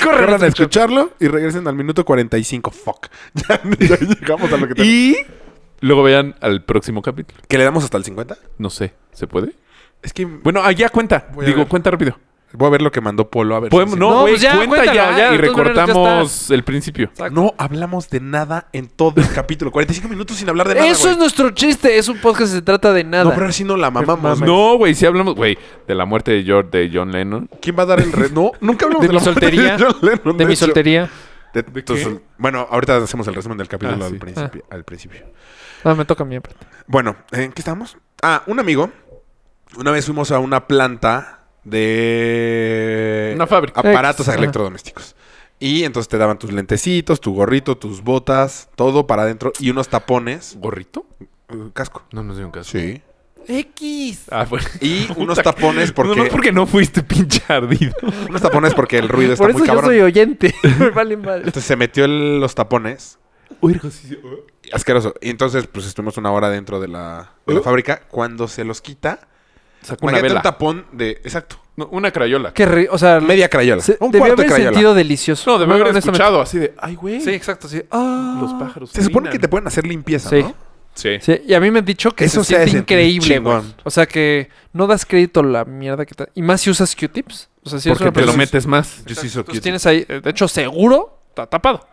[SPEAKER 4] Corran a escucharlo y regresen al minuto 45. Fuck. Ya, ya llegamos a lo que tenemos.
[SPEAKER 6] y luego vean al próximo capítulo.
[SPEAKER 4] ¿Que le damos hasta el 50?
[SPEAKER 6] No sé, ¿se puede?
[SPEAKER 4] Es que
[SPEAKER 6] Bueno, allá cuenta.
[SPEAKER 4] Voy a
[SPEAKER 6] Digo,
[SPEAKER 4] ver.
[SPEAKER 6] cuenta rápido.
[SPEAKER 4] voy a ver lo que mandó Polo. A ver.
[SPEAKER 6] Podemos-
[SPEAKER 4] si-
[SPEAKER 6] no,
[SPEAKER 1] No,
[SPEAKER 6] güey,
[SPEAKER 1] pues ya,
[SPEAKER 6] cuenta
[SPEAKER 1] cuéntalo,
[SPEAKER 6] ya,
[SPEAKER 1] ya,
[SPEAKER 6] y
[SPEAKER 1] de todas maneras ya
[SPEAKER 6] recortamos el principio.
[SPEAKER 4] No hablamos de nada en todo el capítulo. 45 minutos sin hablar de nada.
[SPEAKER 1] Eso es nuestro chiste. Es un podcast que se trata de nada.
[SPEAKER 4] No, pero ahora sí no la mamamos.
[SPEAKER 6] No, güey, si hablamos, güey, de la muerte de George, de John Lennon.
[SPEAKER 4] ¿Quién va a dar el re... No, nunca hablamos
[SPEAKER 1] De
[SPEAKER 4] de,
[SPEAKER 1] mi
[SPEAKER 4] la muerte
[SPEAKER 1] soltería.
[SPEAKER 4] John Lennon,
[SPEAKER 1] de mi
[SPEAKER 4] hecho.
[SPEAKER 1] soltería.
[SPEAKER 4] De-
[SPEAKER 6] qué?
[SPEAKER 4] entonces, bueno, ahorita hacemos el resumen del capítulo
[SPEAKER 6] Ah,
[SPEAKER 4] al,
[SPEAKER 6] sí.
[SPEAKER 4] principio, al principio.
[SPEAKER 1] No, Ah, me toca a mí. aparte.
[SPEAKER 4] Bueno, ¿en qué estamos? Ah, un amigo. Una vez fuimos a una planta de
[SPEAKER 6] Una fábrica.
[SPEAKER 4] aparatos
[SPEAKER 1] Ex-
[SPEAKER 4] electrodomésticos. Y entonces te daban tus lentecitos, tu gorrito, tus botas, todo para adentro y unos tapones,
[SPEAKER 6] ¿Gorrito?
[SPEAKER 4] eh, casco.
[SPEAKER 6] No nos dio un caso.
[SPEAKER 4] Sí.
[SPEAKER 1] X.
[SPEAKER 6] Ah, bueno.
[SPEAKER 4] Y unos
[SPEAKER 6] Puta.
[SPEAKER 4] tapones porque
[SPEAKER 6] No, no, porque no fuiste pinche ardido.
[SPEAKER 4] unos tapones porque el ruido está
[SPEAKER 1] Por eso
[SPEAKER 4] muy
[SPEAKER 1] yo
[SPEAKER 4] cabrón.
[SPEAKER 1] soy oyente. me vale madre.
[SPEAKER 4] Entonces se metió el- los tapones. oh. Asqueroso. Y entonces pues estuvimos una hora dentro de la, de la fábrica cuando se los quita,
[SPEAKER 6] Sacó una
[SPEAKER 4] imagínate un
[SPEAKER 6] vela.
[SPEAKER 4] tapón de exacto,
[SPEAKER 6] No, una crayola.
[SPEAKER 1] Qué ri- O sea,
[SPEAKER 4] media crayola,
[SPEAKER 1] se-
[SPEAKER 4] un
[SPEAKER 1] debió
[SPEAKER 4] cuarto de
[SPEAKER 1] haber
[SPEAKER 4] crayola.
[SPEAKER 1] sentido delicioso.
[SPEAKER 6] No, de
[SPEAKER 1] No,
[SPEAKER 6] haber
[SPEAKER 1] honestamente.
[SPEAKER 6] escuchado así de, ay, güey.
[SPEAKER 1] Sí, exacto. Sí. Ah.
[SPEAKER 6] Los pájaros.
[SPEAKER 4] Se supone
[SPEAKER 6] orinan".
[SPEAKER 4] que te pueden hacer limpieza,
[SPEAKER 1] Sí.
[SPEAKER 4] ¿no?
[SPEAKER 6] Sí.
[SPEAKER 1] Sí, y a mí me han dicho que
[SPEAKER 4] Eso
[SPEAKER 1] se siente
[SPEAKER 4] se hace
[SPEAKER 1] increíble, güey.
[SPEAKER 4] chingón.
[SPEAKER 1] O sea, que no das crédito a la mierda que... tra- Y más si usas Q-tips. O sea, si eres
[SPEAKER 6] Porque
[SPEAKER 1] una
[SPEAKER 6] te lo
[SPEAKER 1] persona-
[SPEAKER 6] metes más.
[SPEAKER 4] Yo sí
[SPEAKER 1] Entonces,
[SPEAKER 4] hizo Q-tip.
[SPEAKER 1] tienes ahí, eh, de hecho, seguro está tapado.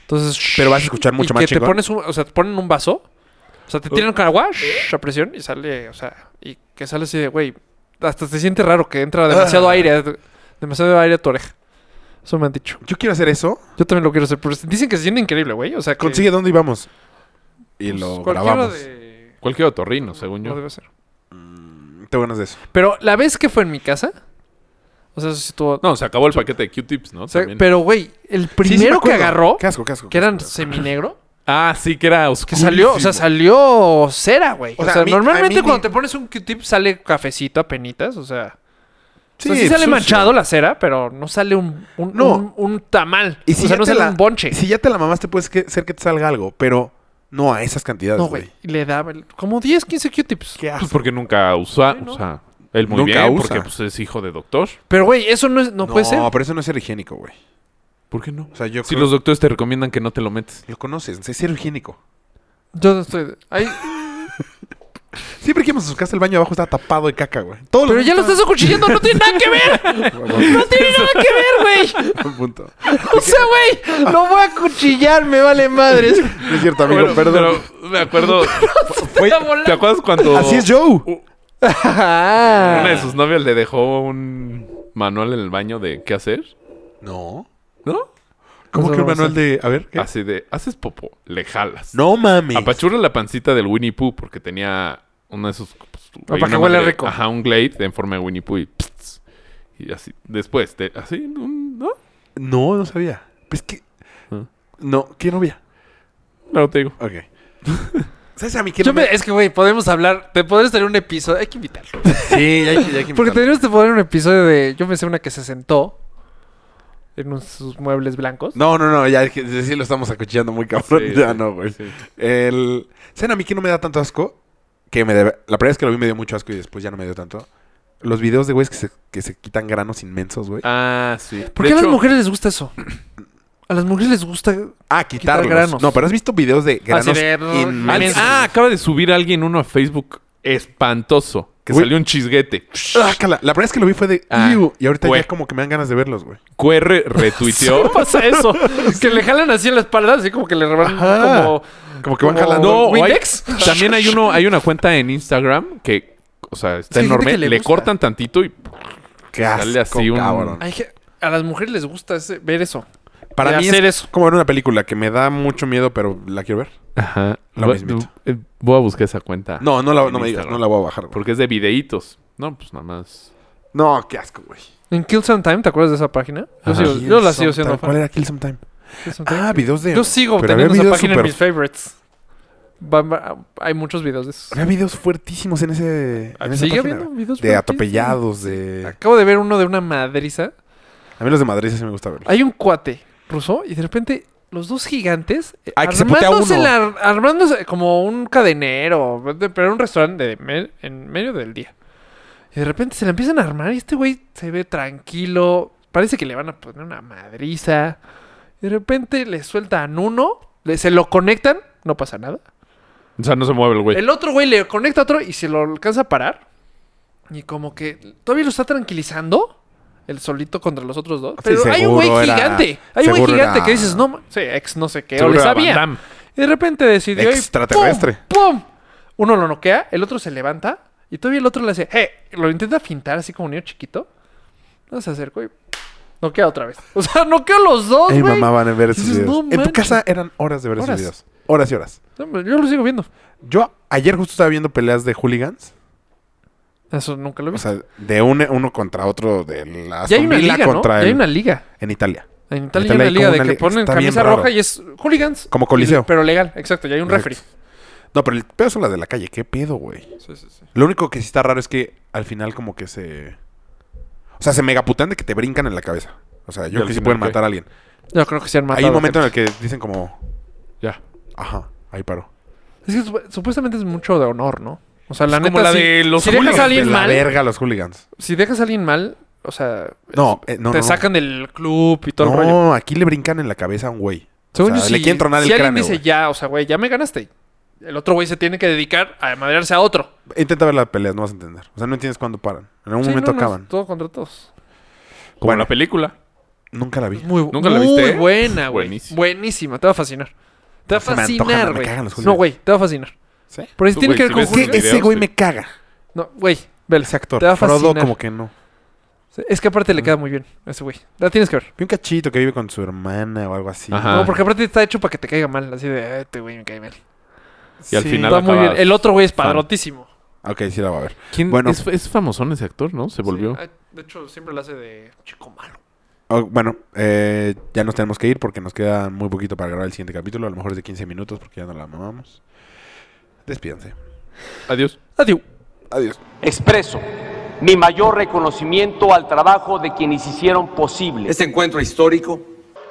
[SPEAKER 1] Entonces,
[SPEAKER 4] Pero vas a
[SPEAKER 1] shh,
[SPEAKER 4] escuchar
[SPEAKER 1] y
[SPEAKER 4] mucho más
[SPEAKER 1] que te
[SPEAKER 4] chingón. Oh.
[SPEAKER 1] pones un, o sea, te ponen un vaso, o sea, te tienen con agua, shh, a presión y sale, o sea, y que sale así de, güey, hasta se siente raro que entra
[SPEAKER 4] Ah.
[SPEAKER 1] demasiado aire, eh, demasiado aire a tu oreja. Eso me han dicho.
[SPEAKER 4] Yo quiero hacer eso.
[SPEAKER 1] Yo también lo quiero hacer, pero dicen que se siente increíble, güey. O sea, que
[SPEAKER 4] Consigue dónde íbamos. Y
[SPEAKER 1] pues,
[SPEAKER 4] lo
[SPEAKER 1] cualquiera
[SPEAKER 4] grabamos.
[SPEAKER 1] de-
[SPEAKER 6] Cualquier otorrino, según
[SPEAKER 1] lo
[SPEAKER 6] yo.
[SPEAKER 1] debe hacer.
[SPEAKER 4] Te buenas de eso.
[SPEAKER 1] Pero la vez que fue en mi casa, o sea, eso sí estuvo-
[SPEAKER 6] No, se acabó el paquete de Q-tips, ¿no?
[SPEAKER 1] o sea,
[SPEAKER 6] También.
[SPEAKER 1] pero, güey, el
[SPEAKER 4] Sí, sí me
[SPEAKER 1] primero que
[SPEAKER 4] acuerdo.
[SPEAKER 1] agarró,
[SPEAKER 4] Qué asco, qué asco.
[SPEAKER 1] que eran seminegro.
[SPEAKER 6] Ah, sí, que era
[SPEAKER 1] Que
[SPEAKER 6] oscuro.
[SPEAKER 1] salió, o sea, salió cera, güey.
[SPEAKER 4] O
[SPEAKER 1] O,
[SPEAKER 4] sea,
[SPEAKER 1] sea,
[SPEAKER 4] a mí- a mí
[SPEAKER 1] normalmente
[SPEAKER 4] ni-
[SPEAKER 1] cuando te pones un Q-tip sale cafecito a penitas, o sea. Sí, sí
[SPEAKER 4] pues,
[SPEAKER 1] sale
[SPEAKER 4] sucio.
[SPEAKER 1] manchado la cera, pero no sale un, un,
[SPEAKER 4] No.
[SPEAKER 1] un, un tamal.
[SPEAKER 4] Y si
[SPEAKER 1] o sea,
[SPEAKER 4] ya
[SPEAKER 1] no
[SPEAKER 4] te
[SPEAKER 1] sale
[SPEAKER 4] la-
[SPEAKER 1] un bonche.
[SPEAKER 4] Si ya te la mamaste, puede que- ser que te salga algo, pero no a esas cantidades,
[SPEAKER 1] no,
[SPEAKER 4] güey.
[SPEAKER 1] güey. Y Le daba el- como 10, 15 Q-tips.
[SPEAKER 6] Pues porque nunca usa, o sea, él muy
[SPEAKER 4] Nunca
[SPEAKER 6] bien,
[SPEAKER 4] usa.
[SPEAKER 6] porque pues, es hijo de doctor.
[SPEAKER 1] Pero, güey, eso no, es, no, puede ser.
[SPEAKER 4] pero eso no es ser higiénico, güey.
[SPEAKER 6] ¿Por qué no?
[SPEAKER 4] O sea, yo
[SPEAKER 6] Si
[SPEAKER 4] creo-
[SPEAKER 6] los doctores te recomiendan que no te lo metes.
[SPEAKER 4] Lo conoces, es ser higiénico.
[SPEAKER 1] Yo no estoy. Ay,
[SPEAKER 4] Siempre que íbamos a su casa, el baño abajo estaba tapado de caca, güey. Todo
[SPEAKER 1] pero ya lo estás acuchillando, no tiene nada que ver. No tiene nada que ver, güey.
[SPEAKER 4] punto.
[SPEAKER 1] O sea, güey, no voy a acuchillar, me vale madres.
[SPEAKER 4] No es cierto, amigo,
[SPEAKER 6] Bueno,
[SPEAKER 4] perdón.
[SPEAKER 6] pero me acuerdo.
[SPEAKER 4] Fue-
[SPEAKER 1] Está volando.
[SPEAKER 6] ¿Te acuerdas cuando
[SPEAKER 4] Así es Joe.
[SPEAKER 1] Ah.
[SPEAKER 6] una de sus novias le dejó un manual en el baño de qué hacer?
[SPEAKER 4] No.
[SPEAKER 6] ¿No?
[SPEAKER 4] ¿Cómo
[SPEAKER 1] Eso
[SPEAKER 4] que un
[SPEAKER 1] vamos a
[SPEAKER 4] manual de. A ver, ¿qué?
[SPEAKER 1] Ah,
[SPEAKER 6] Así de, haces popó, le jalas.
[SPEAKER 4] No mames.
[SPEAKER 6] Apachurra la pancita del Winnie Pooh porque tenía uno de esos. pues,
[SPEAKER 1] para
[SPEAKER 6] una
[SPEAKER 1] que huela
[SPEAKER 6] madre-
[SPEAKER 1] rico.
[SPEAKER 6] Ajá, un glade en forma de Winnie Pooh y. pss, y así. Después, te- así, un- ¿no?
[SPEAKER 4] No, no sabía. Pues que.
[SPEAKER 6] Ah.
[SPEAKER 4] No, ¿qué novia?
[SPEAKER 6] No te digo.
[SPEAKER 4] Ok. ¿Sabes a mí qué
[SPEAKER 1] Yo
[SPEAKER 4] no
[SPEAKER 1] me- es que, güey, podemos hablar. Te podrías tener un episodio. Hay que invitarlo.
[SPEAKER 4] Sí, ya hay que, ya hay que
[SPEAKER 1] Porque
[SPEAKER 4] invitarlo.
[SPEAKER 1] tenemos que poner un episodio de. Yo me sé una que se sentó en un- sus muebles blancos.
[SPEAKER 4] No, no, no, ya es que sí lo estamos acuchillando muy cabrón.
[SPEAKER 6] Sí,
[SPEAKER 4] ya
[SPEAKER 6] sí,
[SPEAKER 4] no, güey.
[SPEAKER 6] sí.
[SPEAKER 4] El... ¿Saben a mí que no me da tanto asco? Que me debe- La primera vez que lo vi me dio mucho asco y después ya no me dio tanto. Los videos de güeyes que se, que se quitan granos inmensos, güey.
[SPEAKER 6] Ah, sí.
[SPEAKER 1] ¿Por
[SPEAKER 6] De
[SPEAKER 1] qué a
[SPEAKER 6] hecho-
[SPEAKER 1] las mujeres les gusta eso? A las mujeres les gusta.
[SPEAKER 4] Ah,
[SPEAKER 1] quitar
[SPEAKER 4] quitarlos.
[SPEAKER 1] granos.
[SPEAKER 4] No, pero has visto videos
[SPEAKER 6] Ah,
[SPEAKER 4] de granos
[SPEAKER 1] de-
[SPEAKER 6] Al-
[SPEAKER 4] inmensos.
[SPEAKER 6] Ah, acaba de subir alguien uno a Facebook espantoso. Que
[SPEAKER 4] Uy.
[SPEAKER 6] salió un chisguete.
[SPEAKER 4] Ah, cala. La primera vez que lo vi fue de...
[SPEAKER 6] Ah,
[SPEAKER 4] "Iu", y ahorita
[SPEAKER 6] güey.
[SPEAKER 4] ya como que me dan ganas de verlos, güey.
[SPEAKER 6] QR
[SPEAKER 1] ¿Qué
[SPEAKER 6] retuiteó.
[SPEAKER 1] pasa eso? Que le jalan así en la espalda, así como que le rebanan
[SPEAKER 4] Ajá.
[SPEAKER 1] como.
[SPEAKER 4] Como que van
[SPEAKER 1] Como-
[SPEAKER 4] jalando.
[SPEAKER 6] No, hay-
[SPEAKER 1] ¿Windex?
[SPEAKER 6] también hay uno, hay una cuenta en Instagram que, o sea, está
[SPEAKER 1] Sí, hay gente
[SPEAKER 6] enorme.
[SPEAKER 1] que le
[SPEAKER 6] Le,
[SPEAKER 1] gusta.
[SPEAKER 6] cortan tantito y
[SPEAKER 4] Qué asco,
[SPEAKER 6] Sale así un-
[SPEAKER 4] cabrón.
[SPEAKER 1] Hay ge- a las mujeres les gusta ese- ver eso.
[SPEAKER 4] Para
[SPEAKER 1] de
[SPEAKER 4] mí
[SPEAKER 1] hacer
[SPEAKER 4] es
[SPEAKER 1] eso.
[SPEAKER 4] como ver una película que me da mucho miedo, pero la quiero ver.
[SPEAKER 6] Ajá.
[SPEAKER 4] Lo
[SPEAKER 6] Voy-
[SPEAKER 4] mismito.
[SPEAKER 6] eh, Voy a buscar esa cuenta.
[SPEAKER 4] No, no, la,
[SPEAKER 6] en
[SPEAKER 4] no me digas,
[SPEAKER 6] Instagram.
[SPEAKER 4] no la voy a bajar. güey.
[SPEAKER 6] Porque es de videitos. No, pues nada más.
[SPEAKER 4] No, qué asco, güey.
[SPEAKER 1] En Kill Some Time, ¿te acuerdas de esa página? Yo,
[SPEAKER 4] Ah,
[SPEAKER 6] Ajá.
[SPEAKER 1] sigo- yo la sigo siendo
[SPEAKER 4] ¿Cuál
[SPEAKER 1] fan.
[SPEAKER 4] era Kill Some Time?
[SPEAKER 1] Kill Some Time.
[SPEAKER 4] Ah, videos de...
[SPEAKER 1] yo sigo
[SPEAKER 4] pero había
[SPEAKER 1] teniendo esa
[SPEAKER 4] videos
[SPEAKER 1] página en
[SPEAKER 4] súper-
[SPEAKER 1] mis favorites. Va- va- hay muchos videos de eso.
[SPEAKER 4] Había videos fuertísimos en ese... En esa
[SPEAKER 1] ¿Sigue
[SPEAKER 4] página,
[SPEAKER 1] habiendo
[SPEAKER 4] güey.
[SPEAKER 1] videos?
[SPEAKER 4] De
[SPEAKER 1] fuertes?
[SPEAKER 4] atropellados, de...
[SPEAKER 1] Acabo de ver uno de una madriza.
[SPEAKER 4] A mí los de Madrid sí me gusta verlos.
[SPEAKER 1] Hay un cuate ruso y de repente los dos gigantes eh,
[SPEAKER 4] Ah, que se putea
[SPEAKER 1] armándose,
[SPEAKER 4] uno.
[SPEAKER 1] la- armándose como un cadenero, de- pero un restaurante de me- en medio del día. Y de repente se la empiezan a armar y este güey se ve tranquilo, parece que le van a poner una madriza. Y de repente le sueltan uno, le- se lo conectan, no pasa nada.
[SPEAKER 6] O sea, no se mueve el güey.
[SPEAKER 1] El otro güey le conecta a otro y se lo alcanza a parar. Y como que todavía lo está tranquilizando. El solito contra los otros dos.
[SPEAKER 4] Sí,
[SPEAKER 1] Pero hay un
[SPEAKER 4] seguro
[SPEAKER 1] güey
[SPEAKER 4] era-
[SPEAKER 1] gigante. Hay un güey
[SPEAKER 4] seguro
[SPEAKER 1] gigante
[SPEAKER 4] era-
[SPEAKER 1] que dices, no, ma- sí, ex no sé qué. O
[SPEAKER 6] Seguro
[SPEAKER 1] le
[SPEAKER 6] era Van
[SPEAKER 1] sabía.
[SPEAKER 6] Damme.
[SPEAKER 1] Y de repente decidió. y
[SPEAKER 4] Extraterrestre.
[SPEAKER 1] ¡Pum! ¡Pum! Uno lo noquea, el otro se levanta. Y todavía el otro le hace, ¡eh! Lo intenta fintar así como un niño chiquito. No se acercó y. Noquea otra vez. O sea, noquea a los dos,
[SPEAKER 4] Ey,
[SPEAKER 1] güey.
[SPEAKER 4] mamá, van a ver esos
[SPEAKER 1] Dices,
[SPEAKER 4] videos.
[SPEAKER 1] "No
[SPEAKER 4] en tu
[SPEAKER 1] manches".
[SPEAKER 4] casa eran horas de ver
[SPEAKER 1] Horas.
[SPEAKER 4] esos videos. Horas y horas.
[SPEAKER 1] No, hombre, Yo lo sigo viendo.
[SPEAKER 4] Yo ayer justo estaba viendo peleas de hooligans.
[SPEAKER 1] Eso nunca lo he
[SPEAKER 4] O
[SPEAKER 1] visto.
[SPEAKER 4] sea, de un- uno contra otro de la
[SPEAKER 1] ya hay una liga, ¿no? Ya
[SPEAKER 4] contra
[SPEAKER 1] hay
[SPEAKER 4] el-
[SPEAKER 1] una liga.
[SPEAKER 4] en Italia.
[SPEAKER 1] En Italia hay
[SPEAKER 4] Italia
[SPEAKER 1] una
[SPEAKER 4] hay
[SPEAKER 1] liga
[SPEAKER 4] como
[SPEAKER 1] de
[SPEAKER 4] una
[SPEAKER 1] que
[SPEAKER 4] liga-
[SPEAKER 1] ponen
[SPEAKER 4] está bien
[SPEAKER 1] camisa
[SPEAKER 4] raro.
[SPEAKER 1] roja y es hooligans.
[SPEAKER 4] Como coliseo.
[SPEAKER 1] Y- Pero legal, exacto. Ya hay un referee.
[SPEAKER 4] No, pero el pedo son las de la calle. ¿Qué pedo, güey? Lo único que sí está raro es que al final como que se... O sea, se megaputan de que te brincan en la cabeza. O sea, yo
[SPEAKER 6] Y
[SPEAKER 4] creo
[SPEAKER 6] al
[SPEAKER 4] que sí
[SPEAKER 6] final,
[SPEAKER 4] pueden
[SPEAKER 6] ¿qué?
[SPEAKER 4] matar a alguien.
[SPEAKER 1] Yo creo que se han matado.
[SPEAKER 4] Hay un momento en el que dicen como...
[SPEAKER 6] Ya.
[SPEAKER 4] Ajá, ahí paró.
[SPEAKER 1] Es que sup- supuestamente es mucho de honor, ¿no? O sea, la
[SPEAKER 6] como
[SPEAKER 1] neta,
[SPEAKER 6] la
[SPEAKER 1] si-
[SPEAKER 6] de los
[SPEAKER 1] si dejas a alguien
[SPEAKER 4] de la
[SPEAKER 1] mal,
[SPEAKER 4] verga los hooligans.
[SPEAKER 1] si dejas a alguien mal, o sea,
[SPEAKER 4] No, eh, no,
[SPEAKER 1] te
[SPEAKER 4] no, no.
[SPEAKER 1] sacan del club y todo el
[SPEAKER 4] no,
[SPEAKER 1] rollo.
[SPEAKER 4] aquí le brincan en la cabeza a un güey.
[SPEAKER 1] Según
[SPEAKER 4] o sea,
[SPEAKER 1] yo,
[SPEAKER 4] le
[SPEAKER 1] si-
[SPEAKER 4] quieren tronar
[SPEAKER 1] si
[SPEAKER 4] el
[SPEAKER 1] alguien
[SPEAKER 4] cráneo,
[SPEAKER 1] dice
[SPEAKER 4] güey.
[SPEAKER 1] ya, o sea, güey, ya me ganaste. El otro güey se tiene que dedicar a madrearse a otro.
[SPEAKER 4] Intenta ver las peleas, no vas a entender. O sea, no entiendes cuándo paran. En algún
[SPEAKER 1] Sí,
[SPEAKER 4] momento
[SPEAKER 1] no, no, es
[SPEAKER 4] acaban.
[SPEAKER 1] todo contra todos.
[SPEAKER 6] Como
[SPEAKER 4] Bueno.
[SPEAKER 6] la película.
[SPEAKER 4] Nunca la vi.
[SPEAKER 1] Muy, bu-
[SPEAKER 6] ¿Nunca la viste? eh?
[SPEAKER 1] muy buena, güey.
[SPEAKER 6] Buenísima.
[SPEAKER 1] Buenísima, te va a fascinar. Te va a
[SPEAKER 4] se me antojan,
[SPEAKER 1] fascinar,
[SPEAKER 4] me
[SPEAKER 1] güey.
[SPEAKER 4] cagan los
[SPEAKER 1] No,
[SPEAKER 4] hooligans.
[SPEAKER 1] güey, te va a fascinar.
[SPEAKER 4] ¿Sí?
[SPEAKER 1] Porque
[SPEAKER 6] Tú,
[SPEAKER 1] tiene
[SPEAKER 6] güey,
[SPEAKER 1] que ver
[SPEAKER 6] si
[SPEAKER 1] con
[SPEAKER 6] ves
[SPEAKER 1] Hulk.
[SPEAKER 6] videos,
[SPEAKER 4] ese güey
[SPEAKER 6] sí.
[SPEAKER 4] me caga.
[SPEAKER 1] No, güey, velo.
[SPEAKER 4] Ese actor.
[SPEAKER 1] Te va a
[SPEAKER 4] Frodo
[SPEAKER 1] fascinar.
[SPEAKER 4] como que no.
[SPEAKER 1] Es que aparte le queda muy bien a ese güey. La tienes que ver.
[SPEAKER 4] Vi un cachito que vive con su hermana o algo así.
[SPEAKER 6] Ajá.
[SPEAKER 1] No, porque aparte está hecho para que te caiga mal. Así de, "Ay, este güey me cae mal.
[SPEAKER 6] Y al
[SPEAKER 4] Sí.
[SPEAKER 6] final
[SPEAKER 1] Está muy bien.
[SPEAKER 6] acabas-
[SPEAKER 1] El otro güey es padrotísimo.
[SPEAKER 4] Ok, sí la va a ver.
[SPEAKER 6] ¿Quién-
[SPEAKER 4] Bueno.
[SPEAKER 6] es, es famosón ese actor, ¿no? Se volvió.
[SPEAKER 1] Sí, ah, De hecho, siempre lo hace de chico malo.
[SPEAKER 4] Oh, bueno, eh, ya nos tenemos que ir porque nos queda muy poquito para grabar el siguiente capítulo. A lo mejor es de 15 minutos porque ya no la mamamos. Despídanse.
[SPEAKER 6] Adiós.
[SPEAKER 1] Adiós.
[SPEAKER 4] Adiós.
[SPEAKER 7] Expreso mi mayor reconocimiento al trabajo de quienes hicieron posible
[SPEAKER 8] Este encuentro histórico,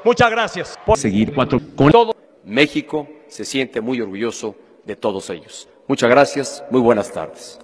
[SPEAKER 2] Muchas gracias.
[SPEAKER 8] seguir cuatro con todo. México se siente muy orgulloso de todos ellos. Muchas gracias, muy buenas tardes.